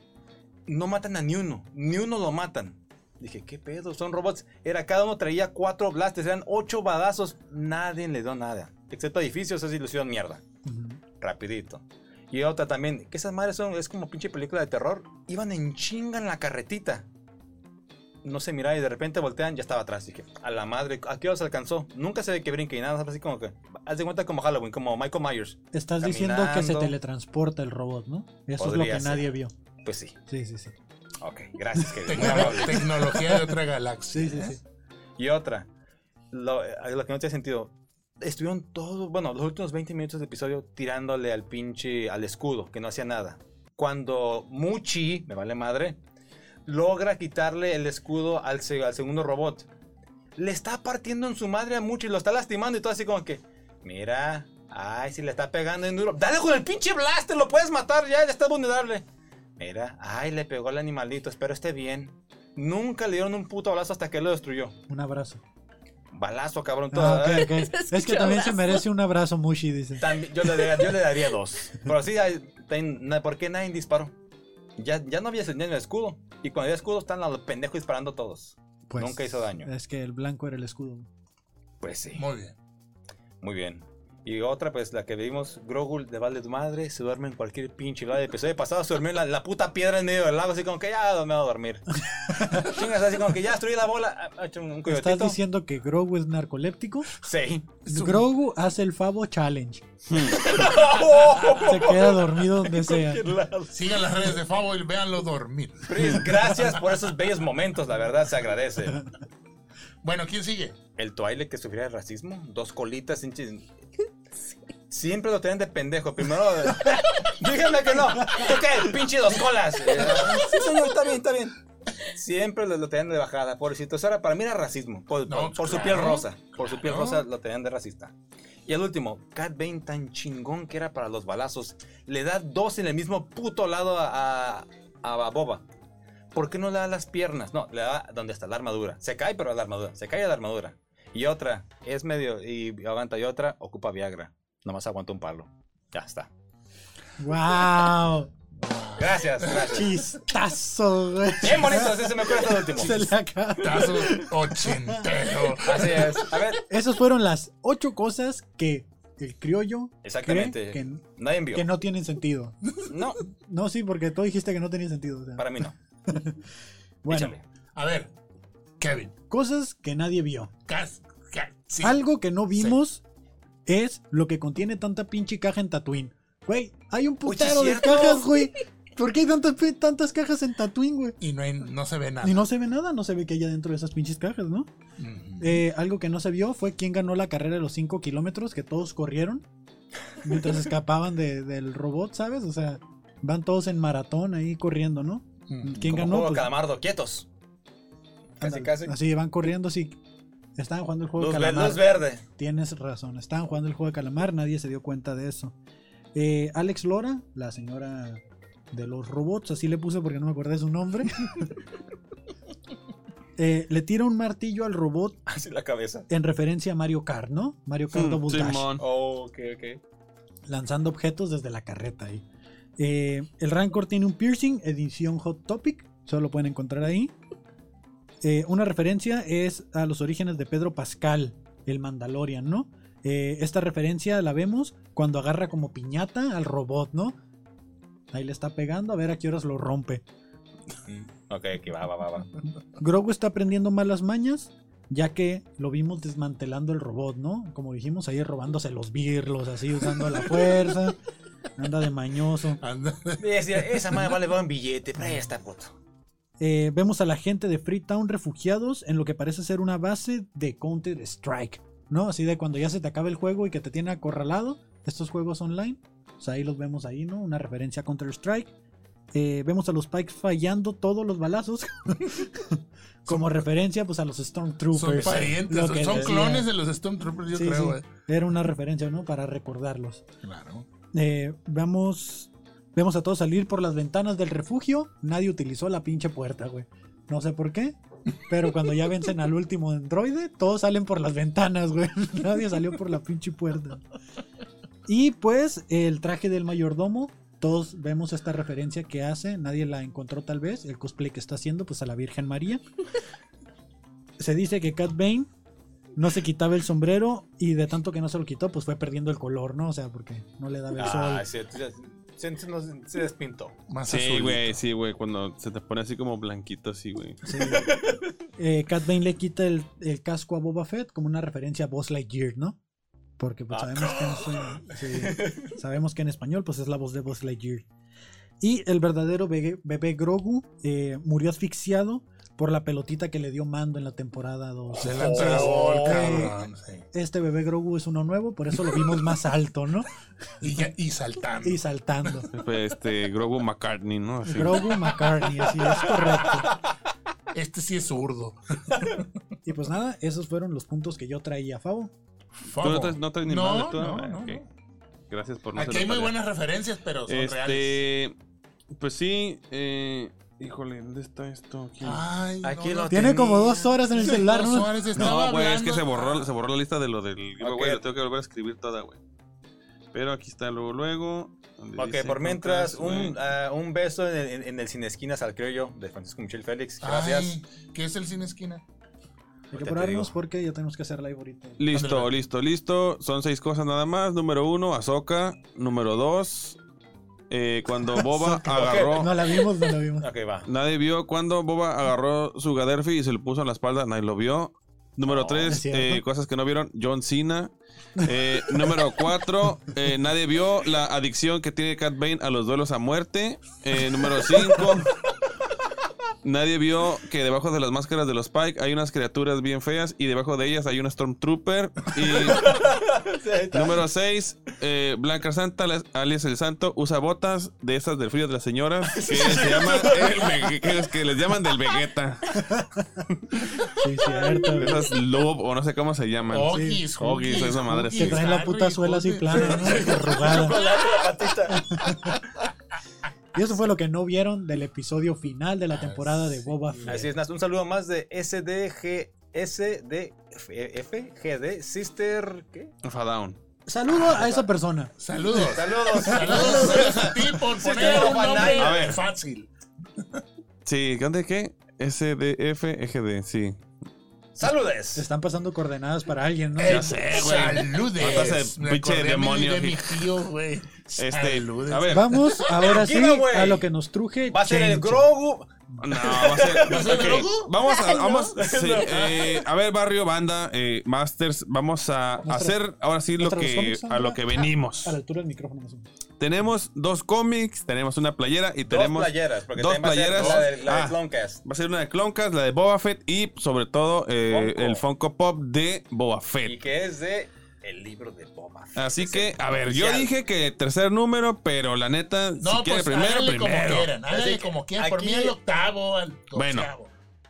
B: No matan a ni uno, ni uno lo matan. Dije, ¿qué pedo? Son robots. Era cada uno traía cuatro blasters, eran ocho badazos. Nadie le dio nada. Excepto edificios, es ilusión mierda. Rapidito. Y otra también, que esas madres son, es como pinche película de terror. Iban en chinga en la carretita. No se miraba y de repente voltean, ya estaba atrás. Dije, a la madre, ¿a qué hora se alcanzó? Nunca se ve que brinque y nada, así como que. Haz de cuenta como Halloween, como Michael Myers.
D: Estás diciendo que se
B: Caminando.
D: teletransporta el robot, ¿no? Eso
B: Podría
D: es lo que nadie
B: ser.
D: vio.
B: Pues sí.
D: Sí, sí, sí.
B: Ok, gracias, Kevin. Muy amable.
C: Tecno- Tecnología de otra galaxia.
D: Sí, sí,
C: ¿eh?
D: sí.
B: Y otra, lo, a lo que no tiene sentido, estuvieron todos, bueno, los últimos 20 minutos del episodio tirándole al pinche, al escudo, que no hacía nada. Cuando Muchi, me vale madre, logra quitarle el escudo al, se- al segundo robot. Le está partiendo en su madre a Muchi, lo está lastimando y todo así como que, mira, ay, si le está pegando en duro, dale con el pinche blaster, lo puedes matar ya, ya está vulnerable. Mira, ay, le pegó al animalito, espero esté bien. Nunca le dieron un puto abrazo hasta que lo destruyó.
D: Un abrazo.
B: Balazo, cabrón. todo. ¿eh?
D: Ah, ok, ok. Es que
E: Escucha
D: también se
E: abrazo.
D: merece un abrazo, Mushi, dice.
B: También- yo, le daría, yo le daría dos. Pero sí, hay- ten- na- ¿por qué nadie disparó? Ya, ya no había señal en el escudo. Y cuando había escudo, están los pendejos disparando todos.
D: Pues,
B: Nunca hizo daño.
D: Es que el blanco era el escudo.
B: Pues sí.
C: Muy bien.
B: Muy bien. Y otra, pues la que vimos, Grogu le vale tu madre, se duerme en cualquier pinche lado. pues, El episodio pasado se durmió en la, la puta piedra en medio del lago, así como que ya me voy a dormir. Chingas, así como que ya destruí la bola. ha- ha hecho un
D: ¿Estás
B: coyotito.
D: diciendo que Grogu es narcoléptico?
B: Sí.
D: Grogu hace el Favo Challenge. Se queda dormido donde sea.
B: Cualquier lado.
C: Sigan las redes de Favo y véanlo dormir.
B: Pris, gracias por esos bellos momentos, la verdad se agradece.
C: Bueno, ¿quién sigue?
B: El Twilight que sufría de racismo, dos colitas, hinches. Siempre lo tenían de pendejo. Primero, eh, díganme que no. ¿Tú qué? Pinche dos colas. Eh, Sí, señor, está bien, está bien. Siempre lo, lo tenían de bajada, pobrecito. Eso era, para mí era racismo. Por,
C: No,
B: por- por su
C: claro,
B: piel rosa. Por su piel
C: claro.
B: rosa lo tenían de racista. Y el último, Cat Bane tan chingón que era para los balazos. Le da dos en el mismo puto lado a, a, a Boba. ¿Por qué no le da las piernas? No, le da donde está la armadura. Se cae, pero a la armadura. Se cae a la armadura. Y otra, es medio. Y aguanta. Y otra, ocupa Viagra. Nomás aguanta un palo. Ya está.
D: ¡Wow!
B: Gracias, gracias.
D: ¡Chistazo, güey!
B: Bien bonito, así se me ocurre hasta el último.
D: Se le acaba.
C: Tazo ochentero.
B: Así es. A ver,
D: Esas fueron las ocho cosas que el criollo
B: Exactamente.
D: cree que,
B: nadie envió.
D: que no tienen sentido.
B: No,
D: No, sí, porque tú dijiste que no tenía sentido. o sea.
B: para mí no.
D: bueno,
B: Échale.
C: A ver, Kevin.
D: cosas que nadie vio.
C: Cas, ca- sí.
D: Algo que no vimos es lo que contiene tanta pinche caja en Tatooine. Güey, hay un
B: Oye,
D: putero de
B: ¿cierto?
D: cajas, güey. ¿Por qué hay tantas, pe- tantas cajas en Tatooine, güey?
C: Y no, hay- no se ve nada.
D: Y no se ve nada, no se ve que haya dentro de esas pinches cajas, ¿no?
C: Ujú.
D: Eh, algo que no se vio fue quién ganó la carrera de los 5 kilómetros, que todos corrieron mientras escapaban de- del robot, ¿sabes? O sea, van todos en maratón ahí corriendo, ¿no?
C: Ujú.
D: ¿Quién
B: Como
D: ganó?
B: juego
D: Pues,
B: calamardo, quietos. Casi,
D: ándale,
B: casi.
D: Así van corriendo, así. Estaban jugando el juego
B: Luz,
D: de
B: ve-
D: calamar.
B: luz verde.
D: Tienes razón, estaban jugando el juego de calamar, nadie se dio cuenta de eso. Eh, Alex Lora, la señora de los robots, así le puse porque no me acordé su nombre. Eh, le tira un martillo al robot
B: Así la cabeza.
D: en referencia a Mario Kart, ¿no? Mario Kart
A: Mm,
D: Double Dash.
A: Simón.
B: Oh, ok, ok.
D: lanzando objetos desde la carreta ahí. Eh, el Rancor tiene un piercing, edición Hot Topic, solo lo pueden encontrar ahí. Eh, una referencia es a los orígenes de Pedro Pascal, el Mandalorian, ¿no? Eh, esta referencia la vemos cuando agarra como piñata al robot, ¿no? Ahí le está pegando, a ver a qué horas lo rompe.
B: Mm, Ok, aquí va, va, va, va.
D: Grogu está aprendiendo malas mañas, ya que lo vimos desmantelando el robot, ¿no? Como dijimos, ahí robándose los birlos, así usando la fuerza. Anda de mañoso.
C: Anda.
B: Decía, esa madre vale va un billete, presta, puto.
D: Eh, vemos a la gente de Freetown refugiados en lo que parece ser una base de Counter Strike, ¿no? Así de cuando ya se te acaba el juego y que te tiene acorralado, estos juegos online, pues ahí los vemos ahí, ¿no? Una referencia a Counter Strike. Eh, vemos a los Pikes fallando todos los balazos, como referencia pues a los
C: Son
D: Stormtroopers.
C: parientes,
D: Lo
C: son
D: que decía.
C: clones de los Stormtroopers, yo
D: Sí, sí.
C: creo. eh.
D: Era una referencia, ¿no? Para recordarlos.
C: Claro.
D: Eh, vamos, vemos a todos salir por las ventanas del refugio. Nadie utilizó la pinche puerta, güey. No sé por qué. Pero cuando ya vencen al último androide, todos salen por las ventanas, güey. Nadie salió por la pinche puerta. Y pues el traje del mayordomo, todos vemos esta referencia que hace, nadie la encontró tal vez, el cosplay que está haciendo pues a la Virgen María. Se dice que Cat Bane no se quitaba el sombrero y de tanto que no se lo quitó pues fue perdiendo el color, ¿no? O sea, porque no le daba el sol.
B: Ah, se, se- se- se nos- se despintó.
C: Más
A: Sí,
C: azulito.
A: güey, sí, güey. Cuando se te pone así como blanquito, así, güey.
D: Sí. Eh, Cat Bane le quita el, el casco a Boba Fett como una referencia a Buzz Lightyear, ¿no? Porque pues,
B: Ah.
D: sabemos, que en, sí, sabemos que en español pues es la voz de Buzz Lightyear. Y el verdadero bebé, bebé Grogu eh, murió asfixiado por la pelotita que le dio Mando en la temporada 2.
C: Se la entregó el
D: eh,
C: cabrón. sí.
D: Este bebé Grogu es uno nuevo, por eso lo vimos más alto, ¿no?
C: Y, ya- y saltando.
D: Y saltando.
A: Pues, Este, Grogu McCartney, ¿no? Así.
D: Grogu McCartney, así es correcto.
C: Este sí es zurdo.
D: Y pues nada, esos fueron los puntos que yo traía, Fabo.
A: ¿Tú no traes, no traes ni madre,
C: no,
A: tú?
C: no,
A: Ah,
C: no,
A: ok.
C: no.
A: Gracias por no
C: Aquí
A: hacer
C: hay
A: la
C: muy
A: tarea.
C: buenas referencias, pero son reales.
A: Este. Pues sí, eh. Híjole, ¿dónde está esto? Aquí.
C: Ay,
B: Aquí
C: no,
B: lo
D: Tiene
B: tenía.
D: como dos horas en el celular,
C: Dos
D: ¿no?
C: horas estaba
A: No, güey, es que
C: hablando.
A: se borró, se borró la lista de lo del giveaway.
B: Ok.
A: la tengo que volver a escribir toda, güey. Pero aquí está luego, luego. donde
B: Ok,
A: dice
B: por mientras,
A: compras, güey.
B: un, ah, un beso en el, en, en el Sin Esquinas al Criollo de Francisco Michel Félix. Gracias.
C: Ay, ¿Qué es el cine esquina?
D: Hay que
B: Ahorita te
D: apurarnos
B: digo.
D: porque ya tenemos que hacer live ahorita.
A: Listo,
C: Ándale.
A: listo, listo. Son seis cosas nada más. Número uno, Azoka. Número dos, eh, cuando Boba agarró.
D: No la vimos, no la vimos.
B: Ok, va.
A: Nadie vio cuando Boba agarró su Gaderfi y se lo puso en la espalda. Nadie lo vio. Número
B: No,
A: tres,
D: es cierto.
A: eh, cosas que no vieron. John Cena. Eh, número cuatro, eh, nadie vio la adicción que tiene Cat Bane a los duelos a muerte. Eh, número cinco, nadie vio que debajo de las máscaras de los Pike hay unas criaturas bien feas y debajo de ellas hay una Stormtrooper. Y número seis, eh, Blanca Santa, alias- alias el Santo, usa botas de esas del frío de las señoras que se llaman eh, el Vege- que es- que les llaman del Vegeta.
D: Sí, cierto. güey.
A: Esas Lob o no sé cómo se llaman.
C: Ogis,
A: Ogis,
C: Huggies,
A: esa madre,
C: Huggies,
A: sí.
D: Que traen la
C: Harry,
D: puta suela así
C: Huggies.
D: plana, ¿no? Arrugada. Y eso fue lo que no vieron del episodio final de la temporada de Boba Fett.
B: Así es, Nas. Un saludo más de SDG. SDF, GD, Sister. ¿Qué?
A: Fadown.
D: Saludo a esa persona.
C: Saludos.
B: Saludos.
C: Saludos gracias a ti por
B: Sí,
C: poner
B: claro,
C: un
B: Juan
C: nombre
A: A ver.
C: fácil.
A: Sí, ¿dónde qué? SDF EGD, sí.
D: Se
B: Saludes.
D: están pasando coordenadas para alguien, ¿no?
A: sé, Mata
C: Saludes.
A: ese
C: Me
A: pinche
C: acordé a mí
A: demonio,
C: de mi
A: hijo.
C: tío, güey.
A: Este,
C: Saludes.
A: a ver.
D: Vamos ahora sí
B: Tranquilo, güey.
D: a lo que nos truje.
B: Va a ser el
D: Chencha.
B: Grogu.
A: No, va a ser.
C: ¿Va a ser
A: ok,
C: Grogu?
A: Vamos a. Vamos,
B: No.
A: sí,
B: No.
A: eh, a ver, barrio, banda, eh, masters, vamos a
D: Muestra-
A: hacer ahora sí lo
D: muestra los
A: que,
D: cómics,
A: a lo que
D: ah,
A: venimos.
D: A la altura del micrófono. más o menos.
A: Tenemos dos cómics, tenemos una playera y
B: Dos
A: tenemos.
B: playeras. Porque
A: dos
B: también va a ser
A: playeras.
B: La de, la de
A: Ah.
B: Cloncast.
A: Va a ser una de Cloncast, la de Boba Fett y sobre todo eh,
B: Funko.
A: el Funko Pop de Boba Fett.
B: Y que es de el libro de Boba. Fett.
A: Eh. Así
B: Es
A: que,
B: el
A: a ver, yo
B: oficial.
A: dije que tercer número, pero la neta,
C: No,
A: si quiere
C: pues
A: primero,
C: háganle como
A: primero.
C: quieran. Háganle
B: Así que
C: como quieran. Por
B: aquí-
C: mí el octavo, al doceavo.
A: Bueno.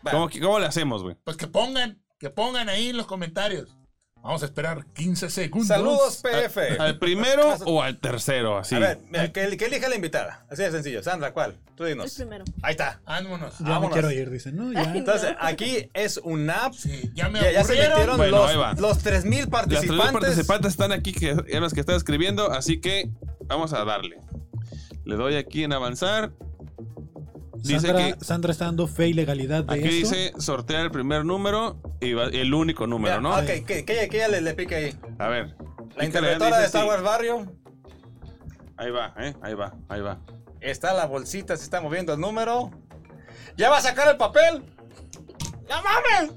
B: Va.
A: ¿Cómo, que- cómo le hacemos, güey?
C: Pues que pongan, que pongan ahí en los comentarios. Vamos a esperar 15 segundos.
B: Saludos, PF.
A: ¿Al primero o al tercero? Así.
B: A ver, mira, que, que elija la invitada. Así de sencillo. Sandra, ¿cuál? Tú
E: El
B: dinos.
E: primero.
B: Ahí está.
C: Vámonos.
D: Ya
B: Vámonos.
D: me quiero ir, dicen, ¿no? Ya.
E: Ay,
B: Entonces, aquí es un app.
C: Sí, ya me
B: Ya, ya se metieron
C: aburrieron.
A: Bueno, ahí va.
B: los, los 3.000
A: Las tres
B: participantes.
A: participantes están aquí, que eran las que están escribiendo, así que vamos a darle. Le doy aquí en avanzar. Dice
D: Sandra,
A: que-
D: Sandra está dando fe y legalidad de
A: Aquí
D: eso.
A: dice sortear el primer número y va- el único número,
B: Mira,
A: ¿no?
B: Ok, que, que ella, que ella le, le pique ahí.
A: A ver.
B: La
A: Pícale,
B: interventora
A: dice
B: de Star
A: sí.
B: Wars Barrio.
A: Ahí va, ¿eh? Ahí va, ahí va.
B: Está la bolsita, se está moviendo el número. ¡Ya va a sacar el papel! ¡No mames!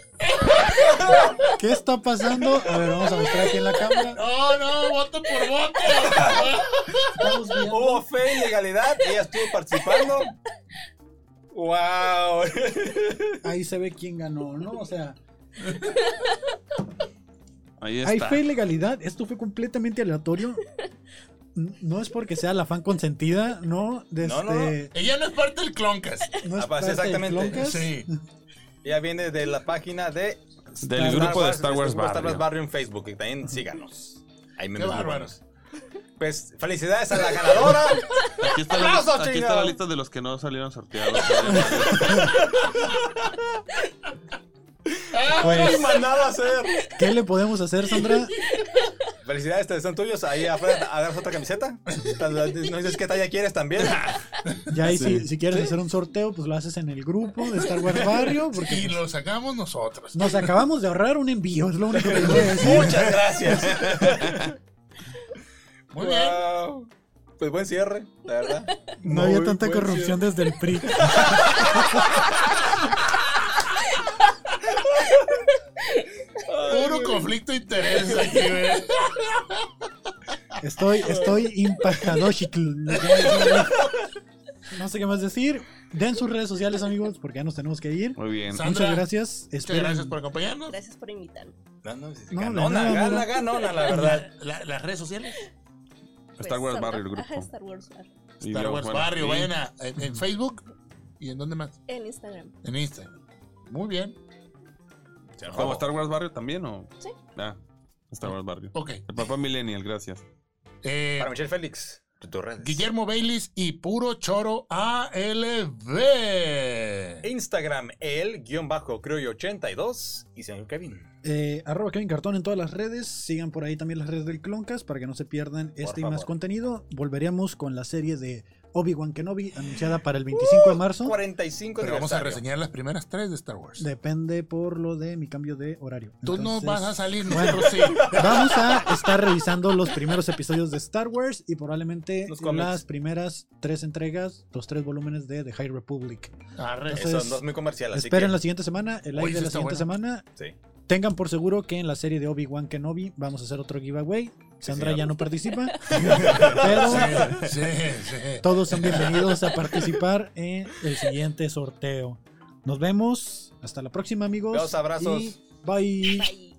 D: ¿Qué está pasando? A ver, vamos a mostrar aquí en la cámara.
C: No, no, voto por voto.
D: Estamos viendo.
B: Hubo fe y legalidad, ella estuvo participando. ¡Wow!
D: Ahí se ve quién ganó, ¿no? O sea,
A: Ahí
D: hay
A: está.
D: fe y legalidad. Esto fue completamente aleatorio. N- No es porque sea la fan consentida, ¿no? De
B: No, no,
D: este,
C: Ella no es parte del Cloncas.
D: no es
B: Ah, pues,
D: parte del
B: exactamente.
D: Cloncast.
C: Sí.
B: Ella viene de la página de
A: Del grupo de Star Wars
B: Barrio. Star
A: Barrio.
B: Wars Barrio en Facebook, y también síganos. Ahí me
C: Qué bárbaro.
B: Pues felicidades a la ganadora.
A: Aquí está, la,
B: ¡Aplausos,
A: aquí está
B: chingado!
A: la lista de los que no salieron sorteados.
B: Ay, mandado a hacer.
D: ¿Qué le podemos hacer, Sandra?
B: Felicidades, te- son tuyos. Ahí afuera agarras otra camiseta. No dices qué talla quieres también.
A: Ah.
D: Ya ahí si, si quieres hacer un sorteo, pues lo haces en el grupo de Star Wars Barrio,
C: Y
D: porque pues
C: lo sacamos nosotros.
D: nos acabamos de ahorrar un envío, es lo único que les voy a decir.
B: Muchas gracias.
C: Muy bien.
B: Wow. Pues buen cierre, la verdad.
D: No
B: Muy
D: había tanta
B: buen
D: corrupción
B: cierre.
D: desde el PRI.
C: Puro conflicto de intereses aquí, güey.
D: Estoy, estoy impactado. chicl. No sé qué más decir. Den sus redes sociales, amigos, porque ya nos tenemos que ir.
A: Muy bien.
C: Sandra,
D: Muchas gracias.
C: Muchas
D: Esperen-
C: gracias por acompañarnos.
E: Gracias por invitarme.
B: No, no, sí, sí,
D: No, de
B: ganona,
D: nada,
B: gana,
D: nada.
B: ganona, la verdad.
C: La- la- las redes sociales.
E: Pues,
A: Star Wars
E: Sandra-
A: Barrio, el
E: Ajá,
A: grupo.
E: Star Wars Barrio.
A: Y
C: Star
A: yo,
C: Wars
A: bueno,
C: Barrio,
A: sí.
C: vayan a- en, en Facebook. ¿Y en dónde más?
E: En Instagram.
C: En Instagram. Muy bien.
A: ¿Como Star Wars Barrio también o?
E: Sí.
A: Ah, Star Wars Barrio.
C: Ok.
A: El papá Millennial, gracias.
C: Eh,
B: Para Michelle Félix, tu- tus redes.
C: Guillermo Baylis y Puro Choro ALB.
B: Instagram, el guión bajo, creo yo, 82. Y señor Kevin.
D: Eh, arroba Kevin Cartón en todas las redes. Sigan por ahí también las redes del Cloncast para que no se pierdan este y más
B: favor.
D: contenido. Volveremos con la serie de Obi-Wan Kenobi anunciada para el 25
C: Uh,
D: de marzo.
B: 45
C: Pero vamos a
B: aniversario.
C: reseñar las primeras tres de Star Wars.
D: Depende por lo de mi cambio de horario.
C: Tú no
D: Entonces,
C: vas a salir,
D: bueno.
C: nosotros sí.
D: Vamos a estar revisando los primeros episodios de Star Wars y probablemente
B: Los cómics.
D: las primeras tres entregas, los tres volúmenes de The High Republic.
C: Arre.
D: Entonces,
B: Eso no es muy comercial, así
D: Esperen
B: que.
D: la siguiente semana, el
C: Oye,
D: live de
C: eso
D: la
C: está
D: siguiente semana.
B: Sí.
D: Tengan por seguro que en la serie de Obi-Wan Kenobi vamos a hacer otro giveaway. Sandra
B: señor.
D: ya no participa, pero
C: Sí, sí.
D: todos son bienvenidos a participar en el siguiente sorteo. Nos vemos. Hasta la próxima, amigos.
B: Besos, abrazos.
D: y bye.
E: Bye.